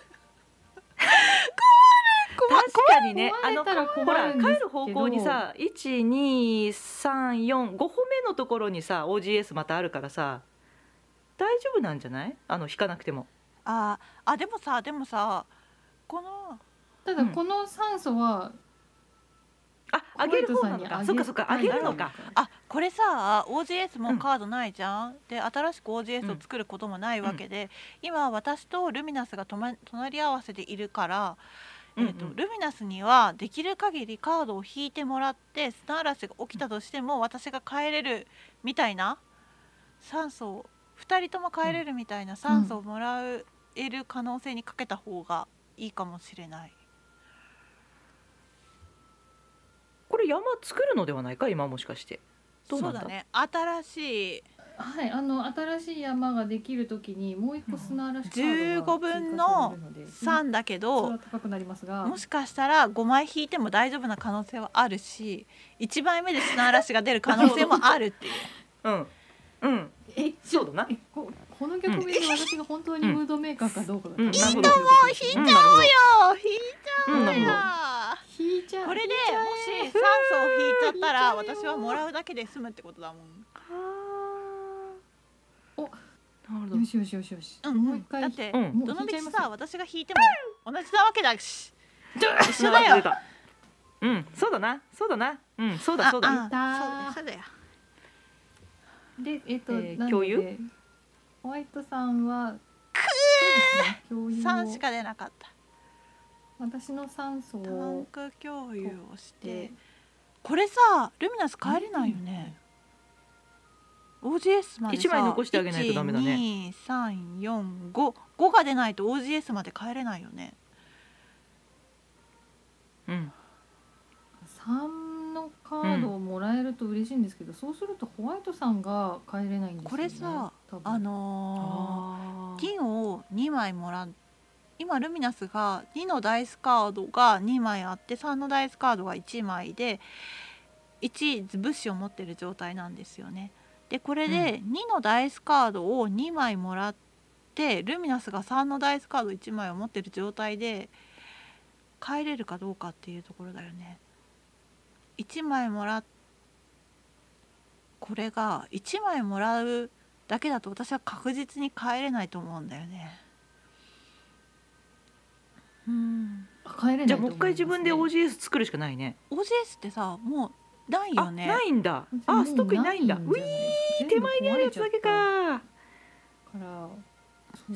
Speaker 1: 確かにねあ
Speaker 3: 壊
Speaker 1: の
Speaker 3: れたら困
Speaker 1: ほら
Speaker 3: るんですけど
Speaker 1: 帰る方向にさ12345歩目のところにさ OGS またあるからさ大丈夫なんじゃないあの引かなくても
Speaker 2: あ、あ、でもさ、でもさ、この
Speaker 3: ただこの酸素は
Speaker 1: あ、あげる方なの
Speaker 3: ホワ
Speaker 1: か。
Speaker 3: イトさんに
Speaker 1: そっかそっか、あげるのか。
Speaker 2: あこれさ OGS
Speaker 1: う
Speaker 2: も
Speaker 1: ん
Speaker 2: カードないじゃん、で新しく OGS を作ることもないわけで、今私とルミナスがと、ま、隣り合わせでいるから、
Speaker 1: うんうん
Speaker 2: えー、とルミナスにはできる限りカードを引いてもらって砂嵐が起きたとしても私が帰れるみたいな酸素を2人とも帰れるみたいな酸素をもらえる可能性にかけた方がいいかもしれない。
Speaker 1: これ山作るのではないか、今もしかして。どう
Speaker 2: そう
Speaker 1: な
Speaker 2: ん
Speaker 1: だ
Speaker 2: だね新しい
Speaker 3: はい、あの新しい山ができるときにもう一個砂嵐カードが
Speaker 2: 15分の
Speaker 3: うん
Speaker 2: 3だけど、
Speaker 3: それは高くなりますが、
Speaker 2: もしかしたら5枚引いても大丈夫な可能性はあるし1枚目で砂嵐が出る可能性もあるっていう
Speaker 1: うん。うん。
Speaker 3: え
Speaker 1: そうだな。
Speaker 3: えここの曲名で私が本当にムードメーカーかどうかが
Speaker 1: うんうんなるほど
Speaker 3: も
Speaker 1: ちゃおうよ。
Speaker 2: あー引い
Speaker 1: うん、な
Speaker 2: た
Speaker 1: るほど。
Speaker 2: や
Speaker 3: 引いちゃう
Speaker 2: これでも
Speaker 3: 引い
Speaker 2: し
Speaker 3: ちゃ
Speaker 2: 酸
Speaker 3: う
Speaker 2: 素を引いちゃったら
Speaker 3: 引いちゃうよ
Speaker 2: 私はもらうだけで済むってことだもん。
Speaker 3: お
Speaker 1: なるほ
Speaker 3: よしよしよしよし、
Speaker 2: うん
Speaker 3: もう一回
Speaker 2: だって
Speaker 1: うん
Speaker 3: もう
Speaker 2: どの
Speaker 3: 引いち
Speaker 2: 道
Speaker 3: ゃいます
Speaker 2: さ私が引いても同じなわけだし
Speaker 1: ど。
Speaker 2: 一緒だよ
Speaker 1: 出た。うん、そうだな。そうだな。うん、そうだ、そうだ。
Speaker 2: ああそうだよ
Speaker 3: でえっ、と、
Speaker 1: えー
Speaker 3: なので
Speaker 1: 共有
Speaker 3: ホワイトさんはそうですね共有
Speaker 2: 3
Speaker 3: を
Speaker 2: しか出なかった
Speaker 3: 私の酸素
Speaker 2: タン
Speaker 3: を
Speaker 2: ク共有をして
Speaker 3: で
Speaker 2: これさルミナス帰れないよね。OGS までさ
Speaker 1: 一枚残してあげないとダメだね。
Speaker 2: 1 2 3 4 5 5が出ないと OGS まで帰れないよね。
Speaker 1: うん。
Speaker 3: 3のカードをもらえると嬉しいんですけど、そうするとホワイトさんが帰れないんですよね
Speaker 2: これさ
Speaker 3: 多分
Speaker 2: あのー
Speaker 1: あ
Speaker 2: 銀を2枚もらう今ルミナスが2のダイスカードが2枚あって3のダイスカードが1枚で1物資を持ってる状態なんですよね。でこれで2のダイスカードを2枚もらってルミナスが3のダイスカード1枚を持ってる状態で帰れるかどうかっていうところだよね。1枚もらっこれが1枚もらうだけだと私は確実に帰れないと思うんだよね。うん。
Speaker 3: あ帰れない
Speaker 1: じゃあもう一回自分で
Speaker 3: 応じ
Speaker 1: OGS 作るしかないね。
Speaker 2: OGS ってさもうないよ
Speaker 1: あ、
Speaker 2: ね。
Speaker 1: ないんだ。あ、ストックにないんだ。ウィー手前にあるやつだけか。
Speaker 3: から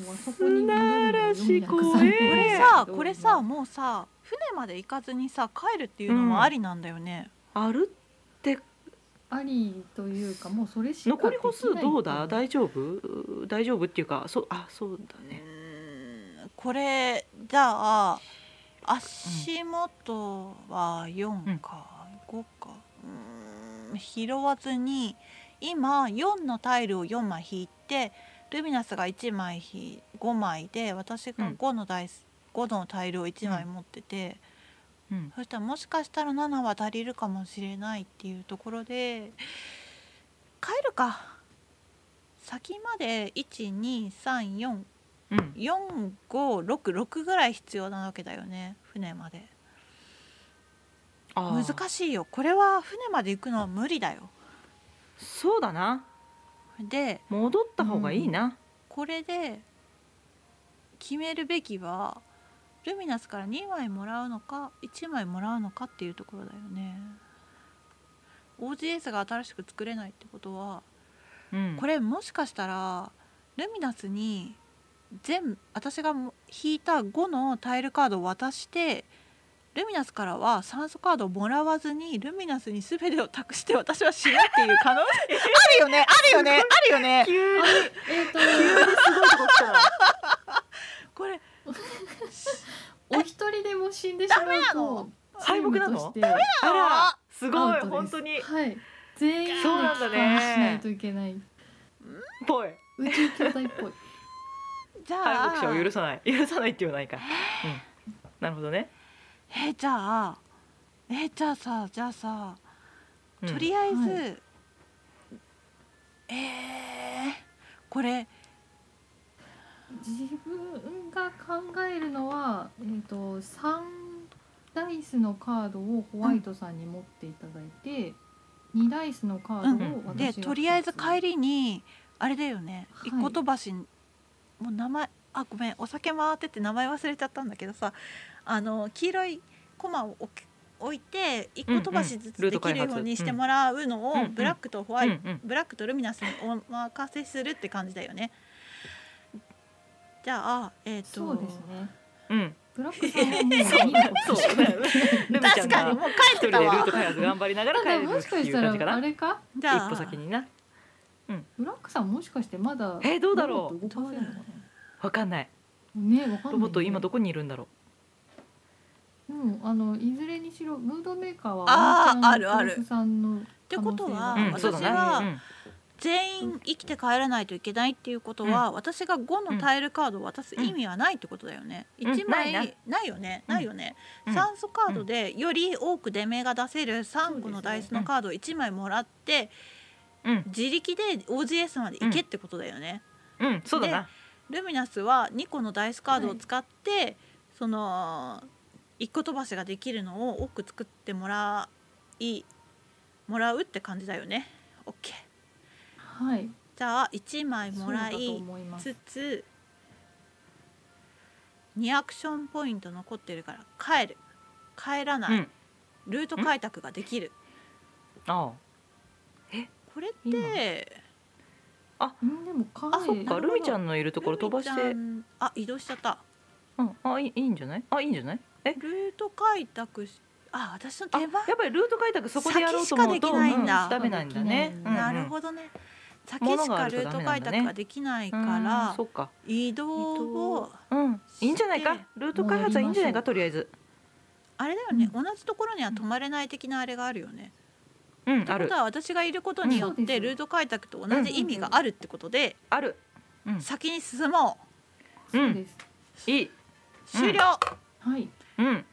Speaker 3: そうあそこに
Speaker 1: 砂嵐怖
Speaker 2: これ
Speaker 1: え
Speaker 2: さこれさもうさ船まで行かずにさ帰るっていうのもありなんだよね。
Speaker 1: あるって
Speaker 3: ありというかもうそれしか
Speaker 1: 残り歩数どうだ
Speaker 3: で
Speaker 1: 大丈夫大丈夫っていうかそうあそうだね
Speaker 2: うんこれじゃあ足元は4か、5かうん拾わずに今4のタイルを4枚引いてルミナスが1枚引5枚で私が
Speaker 1: うん
Speaker 2: 5のダイス、5のタイルを1枚持ってて、
Speaker 1: うん
Speaker 2: そしたらもしかしたら7は足りるかもしれないっていうところで帰るか先まで1234
Speaker 1: うん
Speaker 2: 4566ぐらい必要なわけだよね船まで
Speaker 1: あー
Speaker 2: 難しいよこれは船まで行くのは無理だよ
Speaker 1: そうだな
Speaker 2: で
Speaker 1: 戻った方がいいな
Speaker 2: これで決めるべきはルミナスから2枚もらうのか1枚もらうのかっていうところだよね OGS が新しく作れないってことは
Speaker 1: うん
Speaker 2: これもしかしたらルミナスに全私がも引いた5のタイルカードを渡してルミナスからは酸素カードをもらわずにルミナスに全てを託して私は死ぬっていう可能性 あるよねあるよねあるよね
Speaker 1: 急に
Speaker 3: えっ、と
Speaker 1: すごいとこ来たな
Speaker 2: これ
Speaker 3: お一人でも死んでしまうとチームとして
Speaker 1: あらすご
Speaker 3: ア
Speaker 1: い
Speaker 3: ウトです
Speaker 1: 本当に
Speaker 3: はい全員で
Speaker 1: そうなんだね
Speaker 3: 帰還しないといけない
Speaker 1: ぽい
Speaker 3: 宇宙兄弟っぽい
Speaker 2: じゃあ
Speaker 1: 敗北者を許さない許さないって言わないかうんなるほどね
Speaker 2: えじゃあえじゃあさじゃあさ
Speaker 1: うん
Speaker 2: とりあえず、
Speaker 3: は
Speaker 2: えーこれ
Speaker 3: 自分が考えるのは、えー、と3ダイスのカードをホワイトさんに持っていただいて、二2ダイスのカードを
Speaker 1: うん
Speaker 3: 私
Speaker 2: で
Speaker 3: が
Speaker 2: とりあえず帰
Speaker 3: り
Speaker 2: りにあれだよね
Speaker 3: はい
Speaker 2: 一個飛ばしもう名前あごめんお酒回ってて名前忘れちゃったんだけどさあの黄色いコマを置け置いて一個飛ばしずつできるようにしてもらうの
Speaker 1: うん
Speaker 2: を
Speaker 1: うん
Speaker 2: ブラックとホワイトブラックとルミナスにお任せするって感じだよね。じゃあ、えっ、と。
Speaker 3: そうですね
Speaker 1: うんうん
Speaker 3: ブラックさんはもう2個
Speaker 1: そうだよねルミちゃ
Speaker 2: 確か
Speaker 1: ん
Speaker 2: に、
Speaker 1: が
Speaker 2: もう
Speaker 1: 一
Speaker 2: 帰っ
Speaker 1: 人
Speaker 2: て
Speaker 1: で
Speaker 2: た
Speaker 1: ルー
Speaker 2: わ
Speaker 1: ト。開発頑張りながら
Speaker 3: ただ
Speaker 1: 帰る
Speaker 3: も
Speaker 1: っ
Speaker 3: してか
Speaker 1: い
Speaker 3: し
Speaker 1: う
Speaker 3: た
Speaker 1: 感じから
Speaker 3: あ
Speaker 1: な
Speaker 3: れか
Speaker 2: じゃあ、
Speaker 1: 一歩先にな
Speaker 3: ブラックさんもしかしてまだ
Speaker 1: えーどうだろう
Speaker 3: ロボット動かせるのか
Speaker 1: わかんない
Speaker 3: なねわかんない
Speaker 1: ロボット今ど
Speaker 3: こ
Speaker 1: こにいるんだろう
Speaker 3: うんあのいずれにしろムードメーカーは
Speaker 2: あー
Speaker 3: ワンちゃん
Speaker 2: あるある
Speaker 3: クロスさんの
Speaker 2: ってことは、
Speaker 3: あ
Speaker 1: うん
Speaker 2: 私
Speaker 1: そうだな
Speaker 2: は
Speaker 1: うん
Speaker 2: 全員生きて帰らないといけないっていうことは、私が5のタイルカードを渡す意味はないってことだよね、
Speaker 1: うん
Speaker 2: 1枚、
Speaker 1: な
Speaker 2: ないいよね
Speaker 1: うん
Speaker 2: ないよね、
Speaker 1: うん
Speaker 2: 酸素カードでより多く出目が出せる3個のダイスのカードを1枚もらって、
Speaker 1: うん
Speaker 2: 自力で OGS まで行けってことだよね、
Speaker 1: うんそうだな
Speaker 2: ルミナスは2個のダイスカードを使って、その1個飛ばしができるのを多く作ってもらいもらうって感じだよね OK
Speaker 3: はい
Speaker 2: じゃあ1枚もら
Speaker 3: そうだと
Speaker 2: い
Speaker 3: 思います
Speaker 2: つつ2アクションポイント残ってるから帰る帰ら
Speaker 1: う
Speaker 2: ない、
Speaker 1: ん
Speaker 2: ルート開拓ができる
Speaker 1: あ
Speaker 2: これって
Speaker 3: うんでもか
Speaker 1: あそ
Speaker 2: な
Speaker 1: っか
Speaker 2: るほど
Speaker 1: ルミちゃんのいるところ飛ばして
Speaker 2: ルミちゃんあ移動しちゃった
Speaker 1: うんあいいいいんじゃないあいいんじゃないえ
Speaker 2: ルート開拓しあ私の
Speaker 1: あ
Speaker 2: 手
Speaker 1: やっ
Speaker 2: 番
Speaker 1: ぱりルート開拓そこでやろうと思う
Speaker 2: 先しか
Speaker 1: と
Speaker 2: できないんだ
Speaker 1: うんダメなんだね
Speaker 3: うん
Speaker 1: うんうん
Speaker 2: なるほどね。先
Speaker 1: 物
Speaker 2: し
Speaker 1: があ
Speaker 2: か
Speaker 1: ると
Speaker 2: ルー
Speaker 1: ダ
Speaker 2: ト
Speaker 1: メなん
Speaker 2: 開
Speaker 1: だね
Speaker 2: 拓ができないか
Speaker 1: うん
Speaker 2: ら
Speaker 1: そっか
Speaker 2: 移動を
Speaker 1: うんいいんじゃない
Speaker 2: して
Speaker 1: かルート開発はいいんじゃないかとりあえず
Speaker 2: あれだよね同
Speaker 3: う
Speaker 2: じところには泊まれない的なあれがあるよね。
Speaker 1: うんあ
Speaker 2: あ
Speaker 1: る
Speaker 2: とは私がいることによっ
Speaker 3: うんそうで
Speaker 2: て
Speaker 3: す
Speaker 2: ルート開拓と同じ意味があるってことで
Speaker 1: あるうん
Speaker 2: 先に進もう
Speaker 3: そうです
Speaker 1: いい
Speaker 2: 終了
Speaker 3: はい
Speaker 1: うん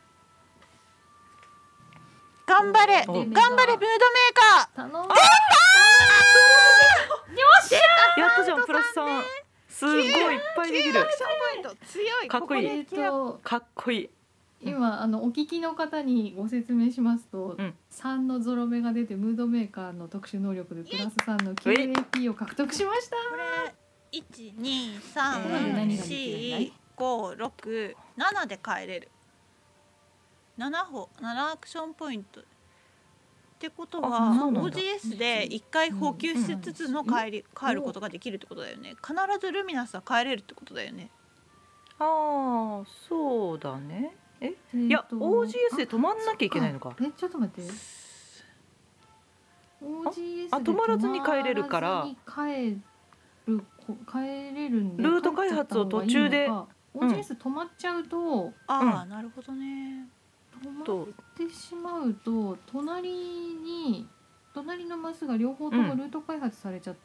Speaker 2: 頑張れ
Speaker 1: お
Speaker 2: 頑張れムードメーカ
Speaker 3: 頼む
Speaker 1: やったじゃんプラスさんすごいいっぱいできる
Speaker 2: ーポイント強い
Speaker 1: かっこいい
Speaker 3: えっと
Speaker 1: かっこいい
Speaker 3: 今あのお聞きの方にご説明しますと、
Speaker 1: うん
Speaker 3: 3のゾロ目が出てムードメーカーの特殊能力でプラス3の QAP を獲得しました
Speaker 2: これ一二
Speaker 1: えー
Speaker 2: 三
Speaker 1: 何
Speaker 3: ができるんだ
Speaker 2: 四
Speaker 3: い
Speaker 2: 五六七で帰れる。七歩七アクションポイント。ってことは
Speaker 1: あそうなんだ
Speaker 2: OGS で一回補給しつつの帰り帰ることができるってことだよね。必ずルミナスは帰れるってことだよね。
Speaker 1: ああそうだねえい
Speaker 3: い
Speaker 1: や OGS で止まんなきゃいけないのか
Speaker 3: えちょっと待って OGS で
Speaker 1: あ止まらずに帰れるから
Speaker 3: 止まらずに帰るこ帰れるんで
Speaker 1: ルート開発を途中で
Speaker 3: 帰っちゃった方がいいのか OGS 止まっちゃうと、
Speaker 2: ああ、なるほどね。
Speaker 3: 止ま
Speaker 1: と
Speaker 3: ってしまうと隣に隣のマスが両方と
Speaker 1: う
Speaker 3: も
Speaker 1: ん
Speaker 3: ルート開発されちゃっ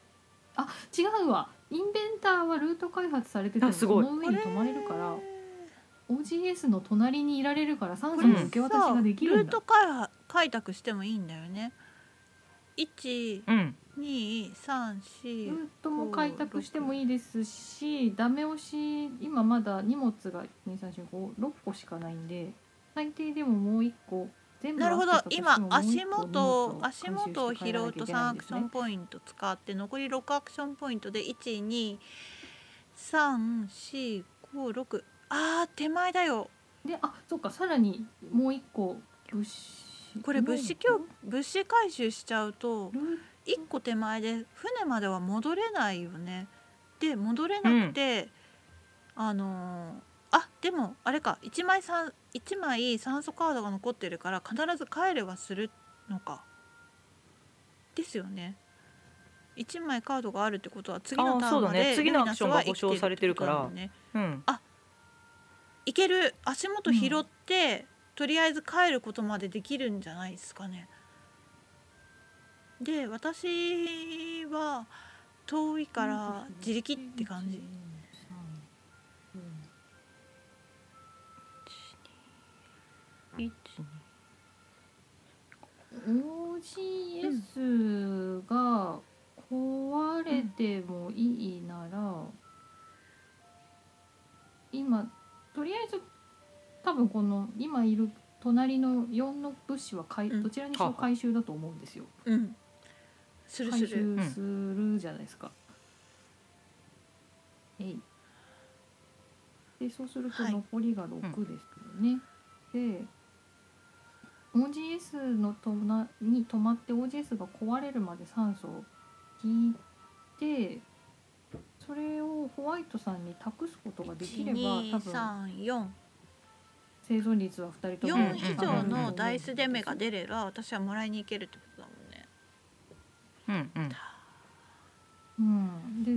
Speaker 3: あ違うわインベンターはルート開発されてても
Speaker 1: あす
Speaker 3: そ
Speaker 1: ごい
Speaker 3: の上に止まれるから
Speaker 2: こ
Speaker 3: OGS の隣にいられるから酸
Speaker 2: こ
Speaker 3: 素
Speaker 2: れ
Speaker 3: の受け渡し
Speaker 2: さ
Speaker 3: ができる
Speaker 2: ル
Speaker 3: ん
Speaker 2: ー
Speaker 3: だ
Speaker 2: ト開開拓してもいいんだよね。一
Speaker 1: うん
Speaker 2: 二三
Speaker 3: ル
Speaker 2: 四
Speaker 3: ートも開拓してもいいですしダメ押し今まだ荷物が23456個しかないんで最低でももう1個全部
Speaker 2: なるほど
Speaker 3: 合わせたと
Speaker 2: 今
Speaker 3: してももう
Speaker 2: 足
Speaker 3: 一個
Speaker 2: 元を足元を
Speaker 3: 荷物回収して帰
Speaker 2: 拾
Speaker 3: らな
Speaker 2: う
Speaker 3: きゃ
Speaker 2: と
Speaker 3: いけ
Speaker 2: 3
Speaker 3: ないん
Speaker 2: ア
Speaker 3: で
Speaker 2: ク
Speaker 3: す
Speaker 2: シ
Speaker 3: ね
Speaker 2: ョンポイント使って残り6アクションポイントで12345 6あー手前だよ
Speaker 3: であそっかさらにもう一個物資
Speaker 2: これ物資供物資回収しちゃうと
Speaker 3: ルー
Speaker 2: 1個手前で船までは戻れないよねで戻れなくて、あのーあでもあれか1枚酸一枚酸素カードが残ってるから必ず帰れはするのかですよね1枚カードがあるってことは次の
Speaker 1: あー
Speaker 2: ター
Speaker 1: そう
Speaker 2: ン
Speaker 1: だ
Speaker 2: まで、
Speaker 1: ね次のアクションが
Speaker 2: ルミナスは生き
Speaker 1: 保証されてるから
Speaker 2: ってことだもんね
Speaker 1: うん
Speaker 2: いける足元拾って、とりあえず帰ることまでできるんじゃないですかね。で私は遠いから自力って感じ。
Speaker 1: 一
Speaker 3: OGS が壊れてもいいなら、今とりあえず多分この今いる隣の4の物資は回
Speaker 2: うん
Speaker 3: どちらにしろ回収だと思うんですよ。
Speaker 2: うん。するす
Speaker 3: 回
Speaker 2: る。
Speaker 3: 収するじゃないですか。えいでそうすると
Speaker 2: はい
Speaker 3: 残りが6ですよね。で OGS のとなに止まって OGS が壊れるまで酸素を引いてそれをホワイトさんに託すことができれば多分
Speaker 2: 1234
Speaker 3: 生存率は2人とも
Speaker 2: 4
Speaker 1: ん
Speaker 2: 以上のダイスデメが出れば私はもらいに行けるってことだもんね
Speaker 1: うんうん
Speaker 3: うん、で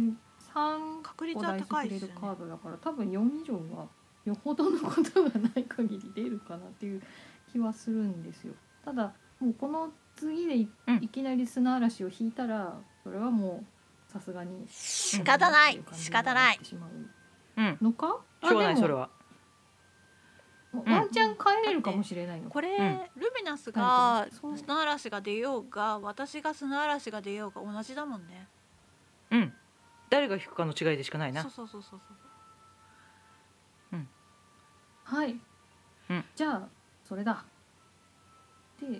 Speaker 3: 3
Speaker 2: 確率
Speaker 3: 個
Speaker 2: は
Speaker 3: ダイス
Speaker 2: 高い
Speaker 3: く
Speaker 2: で
Speaker 3: れ
Speaker 2: すよ
Speaker 3: る
Speaker 2: ね
Speaker 3: カードだから多分4以上はよほどのことがない限り出るかなっていう気はするんですよただもうこの次でい,、
Speaker 1: うん
Speaker 3: きなり砂嵐を引いたらそれはもうさすがに
Speaker 2: 仕方ない仕方ない
Speaker 3: ってう感じになって
Speaker 1: うん
Speaker 3: しまうのかあ
Speaker 1: しょうがない
Speaker 3: でも
Speaker 1: それは
Speaker 3: もう
Speaker 1: うん
Speaker 3: ワンチャン帰れるかもしれないのか
Speaker 2: これ、
Speaker 1: うん
Speaker 2: ルミナスが
Speaker 3: そう
Speaker 2: 砂嵐が出ようが私が砂嵐が出ようが同じだもんね
Speaker 1: うん誰が引くかの違いでしかないな
Speaker 2: そうそうそうそうそう
Speaker 3: はい、
Speaker 1: うん
Speaker 3: じゃあそれだで
Speaker 1: うん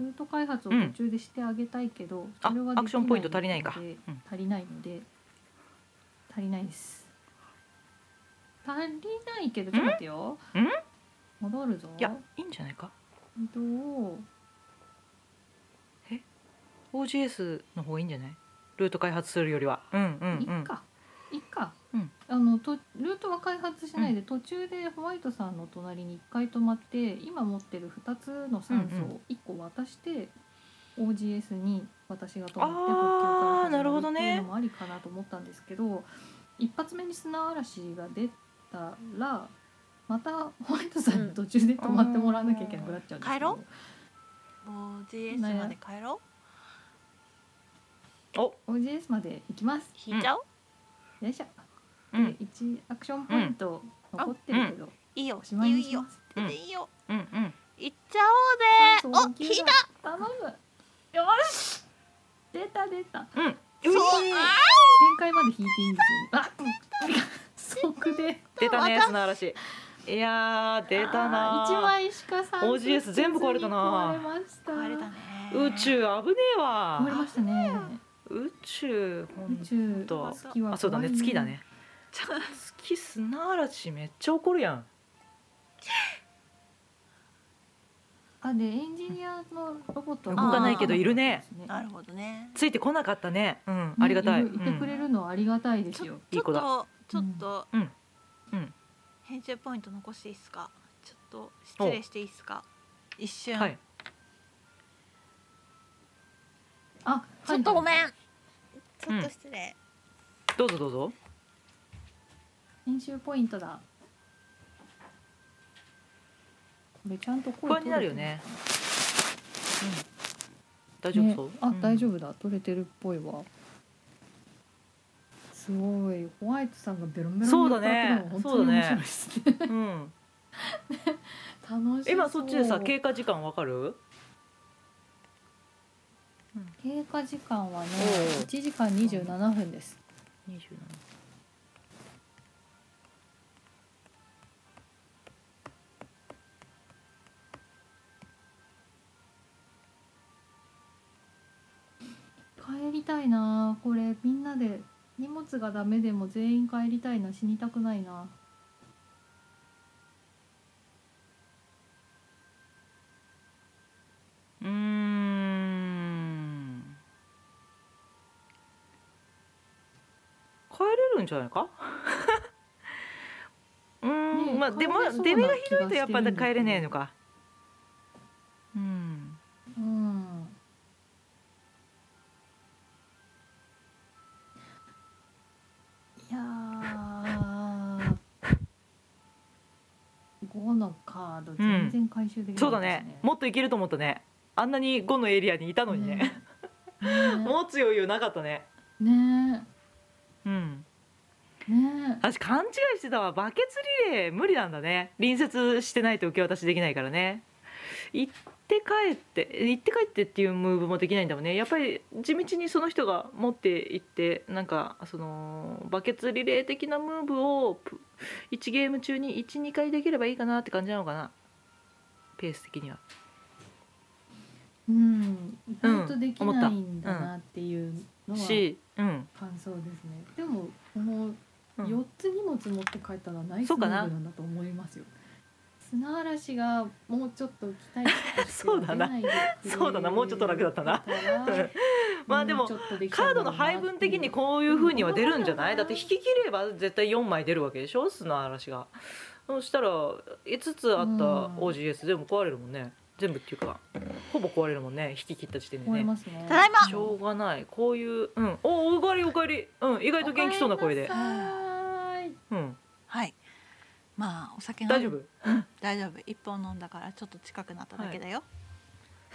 Speaker 3: ルート開発を途中でしてあげたいけど、
Speaker 1: あ
Speaker 3: それはでき
Speaker 1: アクションポイント足りないか
Speaker 3: ので
Speaker 1: うん
Speaker 3: 足りないので足りないです足りないけどちょっと待ってよ
Speaker 1: ん
Speaker 3: 戻るぞ
Speaker 1: いやいいんじゃないか
Speaker 3: 移動
Speaker 1: OGS の方がいいんじゃないルート開発するよりはうんうん
Speaker 3: いっ
Speaker 1: うん
Speaker 3: かいっか、
Speaker 1: うん
Speaker 3: あのとルートは開発しないで、途中でホワイトさんの隣に1回止まって今持ってる2つの酸素を1個渡して、OGS に私が止まっ
Speaker 1: あー
Speaker 3: て補給から
Speaker 1: なるほ
Speaker 3: 始
Speaker 1: ど
Speaker 3: めるってい
Speaker 1: ね
Speaker 3: うのもありかなと思ったんですけど一発目に砂嵐が出たらまたホワイトさんに途中で止まってもらわなきゃいけなくなっちゃうんですけど、
Speaker 2: うんもう GS
Speaker 3: ね
Speaker 2: まで帰ろ
Speaker 3: OGS まで行きます
Speaker 2: う引いちゃおう、
Speaker 3: よいしょ、
Speaker 1: うん
Speaker 3: で1アクションポイント残ってるけど、
Speaker 2: いいよ
Speaker 3: おしまい
Speaker 2: い
Speaker 3: に
Speaker 2: い
Speaker 3: し
Speaker 2: よ
Speaker 3: ます
Speaker 1: うん
Speaker 2: いいよ
Speaker 1: うんうん
Speaker 2: 行っちゃおうぜお
Speaker 3: 三層の
Speaker 2: 引い
Speaker 3: 球
Speaker 2: た
Speaker 3: が頼むよし出た出た
Speaker 1: うん
Speaker 2: そうあ
Speaker 1: い
Speaker 3: 限界まで引いていいんですよねあ即で
Speaker 1: 出たね砂嵐いやー出たなー
Speaker 3: 1枚しか3
Speaker 1: OGS 全部壊れたな
Speaker 3: 壊れました
Speaker 2: 壊れたね
Speaker 1: 宇宙危ねえ
Speaker 3: 壊れ
Speaker 1: わ
Speaker 3: ましたね
Speaker 1: 宇宙ほん
Speaker 3: 宇宙
Speaker 1: と
Speaker 3: 月は
Speaker 1: あそうだね
Speaker 3: 怖い
Speaker 1: 月だ ね月砂嵐めっちゃ怒るやん
Speaker 3: あでエンジニアのロボットは
Speaker 2: 動かないけど
Speaker 1: いるね
Speaker 2: なるほどね
Speaker 1: ついてこなかったねうん
Speaker 3: ね
Speaker 1: ありがたい
Speaker 3: るいてくれるのはありがたいですよ
Speaker 1: いい
Speaker 2: ちょ
Speaker 1: 子
Speaker 2: っ
Speaker 1: だ
Speaker 2: とちょっと、
Speaker 1: うんうん
Speaker 2: 編集ポイント残していいですかちょっと失礼していいですか一
Speaker 1: う
Speaker 2: 瞬、
Speaker 1: んはい
Speaker 3: あ
Speaker 2: ちょっとごめん、ち
Speaker 1: う
Speaker 2: ょ
Speaker 1: ん
Speaker 2: っと失礼、
Speaker 1: どうぞどうぞ
Speaker 3: 編集ポイントだこれちゃんと声
Speaker 1: 不安になるよねうん大丈夫そう、
Speaker 3: ねあ、大丈
Speaker 1: 夫
Speaker 3: 夫だ取れてるっぽいわすごいホワイトさんがベロンベロン
Speaker 1: そうだね
Speaker 3: に酔っ払ってるのが本当に面白いですね
Speaker 1: うん
Speaker 3: 楽しそう
Speaker 1: 今そっちでさ経過時間わかる
Speaker 3: 経過時間はね
Speaker 1: おう
Speaker 3: 1時間27分です
Speaker 1: 27
Speaker 3: 帰りたいなこれみんなで荷物がダメでも全員帰りたいな死にたくないな
Speaker 1: うーん帰れるんじゃないか うーん、
Speaker 3: ねえ
Speaker 1: まあ
Speaker 3: 帰
Speaker 1: で
Speaker 3: れ
Speaker 1: も
Speaker 3: そうな
Speaker 1: 出目がひどいとやっぱ
Speaker 3: 気がしてるんだけど
Speaker 1: 帰れねえのかうん
Speaker 3: うんいやー5のカード全然回収でき
Speaker 1: そう
Speaker 3: な
Speaker 1: だ
Speaker 3: いです
Speaker 1: ねもっといけると思ったねあんなに5のエリアにいたのにね、
Speaker 3: ね
Speaker 1: 持つ余裕なかったね
Speaker 3: ね
Speaker 1: うん
Speaker 3: えねえ
Speaker 1: 私勘違いしてたわバケツリレー無理なんだね隣接してないと受け渡しできないからね行って帰って行って帰ってっていうムーブもできないんだもんねやっぱり地道にその人が持って行ってなんかそのバケツリレー的なムーブを1ゲーム中に12回できればいいかなって感じなのかなペース的には
Speaker 3: うん意外とでき
Speaker 1: 思った
Speaker 3: ないんだなっていうのは
Speaker 1: し、うん、
Speaker 3: 感想ですね、でもこの
Speaker 1: うん
Speaker 3: 4つ荷物持って帰ったのはナイス
Speaker 1: そ
Speaker 3: ム
Speaker 1: うかな
Speaker 3: ーブなんだと思いますよ、砂嵐がもうちょっと期待値とし て
Speaker 1: そうだな
Speaker 3: 出ないでくれ
Speaker 1: そうだなもうちょっと楽だったな
Speaker 3: たら
Speaker 1: まあでも
Speaker 3: うちょっとできた
Speaker 1: カー
Speaker 3: の
Speaker 1: ド
Speaker 3: にな
Speaker 1: の配分的にこういう風には出るんじゃないだって引き切れば絶対4枚出るわけでしょ砂嵐がそしたら5つあった OGS 全部壊れるもんね全部っていうかほぼ壊れるもんね引き切った時点で
Speaker 3: 思い
Speaker 1: ね
Speaker 3: ますね
Speaker 2: ただいま
Speaker 1: しょうがないこういううんおおかえりおかえりうん意外と元気そうな声で
Speaker 2: おか
Speaker 3: はーい
Speaker 1: うん
Speaker 2: はいまあお酒飲ん
Speaker 1: 大丈夫
Speaker 2: 大丈夫一本飲んだからちょっと近くなっただけだよ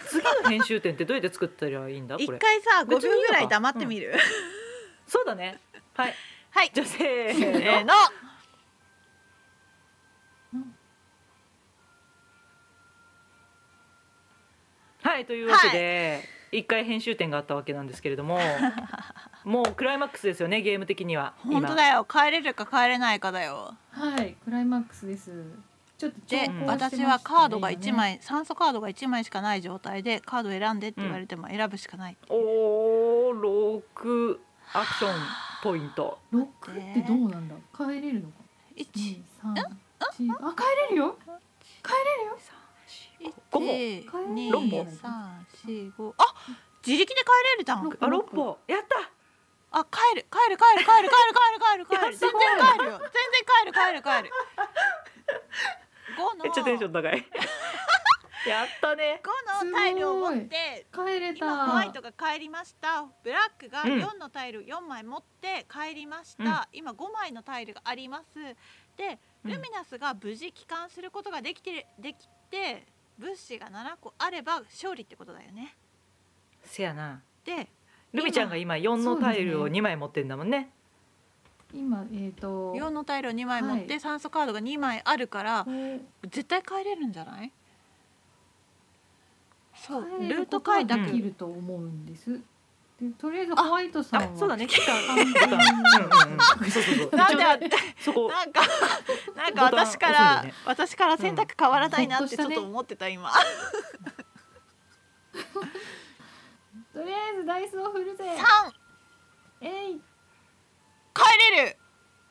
Speaker 1: 次の編集点ってどうやって作ったらいいんだ
Speaker 2: 一、
Speaker 1: これ
Speaker 2: 回さ5秒
Speaker 1: 別にいいのか
Speaker 2: ぐらい黙ってみる、
Speaker 1: そうだねはい
Speaker 2: はい
Speaker 1: じゃあせ
Speaker 2: せー
Speaker 1: ーの
Speaker 2: の
Speaker 1: はいというわけで一回編集点があったわけなんですけれどももうクライマックスですよねゲーム的には今
Speaker 2: 本当だよ帰れるか帰れないかだよ
Speaker 3: はいクライマックスですちょっと長考
Speaker 2: で、
Speaker 3: してましたね
Speaker 2: 私はカードが
Speaker 3: 今ね
Speaker 2: 1枚酸素カードが1枚しかない状態でカード選んでって言われても選ぶしかない、
Speaker 1: おー6アクションポイント
Speaker 3: ロックってどうなんだ帰れるのか
Speaker 2: 一
Speaker 3: 二三四あ帰れるよ
Speaker 1: 5本
Speaker 2: 1
Speaker 3: 本
Speaker 1: 六本
Speaker 2: 2 3 4 5あ自力で帰れるじゃん
Speaker 1: あ六本やった
Speaker 2: あ帰る帰る帰る帰る帰る帰る帰る帰る
Speaker 1: いや
Speaker 2: 全
Speaker 1: すごい
Speaker 2: 然帰るよ全然帰る帰 る帰る5の
Speaker 1: めっちゃテンション高いやったね
Speaker 2: 5のタイルを持って
Speaker 3: 帰れた
Speaker 2: 今ホワイトが帰りましたブラックが
Speaker 1: うん
Speaker 2: 4のタイル4枚持って帰りました、今5枚のタイルがありますで
Speaker 1: うん
Speaker 2: ルミナスが無事帰還することができてるできて物資が7個あれば勝利ってことだよね
Speaker 1: せやな
Speaker 2: で
Speaker 1: ルミちゃんが今4のタイルを2枚持ってんだもんね
Speaker 3: 今えっ、と
Speaker 2: 4のタイルを2枚持っ
Speaker 3: は
Speaker 2: て酸素カードが2枚あるから、
Speaker 3: これ
Speaker 2: 絶対帰れるんじゃないそう
Speaker 3: 帰れ
Speaker 2: ルー
Speaker 3: る
Speaker 2: ト
Speaker 3: ことは
Speaker 2: 開
Speaker 3: でき
Speaker 2: 拓
Speaker 3: ると思うんです、でとりあえずホワイトさん
Speaker 1: あ
Speaker 3: は
Speaker 1: そうだね期間
Speaker 3: 完全に
Speaker 1: うんうんうんそうそうそ う
Speaker 2: なんであ
Speaker 1: そこ
Speaker 2: なんかなんか
Speaker 1: ボタン
Speaker 2: 私から、
Speaker 1: 押すんだよね
Speaker 2: 私から選択変わらないなって
Speaker 3: うん
Speaker 2: ちょっと思ってた今、
Speaker 3: とりあえずダイスを振るぜ
Speaker 2: 三
Speaker 3: えい
Speaker 2: 帰れる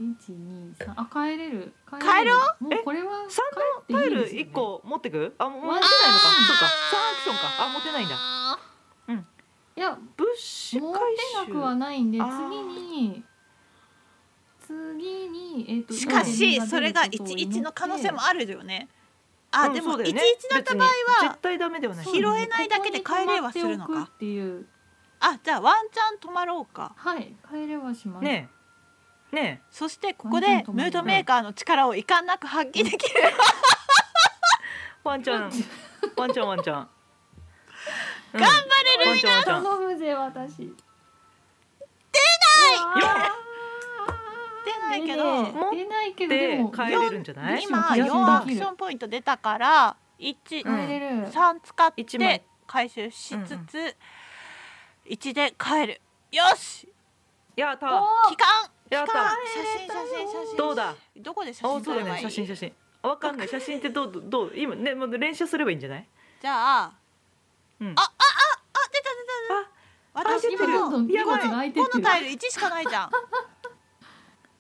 Speaker 3: 一二三あ帰れる帰れる
Speaker 2: 帰ろ
Speaker 3: もうこれは
Speaker 1: 三
Speaker 3: 帰っ
Speaker 1: タ
Speaker 3: て
Speaker 1: イ
Speaker 3: いい
Speaker 1: ル
Speaker 3: ですよね
Speaker 1: 1個持ってくあもう持ってないの
Speaker 3: わー
Speaker 1: かそうか3アクションかあ持ってないんだ
Speaker 3: いや
Speaker 1: 物資
Speaker 3: 持
Speaker 1: 回
Speaker 3: っ
Speaker 1: 収
Speaker 3: てなくはないんで
Speaker 1: あ
Speaker 3: 次
Speaker 1: ー
Speaker 3: に次にえっ、と
Speaker 2: しかしそれが
Speaker 3: 11
Speaker 2: 11の可能性もあるよねあ、
Speaker 1: うん
Speaker 2: で
Speaker 1: そ
Speaker 2: も
Speaker 1: うだ
Speaker 2: 11
Speaker 1: よね
Speaker 2: だった場合
Speaker 1: 別に
Speaker 2: は
Speaker 1: 絶対ダメではない
Speaker 2: 拾えないだけで帰れはするのか
Speaker 3: ここに泊まっておくっていう
Speaker 2: あじゃあワンチャン泊まろうか
Speaker 3: はい帰れはします
Speaker 1: ねえね
Speaker 2: そしてここ
Speaker 3: ワンチャ
Speaker 2: で
Speaker 3: ン泊ま
Speaker 2: ム
Speaker 3: る
Speaker 2: ードメーカーの力をいかんなく発揮できる
Speaker 1: えワンちゃんワンちゃんワンちゃん
Speaker 2: 頑張れる
Speaker 1: ワンちゃんワンちゃ
Speaker 3: 頼
Speaker 1: ん
Speaker 3: むぜ私出
Speaker 1: い
Speaker 2: 出ないけ
Speaker 3: 出
Speaker 2: ど
Speaker 3: ねえ出ないけどで
Speaker 1: で
Speaker 3: も
Speaker 1: 帰れるんじゃない
Speaker 3: 四
Speaker 2: 今
Speaker 3: アクション
Speaker 2: 4ア
Speaker 3: で
Speaker 2: ク
Speaker 3: き
Speaker 2: シ
Speaker 3: る
Speaker 2: ョンポイント出たから
Speaker 1: う
Speaker 2: 13
Speaker 1: ん
Speaker 3: 帰れる、
Speaker 2: 使っ
Speaker 1: 一枚
Speaker 2: て回収しつ
Speaker 1: うん
Speaker 2: つ1で帰るよし
Speaker 1: やった
Speaker 3: お
Speaker 2: 期間期
Speaker 1: や
Speaker 2: 間
Speaker 1: った
Speaker 2: 写真写真写真
Speaker 1: どうだ
Speaker 2: どこで写
Speaker 1: あ
Speaker 2: 真
Speaker 1: そ
Speaker 2: 撮
Speaker 1: うだ
Speaker 2: れば
Speaker 1: ね
Speaker 2: いい
Speaker 1: 写真写真あわかんない写真ってどうどうどう今ねもう練習すればいいんじゃない
Speaker 2: じゃあ
Speaker 1: うん
Speaker 2: ああ出た出た
Speaker 1: あ
Speaker 2: 出
Speaker 1: 出て
Speaker 2: た
Speaker 1: る
Speaker 2: 私
Speaker 3: どんど
Speaker 2: の
Speaker 3: ん荷物が開いてっ
Speaker 2: 5
Speaker 3: て
Speaker 2: の
Speaker 3: る
Speaker 2: タイル1しかないじゃん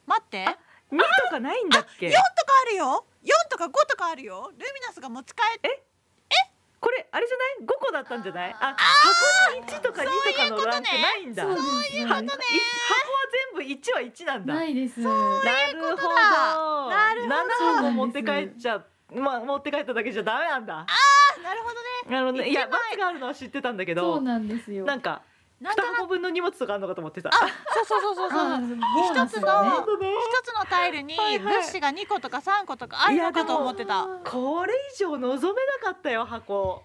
Speaker 2: 待って
Speaker 1: 2とかないんだっけ
Speaker 2: 4とかあるよ4とか5とかあるよルミナスが持ち帰って
Speaker 1: これあれじゃない5個だったんじゃないあ箱に1とか2とかの欄ってないんだ
Speaker 3: そう
Speaker 1: は
Speaker 3: です
Speaker 1: 箱は全部1は1なんだ
Speaker 3: ないです
Speaker 1: なるほど。
Speaker 2: なるほど
Speaker 1: 7本も持って帰っちゃ、まあ持って帰っただけじゃダメなんだ。
Speaker 2: あなるほどね
Speaker 1: なるほどね。いや
Speaker 2: 一枚
Speaker 1: バッグがあるのは知ってたんだけ
Speaker 3: そう
Speaker 1: ど、
Speaker 3: なんですよ
Speaker 1: なんか
Speaker 2: な
Speaker 1: 二
Speaker 2: んとなく
Speaker 1: 箱分の荷物とかあるのかと思ってた。
Speaker 2: そうそうそうそうそう
Speaker 3: あボーナス
Speaker 2: 一つ
Speaker 3: がね
Speaker 2: の一つのタイルに
Speaker 1: はいはい
Speaker 2: 物資が2個とか3個とかあるのかと思ってた
Speaker 1: これ以上望めなかったよ箱。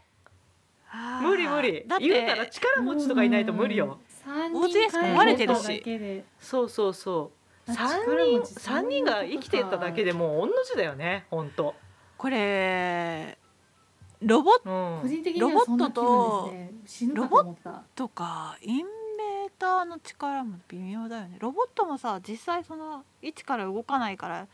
Speaker 1: 無理無理
Speaker 2: だっ。
Speaker 1: 言うたら
Speaker 2: て
Speaker 1: 力持ちとかいないと無理よ。
Speaker 3: 三
Speaker 2: OGS
Speaker 3: 人
Speaker 1: 壊れてる
Speaker 2: し
Speaker 3: 帰れただけで
Speaker 1: そうそうそう。
Speaker 3: あ
Speaker 1: 三
Speaker 3: 力持
Speaker 1: 人
Speaker 3: ち
Speaker 1: 三人が生きてただけでもう同じだよね。本当。
Speaker 2: これロボッ
Speaker 1: うん
Speaker 3: 個。人的にはそんな気分ですね死ぬかと思った
Speaker 2: トかインベーターの力も微妙だよねロボットもさ実際その位置から動かないから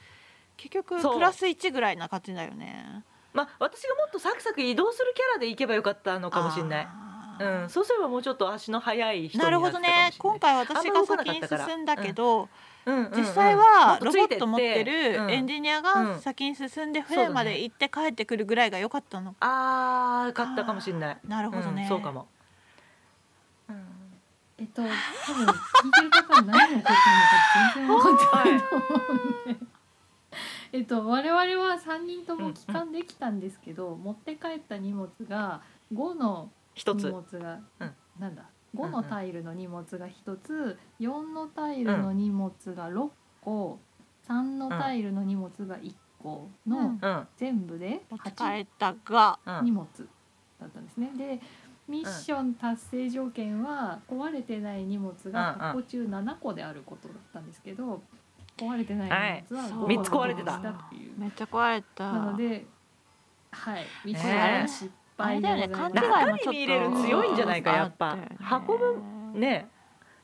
Speaker 2: 結局
Speaker 1: そう
Speaker 2: プラス1ぐらいな感じだよね
Speaker 1: まあ私がもっとサクサク移動するキャラでいけばよかったのかもしれない。
Speaker 2: あ
Speaker 1: う
Speaker 2: な、
Speaker 1: ん、そうすればもうちょっと足の速い人に
Speaker 2: なるほどね今回私が先
Speaker 1: あんま動かなか
Speaker 2: に
Speaker 1: ったから
Speaker 2: 進んだけど、
Speaker 1: 回、うんうんうん
Speaker 2: 実際は
Speaker 1: も
Speaker 2: ロ
Speaker 1: っ
Speaker 2: ボ
Speaker 1: とつい
Speaker 2: ット持ってる
Speaker 1: うん
Speaker 2: エンジニア
Speaker 1: う
Speaker 2: が
Speaker 1: ん
Speaker 2: 先に進んで船まで行って帰ってくるぐらいが良かったの。
Speaker 1: ああ買ったかもしれない。
Speaker 2: なるほどね。
Speaker 1: うんそうかも。うん
Speaker 3: えっと多分聞いてる方何を言ってるのか全然分かってないと思うんで。えっと、我々は3人とも帰還できたんですけど、持って帰った荷物が5の
Speaker 1: 一
Speaker 3: 荷
Speaker 1: つ
Speaker 3: 物が、
Speaker 1: うん
Speaker 3: なんだ
Speaker 1: んうん
Speaker 3: 5のタイルの荷物が1つ4のタイルの荷物が6個3のタイルの荷物が1個の、
Speaker 2: うん
Speaker 1: うん
Speaker 3: 全部で
Speaker 2: 持ち帰
Speaker 3: 8
Speaker 2: ったが、
Speaker 1: う
Speaker 3: 荷
Speaker 1: ん
Speaker 3: 物だったんですね。でミッション達成条件は壊れてない荷物が8個中7個であることだったんですけど壊れてない荷物は
Speaker 2: はい
Speaker 3: 5個
Speaker 2: 三つ壊れてた
Speaker 3: っていう
Speaker 2: めっちゃ壊れた。
Speaker 3: なのではいミッション
Speaker 1: ね
Speaker 3: は失
Speaker 2: あ
Speaker 3: 敗
Speaker 2: れ
Speaker 3: で
Speaker 2: だよ
Speaker 3: ござ
Speaker 2: ね
Speaker 3: いま
Speaker 2: 勘違い
Speaker 3: す
Speaker 2: もちょっと
Speaker 1: 中身入れる
Speaker 3: 強いんじゃない
Speaker 1: かやっぱ
Speaker 2: あたよね
Speaker 1: 運ね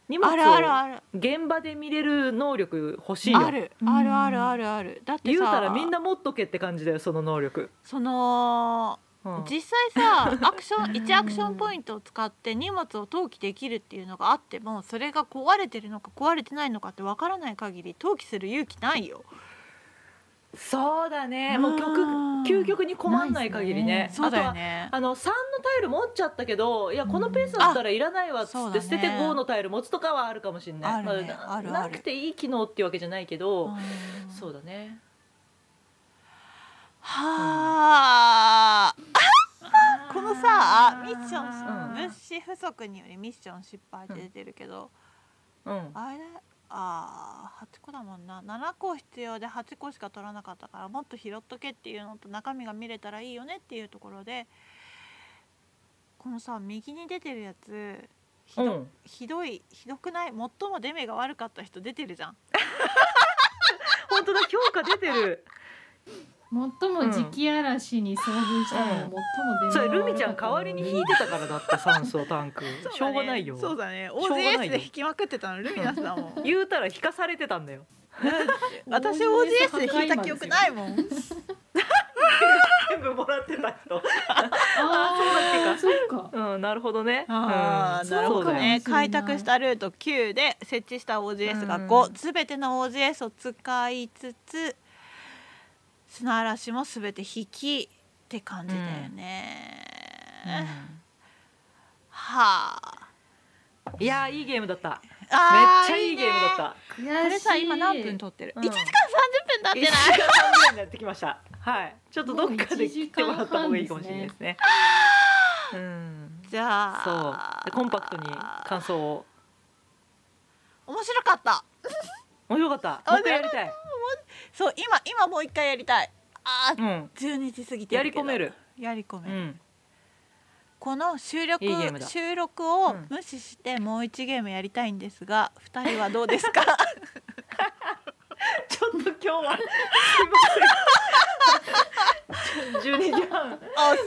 Speaker 1: 荷物
Speaker 2: あるある
Speaker 1: を
Speaker 2: ある
Speaker 1: 現場で見れる能力欲しい
Speaker 2: あ
Speaker 1: よ。
Speaker 2: る
Speaker 3: うん
Speaker 2: あるあるあるあるだってさ
Speaker 1: 言うたらみんな持っとけって感じだよその能力。
Speaker 2: その
Speaker 1: うん
Speaker 2: 実際さアクシ ョン
Speaker 3: うん
Speaker 2: 1アクションポイントを使って荷物を投棄できるっていうのがあってもそれが壊れてるのか壊れてないのかってわからない限り投棄する勇気ないよ。
Speaker 1: そうだねもう極
Speaker 2: うん
Speaker 1: 究極に困んない限り
Speaker 3: ないっ
Speaker 1: ね
Speaker 3: す。
Speaker 2: そうだよね
Speaker 1: あの3のタイル持っちゃったけどいやこのペースだったらいらないわっつ
Speaker 2: うんあ
Speaker 1: って捨てて
Speaker 2: そうだね
Speaker 1: 5のタイル持つとかはあるかもしれない
Speaker 2: あるね
Speaker 1: ま
Speaker 2: あるあ
Speaker 1: な
Speaker 2: る
Speaker 1: くていい機能っていうわけじゃないけど、
Speaker 2: うん
Speaker 1: そうだね
Speaker 2: はあ、このさミッションし
Speaker 1: うん
Speaker 2: 物資不足によりミッション失敗って出てるけど、
Speaker 1: うん
Speaker 2: あれあー8個だもんな7個必要で8個しか取らなかったからもっと拾っとけっていうのと中身が見れたらいいよねっていうところでこのさ右に出てるやつひ
Speaker 1: う
Speaker 2: ど,、
Speaker 1: ん
Speaker 2: ひどいひどくない最も出目が悪かった人出てるじゃん。
Speaker 1: 本当だ評価出てる
Speaker 3: 最も磁気嵐に遭遇したのは最も出
Speaker 1: それルミちゃん代わりに引いてたからだって酸素タンク、しょうがないよ
Speaker 2: そうだね
Speaker 1: しょうがないよ
Speaker 2: OGS で引きまくってたのルミナスだもん
Speaker 1: 言うたら引かされてたんだよ
Speaker 2: 私 OGS で引いた記憶ないいもん
Speaker 1: 全部もらってた人
Speaker 3: ああそうだっけかそうか
Speaker 1: うんなるほどね
Speaker 2: あ
Speaker 1: う
Speaker 2: ー
Speaker 1: ん
Speaker 2: なるほどね
Speaker 3: そうかもしれな
Speaker 2: 開
Speaker 3: い
Speaker 2: 拓したルート9で設置した OGS が
Speaker 1: う
Speaker 2: 5
Speaker 1: ん
Speaker 2: すべての OGS を使いつつ砂嵐もすべて引きって感じだよね、
Speaker 1: そうだね
Speaker 2: はあ
Speaker 1: うんいやーいいゲームだっためっ
Speaker 2: あ
Speaker 1: ちゃいいゲームだった
Speaker 3: 悔しい
Speaker 2: これさ今何分撮ってる、1
Speaker 1: うん
Speaker 2: 時間30分経って
Speaker 1: 一時
Speaker 2: ない
Speaker 1: 間半ぐらいになってきました。はい。ちょっとどっかで切ってもらった方がいいかもしれないですね。うん。
Speaker 2: じゃ
Speaker 1: そう
Speaker 2: あ。
Speaker 1: でコンパクトに感想を。
Speaker 2: 面白かった
Speaker 1: 面白かった。もう一回やりたい。
Speaker 2: そう今今もう一回やりたいあー
Speaker 1: うん。
Speaker 2: 12時過ぎて
Speaker 1: や
Speaker 2: る
Speaker 1: り
Speaker 2: けど
Speaker 1: 込める。
Speaker 2: やり込め
Speaker 1: う
Speaker 2: る、
Speaker 1: ん。
Speaker 2: この収録
Speaker 1: いいゲームだ
Speaker 2: 収録を
Speaker 1: うん
Speaker 2: 無視してもう一ゲームやりたいんです が、二人はどうですか
Speaker 1: ちょっと今日 は。すいません。12時半。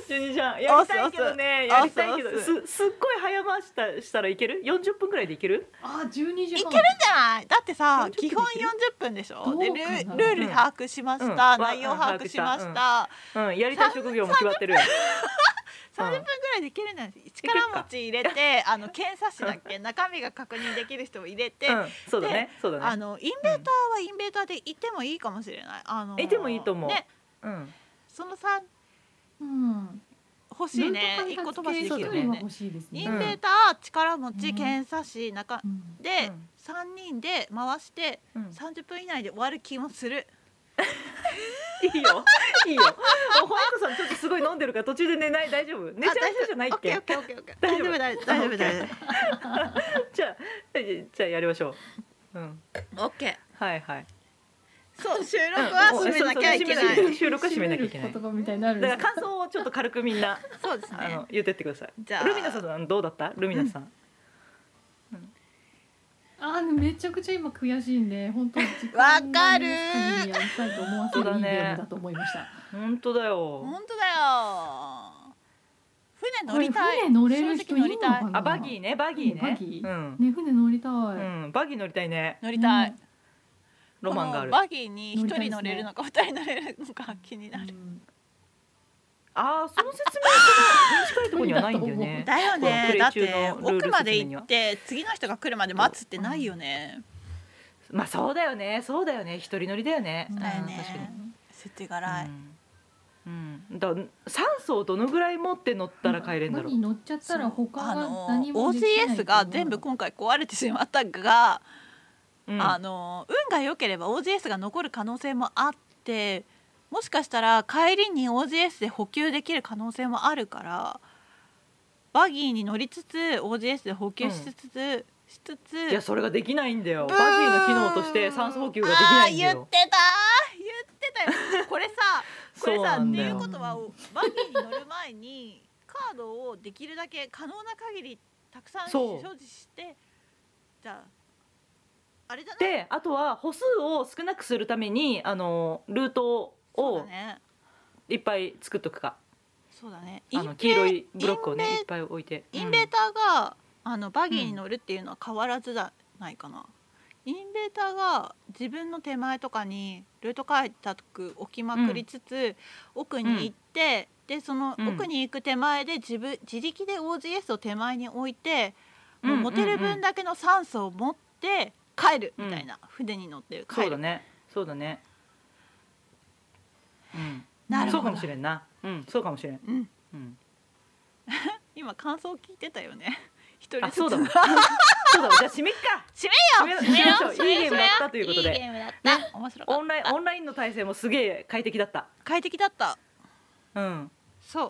Speaker 1: 12時半。やりたいけどね。やりたいけど。
Speaker 2: 押す
Speaker 1: すすっごい早回したしたらいける？40分ぐらいでいける？
Speaker 3: あ12時
Speaker 2: いける
Speaker 3: 間
Speaker 2: んじゃないだってさ
Speaker 1: 40
Speaker 2: 基本
Speaker 1: 分いける
Speaker 2: 40分でしょで
Speaker 3: ど
Speaker 2: ル
Speaker 3: うかな
Speaker 2: ルール把握しました、
Speaker 1: うん
Speaker 2: 内容
Speaker 1: うん
Speaker 2: 把握しました,、
Speaker 1: 把うん。やりたい職業も決まってる。
Speaker 2: 30分
Speaker 1: うん
Speaker 2: ぐらいでいけるんじゃない力持ち入れてあの検査士だっけ中身が確認できる人を入れて、
Speaker 1: うん。そうだね。そうだ
Speaker 2: あ
Speaker 1: ね。
Speaker 2: のインベーターはインベーターでいてもいいかもしれない。あの
Speaker 1: いてもいいと思う
Speaker 2: ね、
Speaker 1: うん。
Speaker 2: そのさ
Speaker 3: うん
Speaker 2: 欲しいね。一個飛ばしできる
Speaker 1: そうだ
Speaker 2: よ
Speaker 1: よ
Speaker 3: は
Speaker 2: ね
Speaker 3: 欲。しいです
Speaker 2: イ
Speaker 3: ね
Speaker 2: ンベーター力持ち検査士中
Speaker 3: うん
Speaker 2: で
Speaker 1: うん
Speaker 2: 三人で回して
Speaker 1: うん
Speaker 2: 三十分以内で終わる気もする。
Speaker 1: いいよ、いいよ。もうホワイトさんちょっとすごい飲んでるから途中で寝ない大丈夫。寝ちゃう人じゃないっ
Speaker 2: オッケーオ
Speaker 1: け
Speaker 2: ッ。ケーオッケーオッケー。大
Speaker 1: 大
Speaker 2: 丈
Speaker 1: 丈
Speaker 2: 夫
Speaker 1: 夫
Speaker 2: 大丈夫大丈夫大丈
Speaker 1: じゃあえじゃあやりましょう。うん。
Speaker 2: 夫。オッケー。
Speaker 1: はいはい。
Speaker 2: そう収録は
Speaker 1: うん
Speaker 2: 締めなきゃいけな。
Speaker 1: そうそうそう締めない収録は締めなきゃいけない
Speaker 3: 締める言葉みたいになるん
Speaker 1: だ
Speaker 3: で
Speaker 1: か
Speaker 3: す
Speaker 1: ら感想をちょっと軽くみん な
Speaker 2: そうです
Speaker 1: あ
Speaker 2: ね
Speaker 1: の。言ってってください。
Speaker 2: じゃあ
Speaker 1: ルミナさんどうだった？ルミナさん。
Speaker 3: あーめちゃくちゃ今悔しいんで本当に時
Speaker 2: わ
Speaker 3: 間の
Speaker 2: かる
Speaker 3: 限りやりたいと思わせるいいゲームだと思いました。
Speaker 1: 本当だよ。
Speaker 2: 本当だよ。船乗りたい。
Speaker 3: これ船乗れる人いるのかな
Speaker 2: 正直乗りた
Speaker 1: あバギーねバギーね。
Speaker 3: バギー
Speaker 1: うん。
Speaker 3: ね船乗りたい。
Speaker 1: うん、バギー乗りたいね
Speaker 2: 乗りたい。
Speaker 1: ロマンがある
Speaker 2: このバギーに一人乗
Speaker 3: 乗りた
Speaker 2: れ
Speaker 3: いですね
Speaker 2: るのか二人乗れるのか気になる。
Speaker 3: うん
Speaker 1: ああその説明 その短いところにはないんだよ
Speaker 3: 無理
Speaker 1: ね
Speaker 2: だよねだっ
Speaker 1: これプレ
Speaker 2: て
Speaker 1: イ中のルール
Speaker 2: 奥まで
Speaker 1: 説明に
Speaker 2: 行
Speaker 1: は
Speaker 2: って次の人が来るまで待つってないよね、
Speaker 1: まあそうだよねそうだよね一人乗りだよね
Speaker 3: うん
Speaker 2: だよね
Speaker 1: 確かに
Speaker 2: 設定がらい、
Speaker 1: うん、うん、だ酸素をどのぐらい持って乗ったら帰れるんだろう
Speaker 3: 馬に乗っちゃったら他
Speaker 2: あ
Speaker 3: が
Speaker 2: の
Speaker 3: 何もできない
Speaker 2: OCS が全部今回壊れてしまったが、
Speaker 1: うん
Speaker 2: あの運が良ければ OGS が残る可能性もあってもしかしたら帰りに OGS で補給できる可能性もあるからバギーに乗りつつ OGS で補給しつつ、しつつ
Speaker 1: いやそれができないんだよ
Speaker 2: ブ
Speaker 1: バギーの機能として酸素補給ができないんだ
Speaker 2: あー言っ
Speaker 1: よ
Speaker 2: てた言ってたよこれさ これ
Speaker 1: そう
Speaker 2: さ
Speaker 1: な
Speaker 2: っ
Speaker 1: ん
Speaker 2: て
Speaker 1: だ
Speaker 2: いう
Speaker 1: よ
Speaker 2: ことはバギーに乗る前にカードをできるだけ可能な限りたくさん
Speaker 1: そ
Speaker 2: 所
Speaker 1: う
Speaker 2: 持してじゃああれじゃない
Speaker 1: であとは歩数を少なくするためにあのルート
Speaker 2: そうだ
Speaker 1: を
Speaker 2: ね
Speaker 1: いっぱい作っとくか、
Speaker 2: そうだね
Speaker 1: あ
Speaker 2: イン
Speaker 1: の
Speaker 2: ベ
Speaker 1: 黄色いブロックをね
Speaker 2: インベ
Speaker 1: いっぱい置いて
Speaker 2: インベーターが、あのバギーに乗るっていうのは変わらずじゃないかな、インベーターが自分の手前とかにルート開拓置きまくりつつ、奥に行って、でその
Speaker 1: うん
Speaker 2: 奥に行く手前で自分自力で OGS を手前に置いて、
Speaker 1: うん
Speaker 2: もう持てる分だけの酸素を持って帰るみたいな、船に乗ってる帰る
Speaker 1: そうだねそうだねうん
Speaker 2: なる
Speaker 1: そ
Speaker 2: ほ
Speaker 1: う
Speaker 2: ど
Speaker 1: かもしれんなうんそうかもしれん、
Speaker 2: うん、
Speaker 1: うん、
Speaker 2: 今感想聞いてたよね 一人
Speaker 1: あ
Speaker 2: ずつ
Speaker 1: そう だわ
Speaker 2: 締
Speaker 1: そうだわじゃあ締めっか
Speaker 2: めよう
Speaker 1: 締めましょう
Speaker 2: 締めよ
Speaker 1: いいゲームだったということで
Speaker 2: いいゲームだった面白かっ
Speaker 1: オンラインオンラインの体制もすげえ快適だった
Speaker 2: た快適だった
Speaker 1: うん
Speaker 2: そ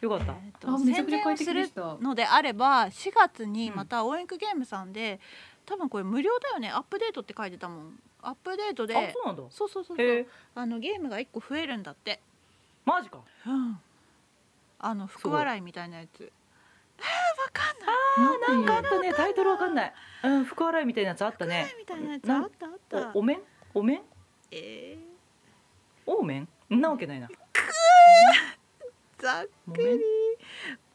Speaker 2: う
Speaker 1: よかった、
Speaker 2: えーと
Speaker 3: あめちゃくちゃ快
Speaker 2: 宣
Speaker 3: 適
Speaker 2: 伝を
Speaker 3: ですした
Speaker 2: るのであれば4月に
Speaker 1: うん
Speaker 2: また応援区ゲームさんで、多分これ無料だよねアップデートって書いてたもんアップデートで
Speaker 1: あそうなんだ
Speaker 2: そうそうそうそう
Speaker 1: へえ
Speaker 2: あのゲームが1個増えるんだって、
Speaker 1: マジか
Speaker 2: うん、あの福笑いみたいなやつ
Speaker 1: あなんかあ
Speaker 3: な
Speaker 1: っ
Speaker 3: んて
Speaker 1: たねタイトルわかんないうん福笑いみたいなやつあったね
Speaker 2: みたいなやつあったあった
Speaker 1: おお面お面
Speaker 2: え
Speaker 1: お面んなわけないな
Speaker 2: ー、ざっ
Speaker 1: お
Speaker 2: くり
Speaker 1: 面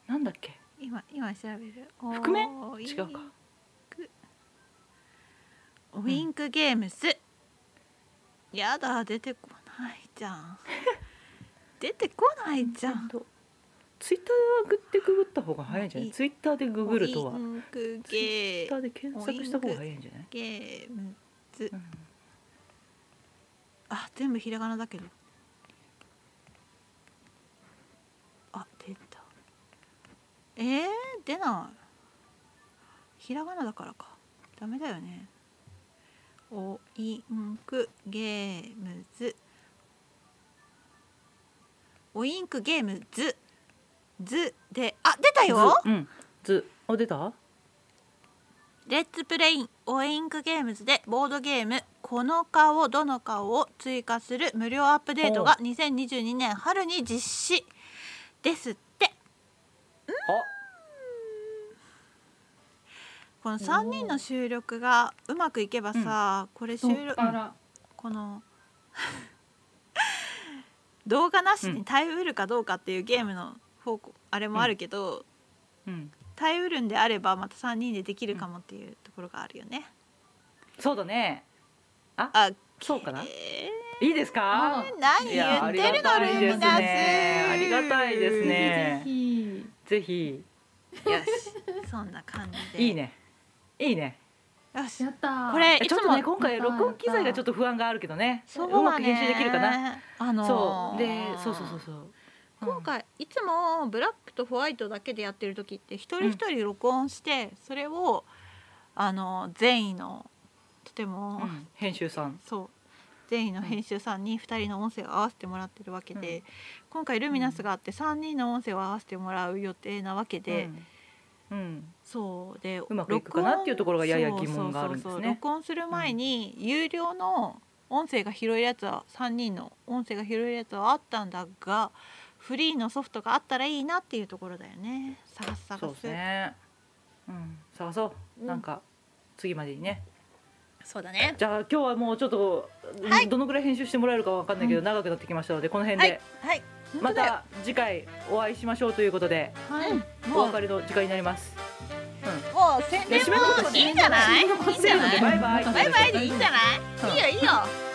Speaker 1: なんだっけ
Speaker 2: 今今調べる
Speaker 1: 覆面
Speaker 2: おー
Speaker 1: 違うか
Speaker 2: ウィンクゲームス、やだ出てこないじゃ ん出てこないじゃん
Speaker 1: ツイッターでググった方が早いんじゃない
Speaker 2: いい
Speaker 1: ツイッターでググるとは
Speaker 2: ウィンク
Speaker 1: ツイ
Speaker 2: ゲ
Speaker 1: ッタ
Speaker 2: ー
Speaker 1: ーで検索した方が早いんじゃない、
Speaker 2: ゲーム
Speaker 1: うん
Speaker 2: あ全部ひらがなだけどあ出たえー、出ないひらがなだからかダメだよねおインクゲームズおインクゲームズズであ出たよ
Speaker 1: ずうんずあ出た
Speaker 2: レッツプレインオインクゲームズでボードゲーム「この顔どの顔」を追加する無料アップデートが2022年春に実施ですって
Speaker 1: あ
Speaker 2: この3人の収録がうまくいけばさ、これ収
Speaker 3: 太っ
Speaker 2: 録
Speaker 3: 腹
Speaker 2: この 動画なしに耐えうるかどうかっていうゲームの方向あれもあるけど、
Speaker 1: うん
Speaker 2: 耐えうるんであればまた3人でできるかもっていうところがあるよね。
Speaker 1: そうだね
Speaker 2: あ
Speaker 1: そうかな
Speaker 2: えー
Speaker 1: いいですか
Speaker 3: あ
Speaker 2: 何
Speaker 1: い
Speaker 2: 言
Speaker 1: や
Speaker 2: ってるの
Speaker 1: あ
Speaker 2: ル
Speaker 1: り
Speaker 2: ーミ
Speaker 1: がたいです
Speaker 2: ナス
Speaker 1: ねありがたいですね
Speaker 3: ぜひ
Speaker 1: ぜひ
Speaker 2: よしそんな感じで
Speaker 1: いいねいいね
Speaker 2: よし
Speaker 3: やったー
Speaker 2: これ
Speaker 1: えちょっとね今回
Speaker 3: やった
Speaker 1: 録音機材がちょっと不安があるけどね
Speaker 2: そう
Speaker 1: ま
Speaker 2: だ
Speaker 1: く
Speaker 2: ね
Speaker 1: 編集できるかな
Speaker 2: あのー
Speaker 1: そうでそうそうそうそううん
Speaker 2: 今回いつもブラックとホワイトだけでやってる時って一人一人録音してそれをあの善意のとても、
Speaker 1: うん編集さん
Speaker 2: そう善意の編集さんに2人の音声を合わせてもらってるわけで、今回ルミナスがあって3人の音声を合わせてもらう予定なわけで、
Speaker 1: うんうん
Speaker 2: そうで
Speaker 1: うまくいくかなっていうところがやや疑問があるんで
Speaker 2: 録音
Speaker 1: すね
Speaker 2: そうそうそうそう録音する前に有料の音声が拾えるやつは3人の音声が拾えるやつはあったんだがフリーのソフトがあったらいいなっていうところだよね探す探す
Speaker 1: そうですねうん探そううんなんか次までにね
Speaker 2: そうだね
Speaker 1: じゃあ今日はもうちょっと
Speaker 2: はい
Speaker 1: どのぐらい編集してもらえるかわかんないけど
Speaker 3: は
Speaker 1: 長くなってきましたのでこの辺
Speaker 2: は
Speaker 1: で
Speaker 2: いはい本
Speaker 1: ま
Speaker 2: 当だよ
Speaker 1: た次回お会いしましょうということで
Speaker 3: はい、
Speaker 1: お
Speaker 2: もうも
Speaker 1: 別れの時間になります
Speaker 2: う宣伝
Speaker 1: いや締めの言葉
Speaker 2: もいいんじゃないいいんじゃない
Speaker 1: バイバイ
Speaker 2: バイバイでいいんじゃないいいよいいよ